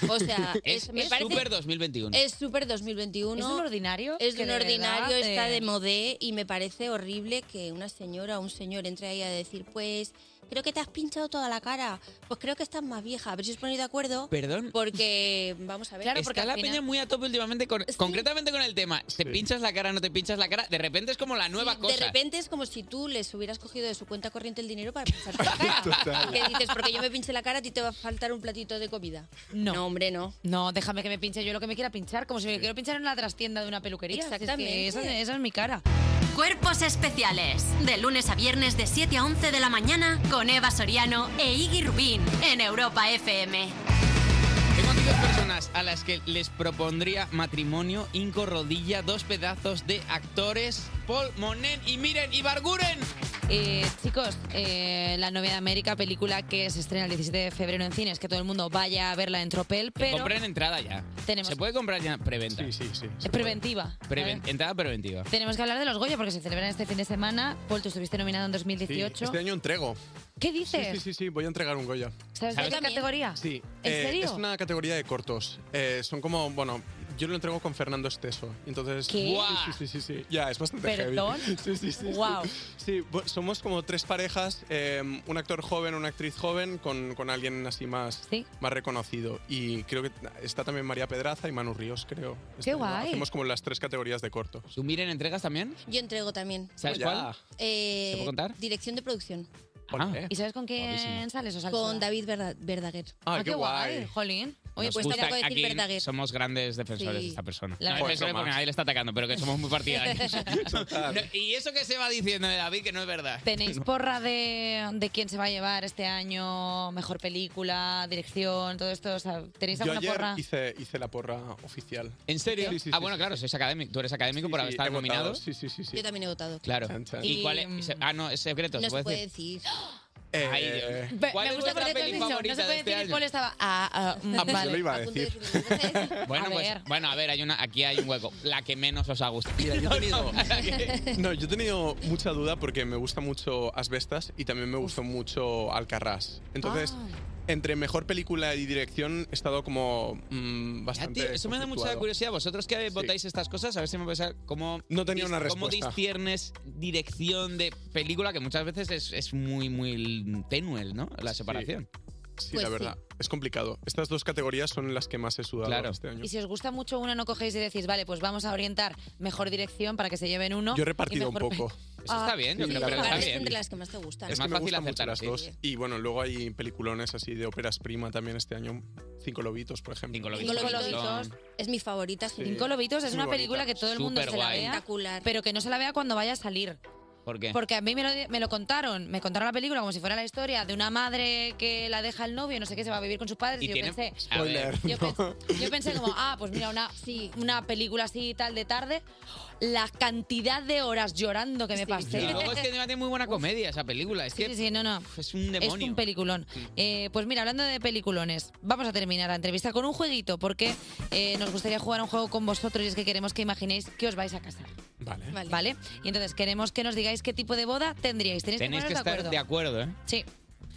Speaker 9: O sea,
Speaker 3: Es
Speaker 9: es- me
Speaker 3: es
Speaker 9: parece...
Speaker 3: súper 2021.
Speaker 9: Es súper 2021.
Speaker 2: ¿Es de lo ordinario?
Speaker 9: Es
Speaker 2: Que
Speaker 9: de
Speaker 2: de
Speaker 9: lo ordinario,
Speaker 2: verdad,
Speaker 9: está
Speaker 2: eh.
Speaker 9: de modé y me parece horrible que una señora o un señor entre ahí a decir, pues, creo que te has pinchado toda la cara, pues creo que estás más vieja, a ver si os ponéis de acuerdo.
Speaker 3: Perdón.
Speaker 9: Porque, vamos a ver.
Speaker 3: Está la peña muy a tope últimamente, con- concretamente con el tema. ¿Te pinchas la cara, no te pinchas la cara? De repente es como la nueva cosa.
Speaker 9: De repente es como si tú les hubieras cogido de su cuenta corriente el dinero para pincharte la cara. Que dices, porque yo me pinche la cara, a ti te va a faltar un platito de comida.
Speaker 2: No.
Speaker 9: hombre, no.
Speaker 2: No, déjame que me pinche yo lo que me quiera pinchar, como si me quiero pinchar en la trastienda de una peluquería. Si es que
Speaker 4: Exactamente.
Speaker 2: esa, esa es mi cara.
Speaker 4: Cuerpos especiales. De lunes a viernes de 7 a 11 de la mañana con Eva Soriano e Iggy Rubín en Europa FM.
Speaker 3: Tengo aquí dos personas a las que les propondría matrimonio, Inco Rodilla, dos pedazos de actores, Paul Monen y Miren Ibarguren.
Speaker 2: Eh, chicos, eh, la novia de América, película que se estrena el 17 de febrero en cines, que todo el mundo vaya a verla en tropel,
Speaker 3: Que
Speaker 2: pero
Speaker 3: Compren entrada ya.
Speaker 2: Tenemos-
Speaker 3: Se puede comprar ya preventa. Sí,
Speaker 11: sí, sí.
Speaker 2: es preventiva.
Speaker 3: Preven- Entrada preventiva.
Speaker 2: Tenemos que hablar de los Goya porque se celebran este fin de semana. Paul, tú estuviste nominado en 2018.
Speaker 11: Este año entrego.
Speaker 2: ¿Qué
Speaker 11: Sí,
Speaker 2: dices?
Speaker 11: sí, sí, sí, voy a entregar un Goya.
Speaker 2: ¿Sabes de qué categoría?
Speaker 11: Sí.
Speaker 2: ¿En
Speaker 11: eh,
Speaker 2: serio?
Speaker 11: Es una categoría de cortos. Eh, son como, bueno, yo lo entrego con Fernando Esteso. Entonces,
Speaker 2: ¿Qué? Buah.
Speaker 11: Sí, sí, sí, sí, sí. Ya, es bastante
Speaker 2: ¿Perdón?
Speaker 11: heavy. Sí, sí, sí. sí.
Speaker 2: Guau.
Speaker 11: Sí, bu- somos como tres parejas, eh, un actor joven, una actriz joven, con, con alguien así más, más reconocido. Y creo que está también María Pedraza y Manu Ríos, creo. Este año
Speaker 9: guay.
Speaker 11: Hacemos como las tres categorías de corto.
Speaker 3: ¿Tú miren entregas también?
Speaker 9: Yo entrego también.
Speaker 11: ¿Sabes Ya. cuál?
Speaker 9: Eh,
Speaker 11: ¿Te puedo contar?
Speaker 9: Dirección de producción.
Speaker 2: Ah. ¿Y sabes con quién sales? O sales
Speaker 9: Con
Speaker 2: sola?
Speaker 9: David Verda- Verdaguer.
Speaker 3: Ah, qué guay.
Speaker 2: Jolín. Oye,
Speaker 3: Nos
Speaker 2: pues te
Speaker 3: gusta
Speaker 2: acabo de decir
Speaker 3: aquí
Speaker 2: Verdaguer.
Speaker 3: Somos grandes defensores
Speaker 2: Sí.
Speaker 3: de esta persona.
Speaker 2: La
Speaker 3: no,
Speaker 2: verdad.
Speaker 3: defensores porque nadie le está atacando, pero que somos muy partidarios. No, y eso que se va diciendo de David que no es verdad.
Speaker 2: ¿Tenéis porra de, de quién se va a llevar este año? ¿Mejor película? ¿Dirección? Todo esto. O sea, ¿Tenéis
Speaker 11: Yo
Speaker 2: alguna
Speaker 11: ayer
Speaker 2: porra?
Speaker 11: hice, hice la porra oficial.
Speaker 3: ¿En serio?
Speaker 11: Sí, sí,
Speaker 3: ah,
Speaker 11: sí,
Speaker 3: bueno, claro, sois académico. Tú eres académico
Speaker 11: Sí,
Speaker 3: por
Speaker 11: sí,
Speaker 3: haber
Speaker 11: he
Speaker 3: estado
Speaker 11: votado.
Speaker 3: nominado.
Speaker 11: Sí, sí, sí.
Speaker 9: Yo también he votado.
Speaker 3: Claro.
Speaker 11: Chan, chan.
Speaker 3: ¿Y
Speaker 9: Y,
Speaker 3: cuál
Speaker 2: mm,
Speaker 3: es? Ah, no, es secreto.
Speaker 9: No se puede
Speaker 3: decir?
Speaker 9: decir.
Speaker 11: Eh,
Speaker 3: Ay, Dios. ¿Cuál es vuestra
Speaker 2: porque tú has
Speaker 3: peli
Speaker 2: dicho,
Speaker 3: favorita
Speaker 2: no se
Speaker 3: de
Speaker 2: puede
Speaker 3: este
Speaker 2: decir y
Speaker 3: año?
Speaker 2: Paul estaba. Ah, ah,
Speaker 3: Ah, pues yo
Speaker 2: vale.
Speaker 3: lo iba a decir. Bueno,
Speaker 2: A
Speaker 3: pues,
Speaker 2: ver.
Speaker 3: bueno, a ver, hay una, aquí hay un hueco. La que menos os ha gustado.
Speaker 11: yo he tenido- No, yo he tenido mucha duda porque me gusta mucho Asbestas y también me gustó mucho Alcarrás. Entonces,
Speaker 2: Ah.
Speaker 11: entre mejor película y dirección he estado como mm, bastante.
Speaker 3: Tío, eso me da mucha
Speaker 11: conflictuado.
Speaker 3: curiosidad. Vosotros que votáis estas cosas, a ver si me vais a... ¿Cómo,
Speaker 11: No tenía
Speaker 3: dis-
Speaker 11: una
Speaker 3: ¿Cómo
Speaker 11: respuesta.
Speaker 3: distiernes dirección de película? Que muchas veces es, es muy, muy tenue, ¿no? La separación.
Speaker 11: Sí,
Speaker 2: Pues
Speaker 11: la
Speaker 2: sí.
Speaker 11: verdad. Es complicado. Estas dos categorías son las que más he sudado este año.
Speaker 2: Y si os gusta mucho una, no cogéis y decís, vale, pues vamos a orientar mejor dirección para que se lleven uno.
Speaker 11: Yo he
Speaker 2: y
Speaker 11: repartido un
Speaker 2: mejor pe-
Speaker 11: poco.
Speaker 2: Eso está Ah, bien, yo
Speaker 11: Sí,
Speaker 2: creo
Speaker 11: la
Speaker 2: que
Speaker 11: verdad.
Speaker 2: está
Speaker 9: Es entre las que más te gustan.
Speaker 11: Es que me gustan mucho las dos. Y bueno, luego hay peliculones así de óperas prima también este año. Cinco lobitos, por ejemplo. Cinco
Speaker 9: Cinco lobitos es mi favorita.
Speaker 11: Sí.
Speaker 2: Cinco lobitos es
Speaker 11: Muy
Speaker 2: una
Speaker 11: bonita.
Speaker 2: película que todo el mundo se la
Speaker 3: Superguay.
Speaker 2: vea, pero que no se la vea cuando vaya a salir.
Speaker 3: ¿Por qué?
Speaker 2: Porque a mí me lo, me lo contaron, me contaron la película como si fuera la historia de una madre que la deja el novio, no sé qué, se va a vivir con sus padres. Y, yo,
Speaker 3: tiene-
Speaker 2: pensé,
Speaker 3: A ver,
Speaker 2: yo pensé como, ah, pues mira, una, una película así tal de tarde, la cantidad de horas llorando que me pasé.
Speaker 3: Y luego es que encima tiene muy buena comedia esa película. Es
Speaker 2: Sí,
Speaker 3: que
Speaker 2: sí, sí, no, no.
Speaker 3: pf, es un
Speaker 2: Es
Speaker 3: demonio.
Speaker 2: un peliculón. Eh, pues mira, hablando de peliculones, vamos a terminar la entrevista con un jueguito porque eh, nos gustaría jugar a un juego con vosotros y es que queremos que imaginéis que os vais a casar.
Speaker 11: Vale.
Speaker 2: Vale. Y entonces queremos que nos digáis qué tipo de boda tendríais. Tenéis,
Speaker 3: Tenéis que
Speaker 2: que poneros
Speaker 3: estar
Speaker 2: de
Speaker 3: de
Speaker 2: acuerdo.
Speaker 3: acuerdo, ¿eh?
Speaker 2: Sí,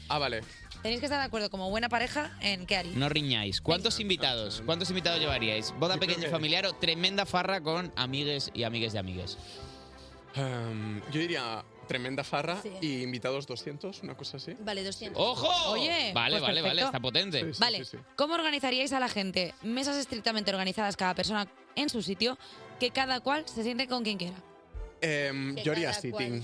Speaker 11: Ah, vale.
Speaker 2: tenéis que estar de acuerdo como buena pareja en qué haréis.
Speaker 3: No riñáis. ¿Cuántos invitados? ¿Cuántos invitados llevaríais? ¿Boda pequeña y familiar o tremenda farra con amigues y amigues de amigues?
Speaker 11: Em, yo diría tremenda farra y invitados 200, una cosa así.
Speaker 9: Vale, 200.
Speaker 3: ¡Ojo!
Speaker 2: Oye,
Speaker 3: vale, vale,
Speaker 2: pues
Speaker 3: vale,
Speaker 2: perfecto.
Speaker 3: está potente.
Speaker 2: vale, ¿cómo organizaríais a la gente? Mesas estrictamente organizadas, cada persona en su sitio, que cada cual se siente con quien quiera.
Speaker 11: Em,
Speaker 2: Que
Speaker 11: yo haría
Speaker 2: cada
Speaker 11: sitting.
Speaker 2: cual.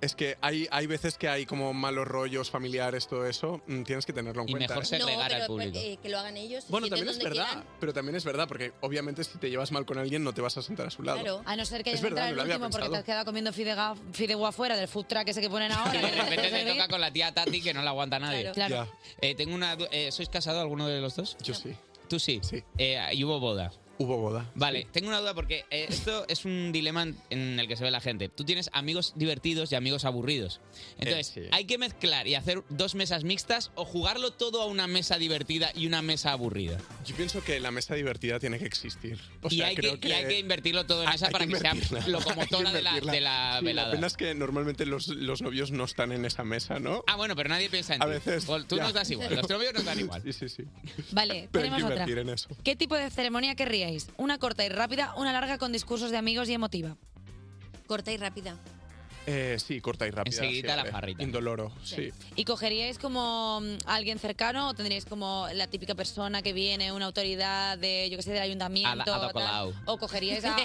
Speaker 11: Es que hay, hay veces que hay como malos rollos familiares, todo eso. mm, Tienes que tenerlo en cuenta. ¿eh?
Speaker 9: no, pero, eh, que lo hagan ellos. se
Speaker 11: Bueno, también
Speaker 9: sienten
Speaker 11: es
Speaker 9: donde
Speaker 11: verdad,
Speaker 9: quieran.
Speaker 11: pero también es verdad, porque obviamente si te llevas mal con alguien no te vas a sentar a su lado.
Speaker 2: Claro. A no ser que
Speaker 11: Es
Speaker 2: hayas
Speaker 11: verdad,
Speaker 2: entrado
Speaker 11: no
Speaker 2: el
Speaker 11: lo había
Speaker 2: último porque te
Speaker 11: pensado.
Speaker 2: has quedado comiendo fidega- fideuá fuera del food truck ese que eh, ponen ahora.
Speaker 3: De repente te toca con la tía Tati que no la aguanta nadie.
Speaker 2: Claro. Claro.
Speaker 3: Eh, tengo una du- eh, ¿Sois casado alguno de los dos?
Speaker 11: Yo sí.
Speaker 3: ¿Tú sí? Sí. ¿Y hubo boda?
Speaker 11: Hubo boda.
Speaker 3: Vale, tengo una duda porque eh, esto es un dilema en- en el que se ve la gente. Tú tienes amigos divertidos y amigos aburridos. Entonces,
Speaker 11: Eh, sí.
Speaker 3: ¿hay que mezclar y hacer dos mesas mixtas o jugarlo todo a una mesa divertida y una mesa aburrida?
Speaker 11: Yo pienso que la mesa divertida tiene que existir. O
Speaker 3: y,
Speaker 11: sea,
Speaker 3: hay
Speaker 11: creo
Speaker 3: que, y hay que invertirlo todo en
Speaker 11: Ah,
Speaker 3: esa
Speaker 11: hay
Speaker 3: para que, sea
Speaker 11: invertirla.
Speaker 3: locomotora
Speaker 11: Hay que
Speaker 3: de la, de la
Speaker 11: invertirla. Sí,
Speaker 3: velada.
Speaker 11: pena es que normalmente los, los novios no están en esa mesa, ¿no?
Speaker 3: Ah, bueno, pero nadie piensa en
Speaker 11: A
Speaker 3: ti.
Speaker 11: veces.
Speaker 3: Paul, tú
Speaker 11: ya.
Speaker 3: nos das igual, los novios nos dan igual.
Speaker 11: Sí, sí, sí.
Speaker 2: Vale,
Speaker 11: Pero hay que
Speaker 2: tenemos otra.
Speaker 11: invertir en eso.
Speaker 2: ¿Qué tipo de ceremonia querríais? ¿Una corta y rápida, una larga con discursos de amigos y emotiva?
Speaker 9: Corta y rápida.
Speaker 11: Eh, sí, corta y rápida.
Speaker 3: Enseguida la
Speaker 11: siempre.
Speaker 3: farrita.
Speaker 11: Indoloro, sí.
Speaker 2: ¿Y cogeríais como mm, a alguien cercano o tendríais como la típica persona que viene, una autoridad de, yo qué sé, del ayuntamiento?
Speaker 3: Ada- Ada
Speaker 2: tal?
Speaker 3: Colau.
Speaker 2: O cogeríais a...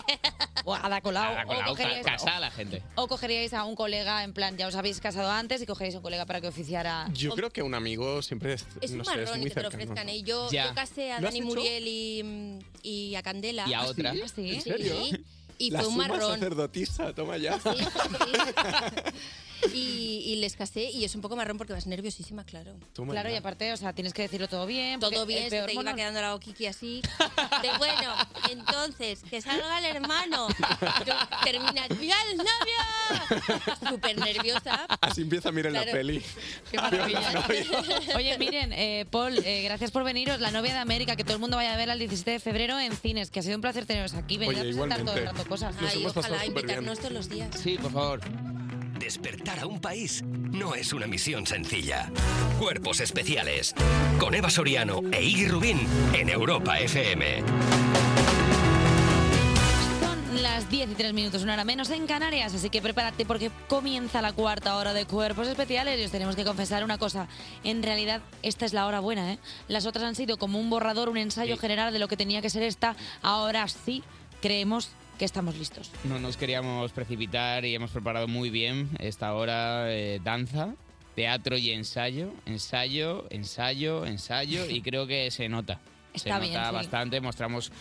Speaker 2: o a Ada Colau.
Speaker 3: Nada, con
Speaker 2: o
Speaker 3: la otra,
Speaker 2: cogeríais-
Speaker 3: casa a la gente.
Speaker 2: o cogeríais a un colega, en plan, ya os habéis casado antes y cogeríais a un colega para que oficiara...
Speaker 11: Ah, Yo creo que un amigo siempre es,
Speaker 9: Es un
Speaker 11: no sé, es
Speaker 9: marrón
Speaker 11: muy
Speaker 9: que te lo
Speaker 11: cercano.
Speaker 9: ofrezcan. ¿eh? Yo,
Speaker 11: Ya.
Speaker 9: yo casé a
Speaker 11: ¿Lo has
Speaker 9: Dani
Speaker 11: hecho?
Speaker 9: Muriel y, mm, y a Candela.
Speaker 11: Y a ¿Ah, otra. sí?
Speaker 9: ¿Ah, sí?
Speaker 11: ¿En serio?
Speaker 9: Sí. Y
Speaker 11: la
Speaker 9: fue un
Speaker 11: suma
Speaker 9: marrón.
Speaker 11: sacerdotisa, toma ya.
Speaker 9: Y, y les casé y es un poco marrón porque vas nerviosísima, claro.
Speaker 11: Toma
Speaker 2: Claro,
Speaker 11: ya.
Speaker 2: y aparte, o sea, tienes que decirlo todo bien. porque
Speaker 9: Todo
Speaker 2: el
Speaker 9: bien, se
Speaker 2: peor
Speaker 9: te iba
Speaker 2: mono-
Speaker 9: quedando la Okiki así. De bueno, entonces, que salga el hermano. Yo- Terminas, ¡mira el novio! Súper nerviosa.
Speaker 11: Así empieza, miren
Speaker 9: Claro.
Speaker 11: la peli.
Speaker 2: Oye, miren, eh, Paul, eh, gracias por veniros. La novia de América, que todo el mundo vaya a ver el 17 de febrero en cines, que ha sido un placer teneros aquí. Venid
Speaker 1: Oye,
Speaker 2: a presentar todo el
Speaker 1: igualmente.
Speaker 2: rato cosas.
Speaker 1: Nos Ay, hemos pasado ojalá superbién.
Speaker 9: invitarnos todos los días.
Speaker 3: Sí, por favor.
Speaker 1: Despertar a un país no es una misión sencilla. Cuerpos especiales. Con Eva Soriano e Iggy Rubín en Europa FM.
Speaker 2: Son las 10 y 3 minutos, una hora menos en Canarias, así que prepárate porque comienza la cuarta hora de cuerpos especiales y os tenemos que confesar una cosa. En realidad, esta es la hora buena, ¿eh? Las otras han sido como un borrador, un ensayo general de lo que tenía que ser esta. Ahora sí creemos que estamos listos.
Speaker 3: No nos queríamos precipitar y hemos preparado muy bien esta hora eh, danza, teatro y ensayo, ensayo, ensayo, ensayo y creo que se nota.
Speaker 2: Está
Speaker 3: se
Speaker 2: bien,
Speaker 3: nota
Speaker 2: sí.
Speaker 3: bastante, mostramos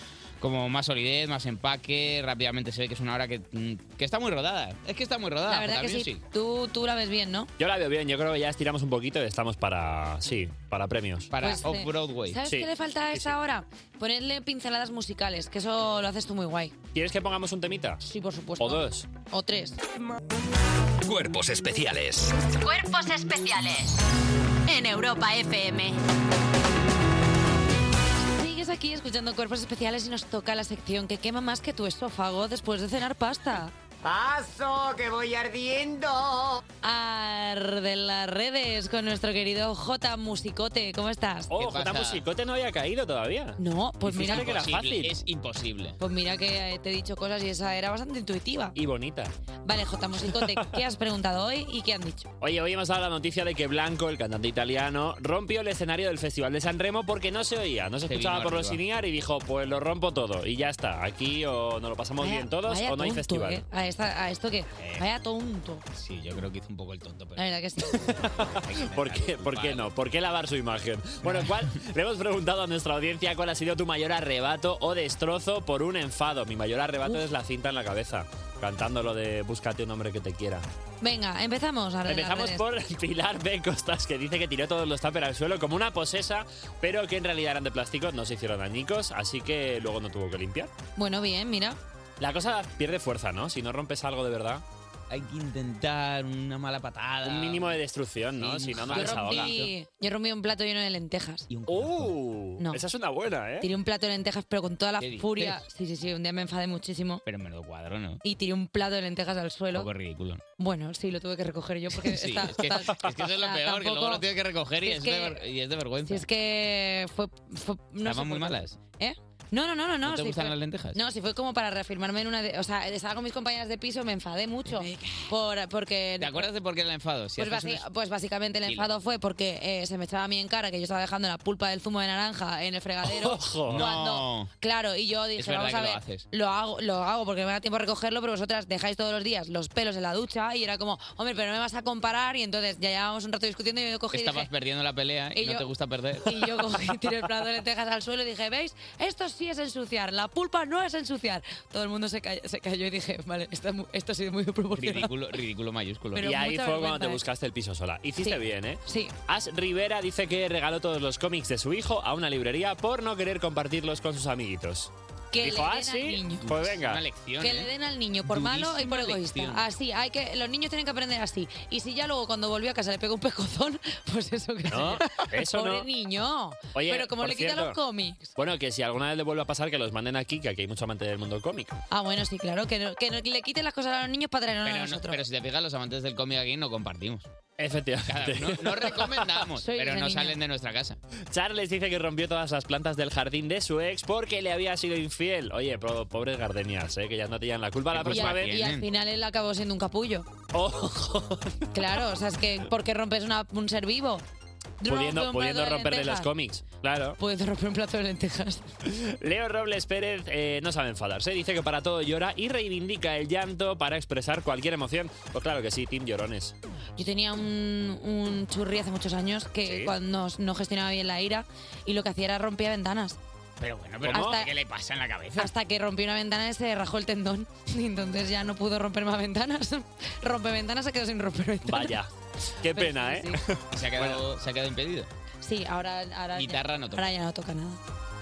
Speaker 3: como más solidez, más empaque, rápidamente se ve que es una hora que, mm, que está muy rodada. Es que está muy rodada.
Speaker 2: La verdad que
Speaker 3: J
Speaker 2: sí.
Speaker 3: Music.
Speaker 2: Tú, tú la ves bien, ¿no?
Speaker 15: Yo la veo bien, yo creo que ya estiramos un poquito y estamos para, sí, para premios.
Speaker 3: Para
Speaker 2: Pues, eh, ¿Sabes qué le falta a esta hora? Ponerle pinceladas musicales, que eso lo haces tú muy guay.
Speaker 15: ¿Quieres que pongamos un temita?
Speaker 2: Sí, por supuesto.
Speaker 15: O dos.
Speaker 2: O tres.
Speaker 1: Cuerpos especiales.
Speaker 4: Cuerpos especiales en Europa FM.
Speaker 2: Sigues aquí escuchando cuerpos especiales y nos toca la sección que quema más que tu esófago después de cenar pasta. ¡Paso, que voy ardiendo! Arde las redes con nuestro querido J Musicote. ¿Cómo estás?
Speaker 15: Oh, J Musicote no había caído todavía.
Speaker 2: No, pues mira-
Speaker 15: que era
Speaker 2: Imposible,
Speaker 15: fácil.
Speaker 2: es
Speaker 3: imposible.
Speaker 2: Pues mira que eh, te he dicho cosas y esa era bastante intuitiva.
Speaker 15: Y bonita.
Speaker 2: Vale, J Musicote, ¿qué has preguntado hoy y qué han dicho?
Speaker 15: Oye, hoy hemos dado la noticia de que Blanco, el cantante italiano, rompió el escenario del Festival de San Remo porque no se oía, no se
Speaker 3: Se
Speaker 15: escuchaba
Speaker 3: vino
Speaker 15: por los
Speaker 3: arriba.
Speaker 15: linear y dijo, pues lo rompo todo y ya está. Aquí o nos lo pasamos
Speaker 2: Vaya-
Speaker 15: bien todos
Speaker 2: vaya
Speaker 15: o no hay
Speaker 2: tonto,
Speaker 15: festival.
Speaker 2: ¿eh? A, esta- a esto que. Vaya tonto.
Speaker 3: Sí, yo creo que hizo un poco el tonto, pero...
Speaker 2: La verdad que sí.
Speaker 15: ¿Por qué, ¿Por qué no? ¿Por qué lavar su imagen? Bueno, ¿cuál? le hemos preguntado a nuestra audiencia cuál ha sido tu mayor arrebato o destrozo por un enfado. Mi mayor arrebato es la cinta en la cabeza, cantando lo de búscate un hombre que te quiera.
Speaker 2: Venga, empezamos. Arde las
Speaker 15: Empezamos
Speaker 2: redes.
Speaker 15: por Pilar B. Costas, que dice que tiró todos los tuppers al suelo como una posesa, pero que en realidad eran de plástico, no se hicieron dañicos, así que luego no tuvo que limpiar.
Speaker 2: Bueno, bien, mira.
Speaker 15: La cosa pierde fuerza, ¿no? Si no rompes algo de verdad.
Speaker 3: Hay que intentar una mala patada.
Speaker 15: Un mínimo de destrucción, ¿no? Si no, no
Speaker 2: yo,
Speaker 15: les ahoga.
Speaker 2: rompí, yo rompí un plato lleno de lentejas.
Speaker 15: ¡Uh!
Speaker 2: No.
Speaker 15: Esa es una buena, ¿eh?
Speaker 2: Tiré un plato de lentejas, pero con toda la
Speaker 15: ¿Qué dices?
Speaker 2: furia. Sí, sí, sí, un día me enfadé muchísimo.
Speaker 3: Pero me lo cuadro, ¿no?
Speaker 2: Y tiré un plato de lentejas al
Speaker 3: Un
Speaker 2: suelo.
Speaker 3: poco ridículo.
Speaker 2: Bueno, sí, lo tuve que recoger yo porque
Speaker 3: Sí,
Speaker 2: está-
Speaker 3: es, que,
Speaker 2: está-
Speaker 3: es que eso es lo
Speaker 2: está-
Speaker 3: peor, que luego
Speaker 2: tampoco-
Speaker 3: lo tienes que recoger y
Speaker 2: si
Speaker 3: es, de, ver- y es de vergüenza.
Speaker 2: Si es que fue... fue no
Speaker 3: Estaban
Speaker 2: sé,
Speaker 3: muy
Speaker 2: fue-
Speaker 3: malas.
Speaker 2: ¿Eh? No, no, no, no. ¿No,
Speaker 3: te
Speaker 2: si
Speaker 3: gustan
Speaker 2: fue-
Speaker 3: las lentejas?
Speaker 2: No, si fue como para reafirmarme en una... de- o sea, estaba con mis compañeras de piso, me enfadé mucho. Por, porque...
Speaker 3: ¿Te acuerdas de por qué la enfado? Si
Speaker 2: Pues,
Speaker 3: haces
Speaker 2: basi-
Speaker 3: unos-
Speaker 2: pues básicamente el
Speaker 3: Dilo.
Speaker 2: enfado fue porque eh, se me echaba a mí en cara que yo estaba dejando la pulpa del zumo de naranja en el fregadero.
Speaker 3: ¡Ojo!
Speaker 2: Cuando-
Speaker 3: No.
Speaker 2: Claro, y yo dije,
Speaker 3: verdad
Speaker 2: vamos a
Speaker 3: que lo
Speaker 2: ver,
Speaker 3: haces.
Speaker 2: hago, lo hago porque me da tiempo a recogerlo, pero vosotras dejáis todos los días los pelos en la ducha y era como, hombre, pero no me vas a comparar y entonces ya llevábamos un rato discutiendo y yo cogí y dije,
Speaker 3: Estabas perdiendo la pelea y,
Speaker 2: y
Speaker 3: no
Speaker 2: yo-
Speaker 3: te gusta perder.
Speaker 2: y yo cogí, tiré el plato de lentejas al suelo y dije, ¿veis? Esto sí es ensuciar, la pulpa no es ensuciar. Todo el mundo se, calla- se cayó y dije, vale, esto, es mu- esto ha sido muy desproporcionado.
Speaker 15: Ridículo,
Speaker 3: ridículo mayúsculo.
Speaker 2: Pero
Speaker 15: y ahí
Speaker 2: mucha
Speaker 15: fue cuando
Speaker 2: vergüenza,
Speaker 15: te
Speaker 2: ¿eh?
Speaker 15: buscaste el piso sola. Hiciste
Speaker 2: Sí.
Speaker 15: bien, ¿eh?
Speaker 2: Sí.
Speaker 15: As Rivera dice que regaló todos los cómics de su hijo a una librería por no querer compartirlos con sus amiguitos.
Speaker 2: Que
Speaker 15: Dijo,
Speaker 2: le
Speaker 15: ah,
Speaker 2: den al
Speaker 15: sí,
Speaker 2: niño".
Speaker 15: pues venga.
Speaker 3: Una lección, ¿eh?
Speaker 2: Que le den al niño por malo y por egoísta.
Speaker 15: lección.
Speaker 2: Así, hay que los niños tienen que aprender así. Y si ya luego cuando volvió a casa le pegó un pecozón, pues eso que
Speaker 15: No,
Speaker 2: sea.
Speaker 15: eso
Speaker 2: Pobre
Speaker 15: no.
Speaker 2: niño.
Speaker 15: Oye,
Speaker 2: Pero como
Speaker 15: por
Speaker 2: le quita
Speaker 15: cierto,
Speaker 2: los cómics.
Speaker 15: Bueno, que si alguna vez le vuelve a pasar, que los manden aquí, que aquí hay mucho amante del mundo cómic.
Speaker 2: Ah, bueno, sí, claro, que, no- que no- que le quiten las cosas a los niños para traernos a
Speaker 3: Pero, no-
Speaker 2: nosotros.
Speaker 3: pero si te fijas, los amantes del cómic aquí no compartimos.
Speaker 15: Efectivamente.
Speaker 3: No, no recomendamos,
Speaker 15: Soy
Speaker 3: pero
Speaker 15: ese
Speaker 3: no
Speaker 15: niño.
Speaker 3: salen de nuestra casa.
Speaker 15: Charles dice que rompió todas las plantas del jardín de su ex porque le había sido infiel. Oye, po- pobres gardenias, ¿eh? que ya no tenían la culpa la
Speaker 2: y,
Speaker 15: próxima
Speaker 2: al-
Speaker 15: vez.
Speaker 2: y al final él acabó siendo un capullo. Claro, o sea, es que porque rompes una- un ser vivo. Rompe
Speaker 15: Pudiendo,
Speaker 2: un
Speaker 15: pudiendo
Speaker 2: plato de
Speaker 15: romperle los
Speaker 2: lentejas.
Speaker 15: cómics, claro.
Speaker 2: Puedes romper un plato de lentejas.
Speaker 15: Leo Robles Pérez eh, no sabe enfadarse, dice que para todo llora y reivindica el llanto para expresar cualquier emoción. Pues claro que sí, Tim Llorones.
Speaker 2: Yo tenía un, un churri hace muchos años que cuando no gestionaba bien la ira y lo que hacía era rompía ventanas.
Speaker 3: Pero bueno, pero
Speaker 2: ¿Cómo? Hasta-
Speaker 3: ¿qué le pasa en la cabeza?
Speaker 2: Hasta que rompió una ventana y se rajó el tendón. Y entonces ya no pudo romper más ventanas. Rompe ventanas, se quedó sin romper ventanas.
Speaker 15: Vaya, qué
Speaker 2: Pero
Speaker 15: pena, ¿eh?
Speaker 3: Se ha quedado, se ha quedado impedido.
Speaker 2: Sí, ahora, ahora,
Speaker 15: Guitarra no toca.
Speaker 2: ahora ya no toca nada.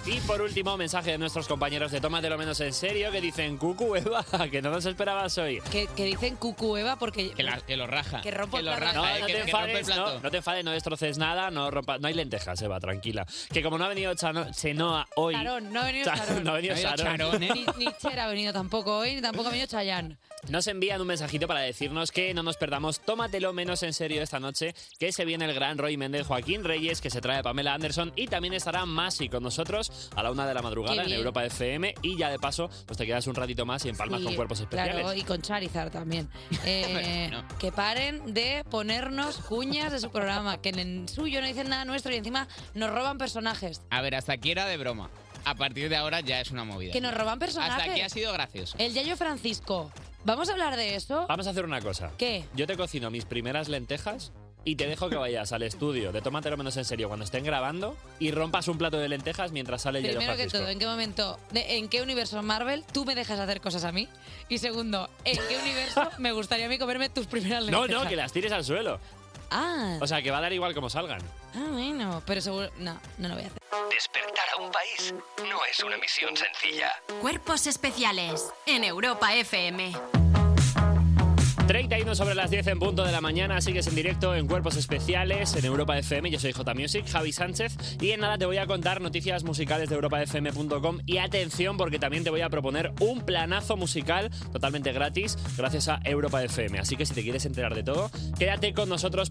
Speaker 15: Y por último, mensaje de nuestros compañeros de Tómatelo Menos en Serio que dicen, Cucu, Eva, que no nos esperabas hoy.
Speaker 2: Que, que dicen cucueva porque...
Speaker 3: Que, la- que lo raja.
Speaker 2: Que rompo el
Speaker 3: lo
Speaker 2: plato.
Speaker 3: raja,
Speaker 15: No,
Speaker 3: eh,
Speaker 15: no
Speaker 3: que-
Speaker 15: te
Speaker 3: que rompe el
Speaker 15: enfades,
Speaker 3: plato.
Speaker 15: no, no te enfades, no destroces nada, no rompa, no hay lentejas, Eva, tranquila. Que como no ha venido Chano- Chenoa hoy.
Speaker 2: Charón, no ha venido
Speaker 15: Cha-
Speaker 2: Charón.
Speaker 15: no ha venido
Speaker 3: eh,
Speaker 15: Charón.
Speaker 2: Ni, ni Cher ha venido tampoco hoy, ni tampoco ha venido Chayanne.
Speaker 15: Nos envían un mensajito para decirnos que no nos perdamos Tómatelo menos en serio esta noche, que se viene el gran Roy Méndez Joaquín Reyes, que se trae Pamela Anderson y también estará Masi con nosotros a la una de la
Speaker 2: Qué
Speaker 15: madrugada en
Speaker 2: bien.
Speaker 15: Europa FM y ya de paso pues te quedas un ratito más y empalmas
Speaker 2: Sí,
Speaker 15: con cuerpos especiales.
Speaker 2: Claro, y con Charizard también. Eh, Que paren de ponernos cuñas de su programa, que en el suyo no dicen nada nuestro y encima nos roban personajes.
Speaker 3: A ver, hasta aquí era de broma. A partir de ahora ya es una movida.
Speaker 2: Que nos roban personajes.
Speaker 3: Hasta aquí ha sido gracioso.
Speaker 2: El Yayo Francisco, ¿vamos a hablar de eso?
Speaker 15: Vamos a hacer una cosa.
Speaker 2: ¿Qué?
Speaker 15: Yo te cocino mis primeras lentejas y te dejo que vayas al estudio de Tómatelo menos en serio cuando estén grabando y rompas un plato de lentejas mientras sale el Yayo
Speaker 2: Primero que
Speaker 15: Francisco.
Speaker 2: todo, ¿en qué momento, de- en qué universo Marvel tú me dejas hacer cosas a mí? Y segundo, ¿en qué universo me gustaría a mí comerme tus primeras
Speaker 15: No,
Speaker 2: lentejas?
Speaker 15: no, que las tires al suelo.
Speaker 2: Ah,
Speaker 15: O sea, que va a dar igual como salgan.
Speaker 2: ah, bueno, pero seguro... No, no lo voy a hacer.
Speaker 1: Despertar a un país no es una misión sencilla.
Speaker 4: Cuerpos especiales en Europa FM.
Speaker 15: 31 sobre las 10 en punto de la mañana, sigues en directo en Cuerpos Especiales en Europa FM. Yo soy J Music, Javi Sánchez, y en nada te voy a contar noticias musicales de europafm.com. Y atención, porque también te voy a proponer un planazo musical totalmente gratis gracias a Europa FM. Así que si te quieres enterar de todo, quédate con nosotros.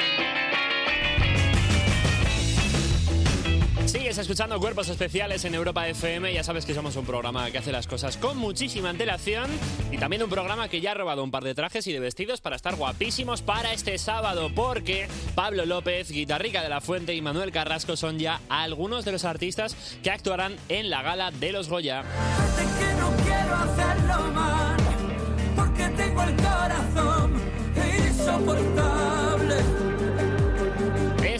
Speaker 15: Sigues escuchando Cuerpos Especiales en Europa FM. Ya sabes que somos un programa que hace las cosas con muchísima antelación y también un programa que ya ha robado un par de trajes y de vestidos para estar guapísimos para este sábado, porque Pablo López, Guitarrica de la Fuente y Manuel Carrasco son ya algunos de los artistas que actuarán en la gala de los Goya.
Speaker 17: Quiero hacerlo mal, porque tengo el corazón insoportable.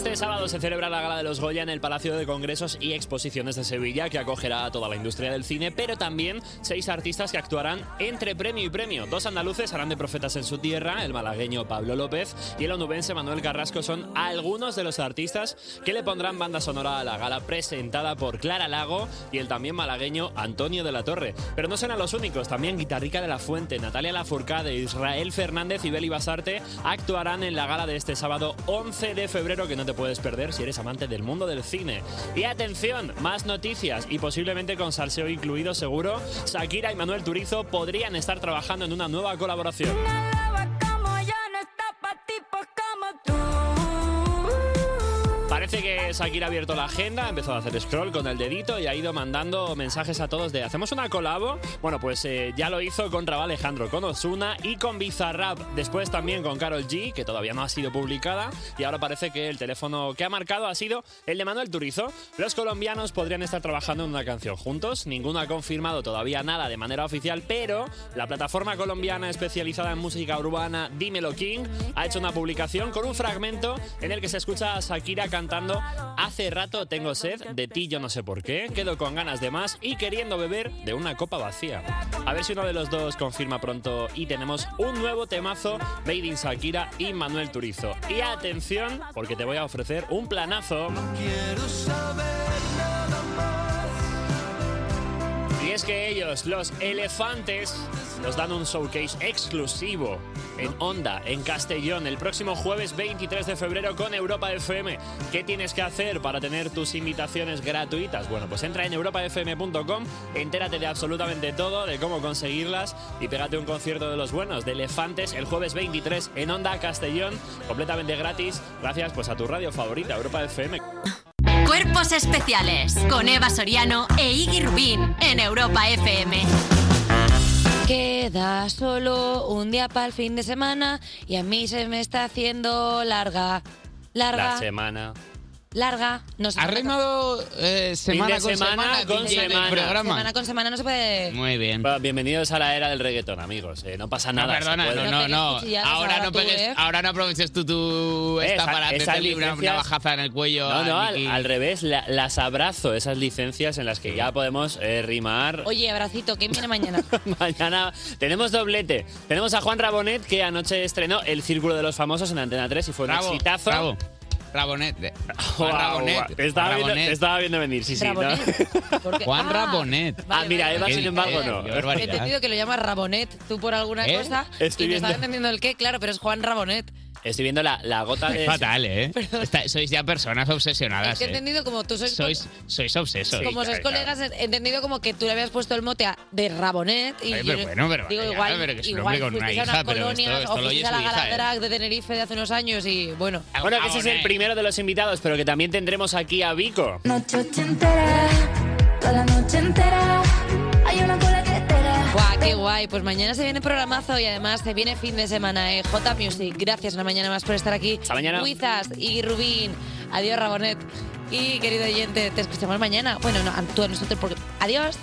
Speaker 15: Este sábado se celebra la Gala de los Goya en el Palacio de Congresos y Exposiciones de Sevilla, que acogerá a toda la industria del cine, pero también seis artistas que actuarán entre premio y premio. Dos andaluces harán de profetas en su tierra, el malagueño Pablo López y el onubense Manuel Carrasco son algunos de los artistas que le pondrán banda sonora a la gala presentada por Clara Lago y el también malagueño Antonio de la Torre. Pero no serán los únicos, también Guitarrica de la Fuente, Natalia Lafourcade, Israel Fernández y Beli Basarte actuarán en la gala de este sábado 11 de febrero que no te puedes perder si eres amante del mundo del cine. Y atención, más noticias y posiblemente con salseo incluido seguro, Shakira y Manuel Turizo podrían estar trabajando en una nueva colaboración. Parece que Shakira ha abierto la agenda, ha empezado a hacer scroll con el dedito y ha ido mandando mensajes a todos de ¿hacemos una colabo? Bueno, pues eh, ya lo hizo con Raba Alejandro, con Ozuna y con Bizarrap. Después también con Carol G, que todavía no ha sido publicada y ahora parece que el teléfono que ha marcado ha sido el de Manuel Turizo. Los colombianos podrían estar trabajando en una canción juntos, ninguno ha confirmado todavía nada de manera oficial, pero la plataforma colombiana especializada en música urbana Dímelo King ha hecho una publicación con un fragmento en el que se escucha a Shakira cantando Hace rato tengo sed, de ti yo no sé por qué, quedo con ganas de más y queriendo beber de una copa vacía. A ver si uno de los dos confirma pronto y tenemos un nuevo temazo Made in Shakira y Manuel Turizo. Y atención, porque te voy a ofrecer un planazo.
Speaker 17: Quiero saber nada
Speaker 15: Y es que ellos, los elefantes, nos dan un showcase exclusivo en Onda, en Castellón, el próximo jueves 23 de febrero con Europa FM. ¿Qué tienes que hacer para tener tus invitaciones gratuitas? Bueno, pues entra en europafm.com, entérate de absolutamente todo, de cómo conseguirlas y pégate un concierto de los buenos, de elefantes, el jueves 23 en Onda, Castellón, completamente gratis, gracias pues a tu radio favorita, Europa FM.
Speaker 4: Cuerpos especiales con Eva Soriano e Iggy Rubín en Europa FM.
Speaker 2: Queda solo un día para el fin de semana y a mí se me está haciendo larga. Larga.
Speaker 15: La semana.
Speaker 2: Larga. No se
Speaker 3: Ha rimado eh, semana,
Speaker 15: Fin de
Speaker 3: con semana,
Speaker 15: semana con
Speaker 3: con semana
Speaker 15: semana.
Speaker 3: el programa.
Speaker 2: Semana con semana no se puede.
Speaker 3: Muy bien.
Speaker 15: bienvenidos a la era del reggaetón, amigos. eh, no pasa
Speaker 3: No,
Speaker 15: nada.
Speaker 3: perdona,
Speaker 15: se puede.
Speaker 3: no, no, no.
Speaker 2: cuchilladas
Speaker 3: Ahora
Speaker 2: ahora
Speaker 3: no,
Speaker 2: tú,
Speaker 3: pegues-
Speaker 2: ¿eh?
Speaker 3: ahora no aproveches tú tu
Speaker 15: Eh, Esa-
Speaker 3: esta para
Speaker 15: esas
Speaker 3: hacerte libre una
Speaker 15: licencias-
Speaker 3: bajaza en el cuello.
Speaker 15: No, no,
Speaker 3: a
Speaker 15: al,
Speaker 3: Nicky.
Speaker 15: al revés, la- las abrazo, esas licencias en las que ya podemos eh, rimar.
Speaker 2: Oye, abracito, que viene mañana?
Speaker 15: Mañana tenemos doblete. Tenemos a Juan Rabonet, que anoche estrenó El Círculo de los Famosos en Antena 3 y fue un
Speaker 3: Bravo,
Speaker 15: exitazo.
Speaker 3: bravo. Rabonet. de- Juan
Speaker 15: Wow,
Speaker 3: Rabonet.
Speaker 15: te estaba, viendo,
Speaker 3: Rabonet.
Speaker 15: te estaba viendo venir, sí, sí. ¿no?
Speaker 3: Juan Rabonet.
Speaker 15: Ah, mira, Eva, sin embargo, no.
Speaker 2: He entendido que lo llamas Rabonet, tú por alguna
Speaker 15: ¿Eh?
Speaker 2: cosa.
Speaker 15: Estoy
Speaker 2: y no estaba
Speaker 15: viendo.
Speaker 2: entendiendo el qué, claro, pero es Juan Rabonet.
Speaker 15: Estoy viendo la, la gota de.
Speaker 3: Es fatal, ¿eh? Está- sois ya personas obsesionadas.
Speaker 2: Es que he
Speaker 3: ¿eh?
Speaker 2: entendido como tú sois.
Speaker 3: Sois, sois obsesos.
Speaker 2: como sois colegas, he entendido como que tú le habías puesto el mote a de Rabonet. Y
Speaker 3: Oye, Eh, pero
Speaker 2: yo-
Speaker 3: bueno, pero
Speaker 2: digo,
Speaker 3: vaya,
Speaker 2: igual,
Speaker 3: pero que es un
Speaker 2: igual
Speaker 3: hombre con una
Speaker 2: fuisteis a
Speaker 3: hija,
Speaker 2: unas
Speaker 3: pero esto-
Speaker 2: colonias,
Speaker 3: esto lo
Speaker 2: o
Speaker 3: oye
Speaker 2: fuisteis a la
Speaker 3: su hija,
Speaker 2: gala
Speaker 3: ¿eh?
Speaker 2: drag de Tenerife de hace unos años y bueno.
Speaker 15: Bueno, que ese es el primero de los invitados, pero que también tendremos aquí a Vico.
Speaker 20: Noche ochentera, toda la noche entera, hay una cola que espera.
Speaker 2: Guau, qué guay. Pues mañana se viene programazo y además se viene fin de semana, eh. J Music. Gracias una mañana más por estar aquí.
Speaker 15: Hasta mañana.
Speaker 2: Huizas y Rubín. Adiós, Rabonet. Y querido oyente, te escuchamos mañana. Bueno, no, tú a nosotros porque. Adiós.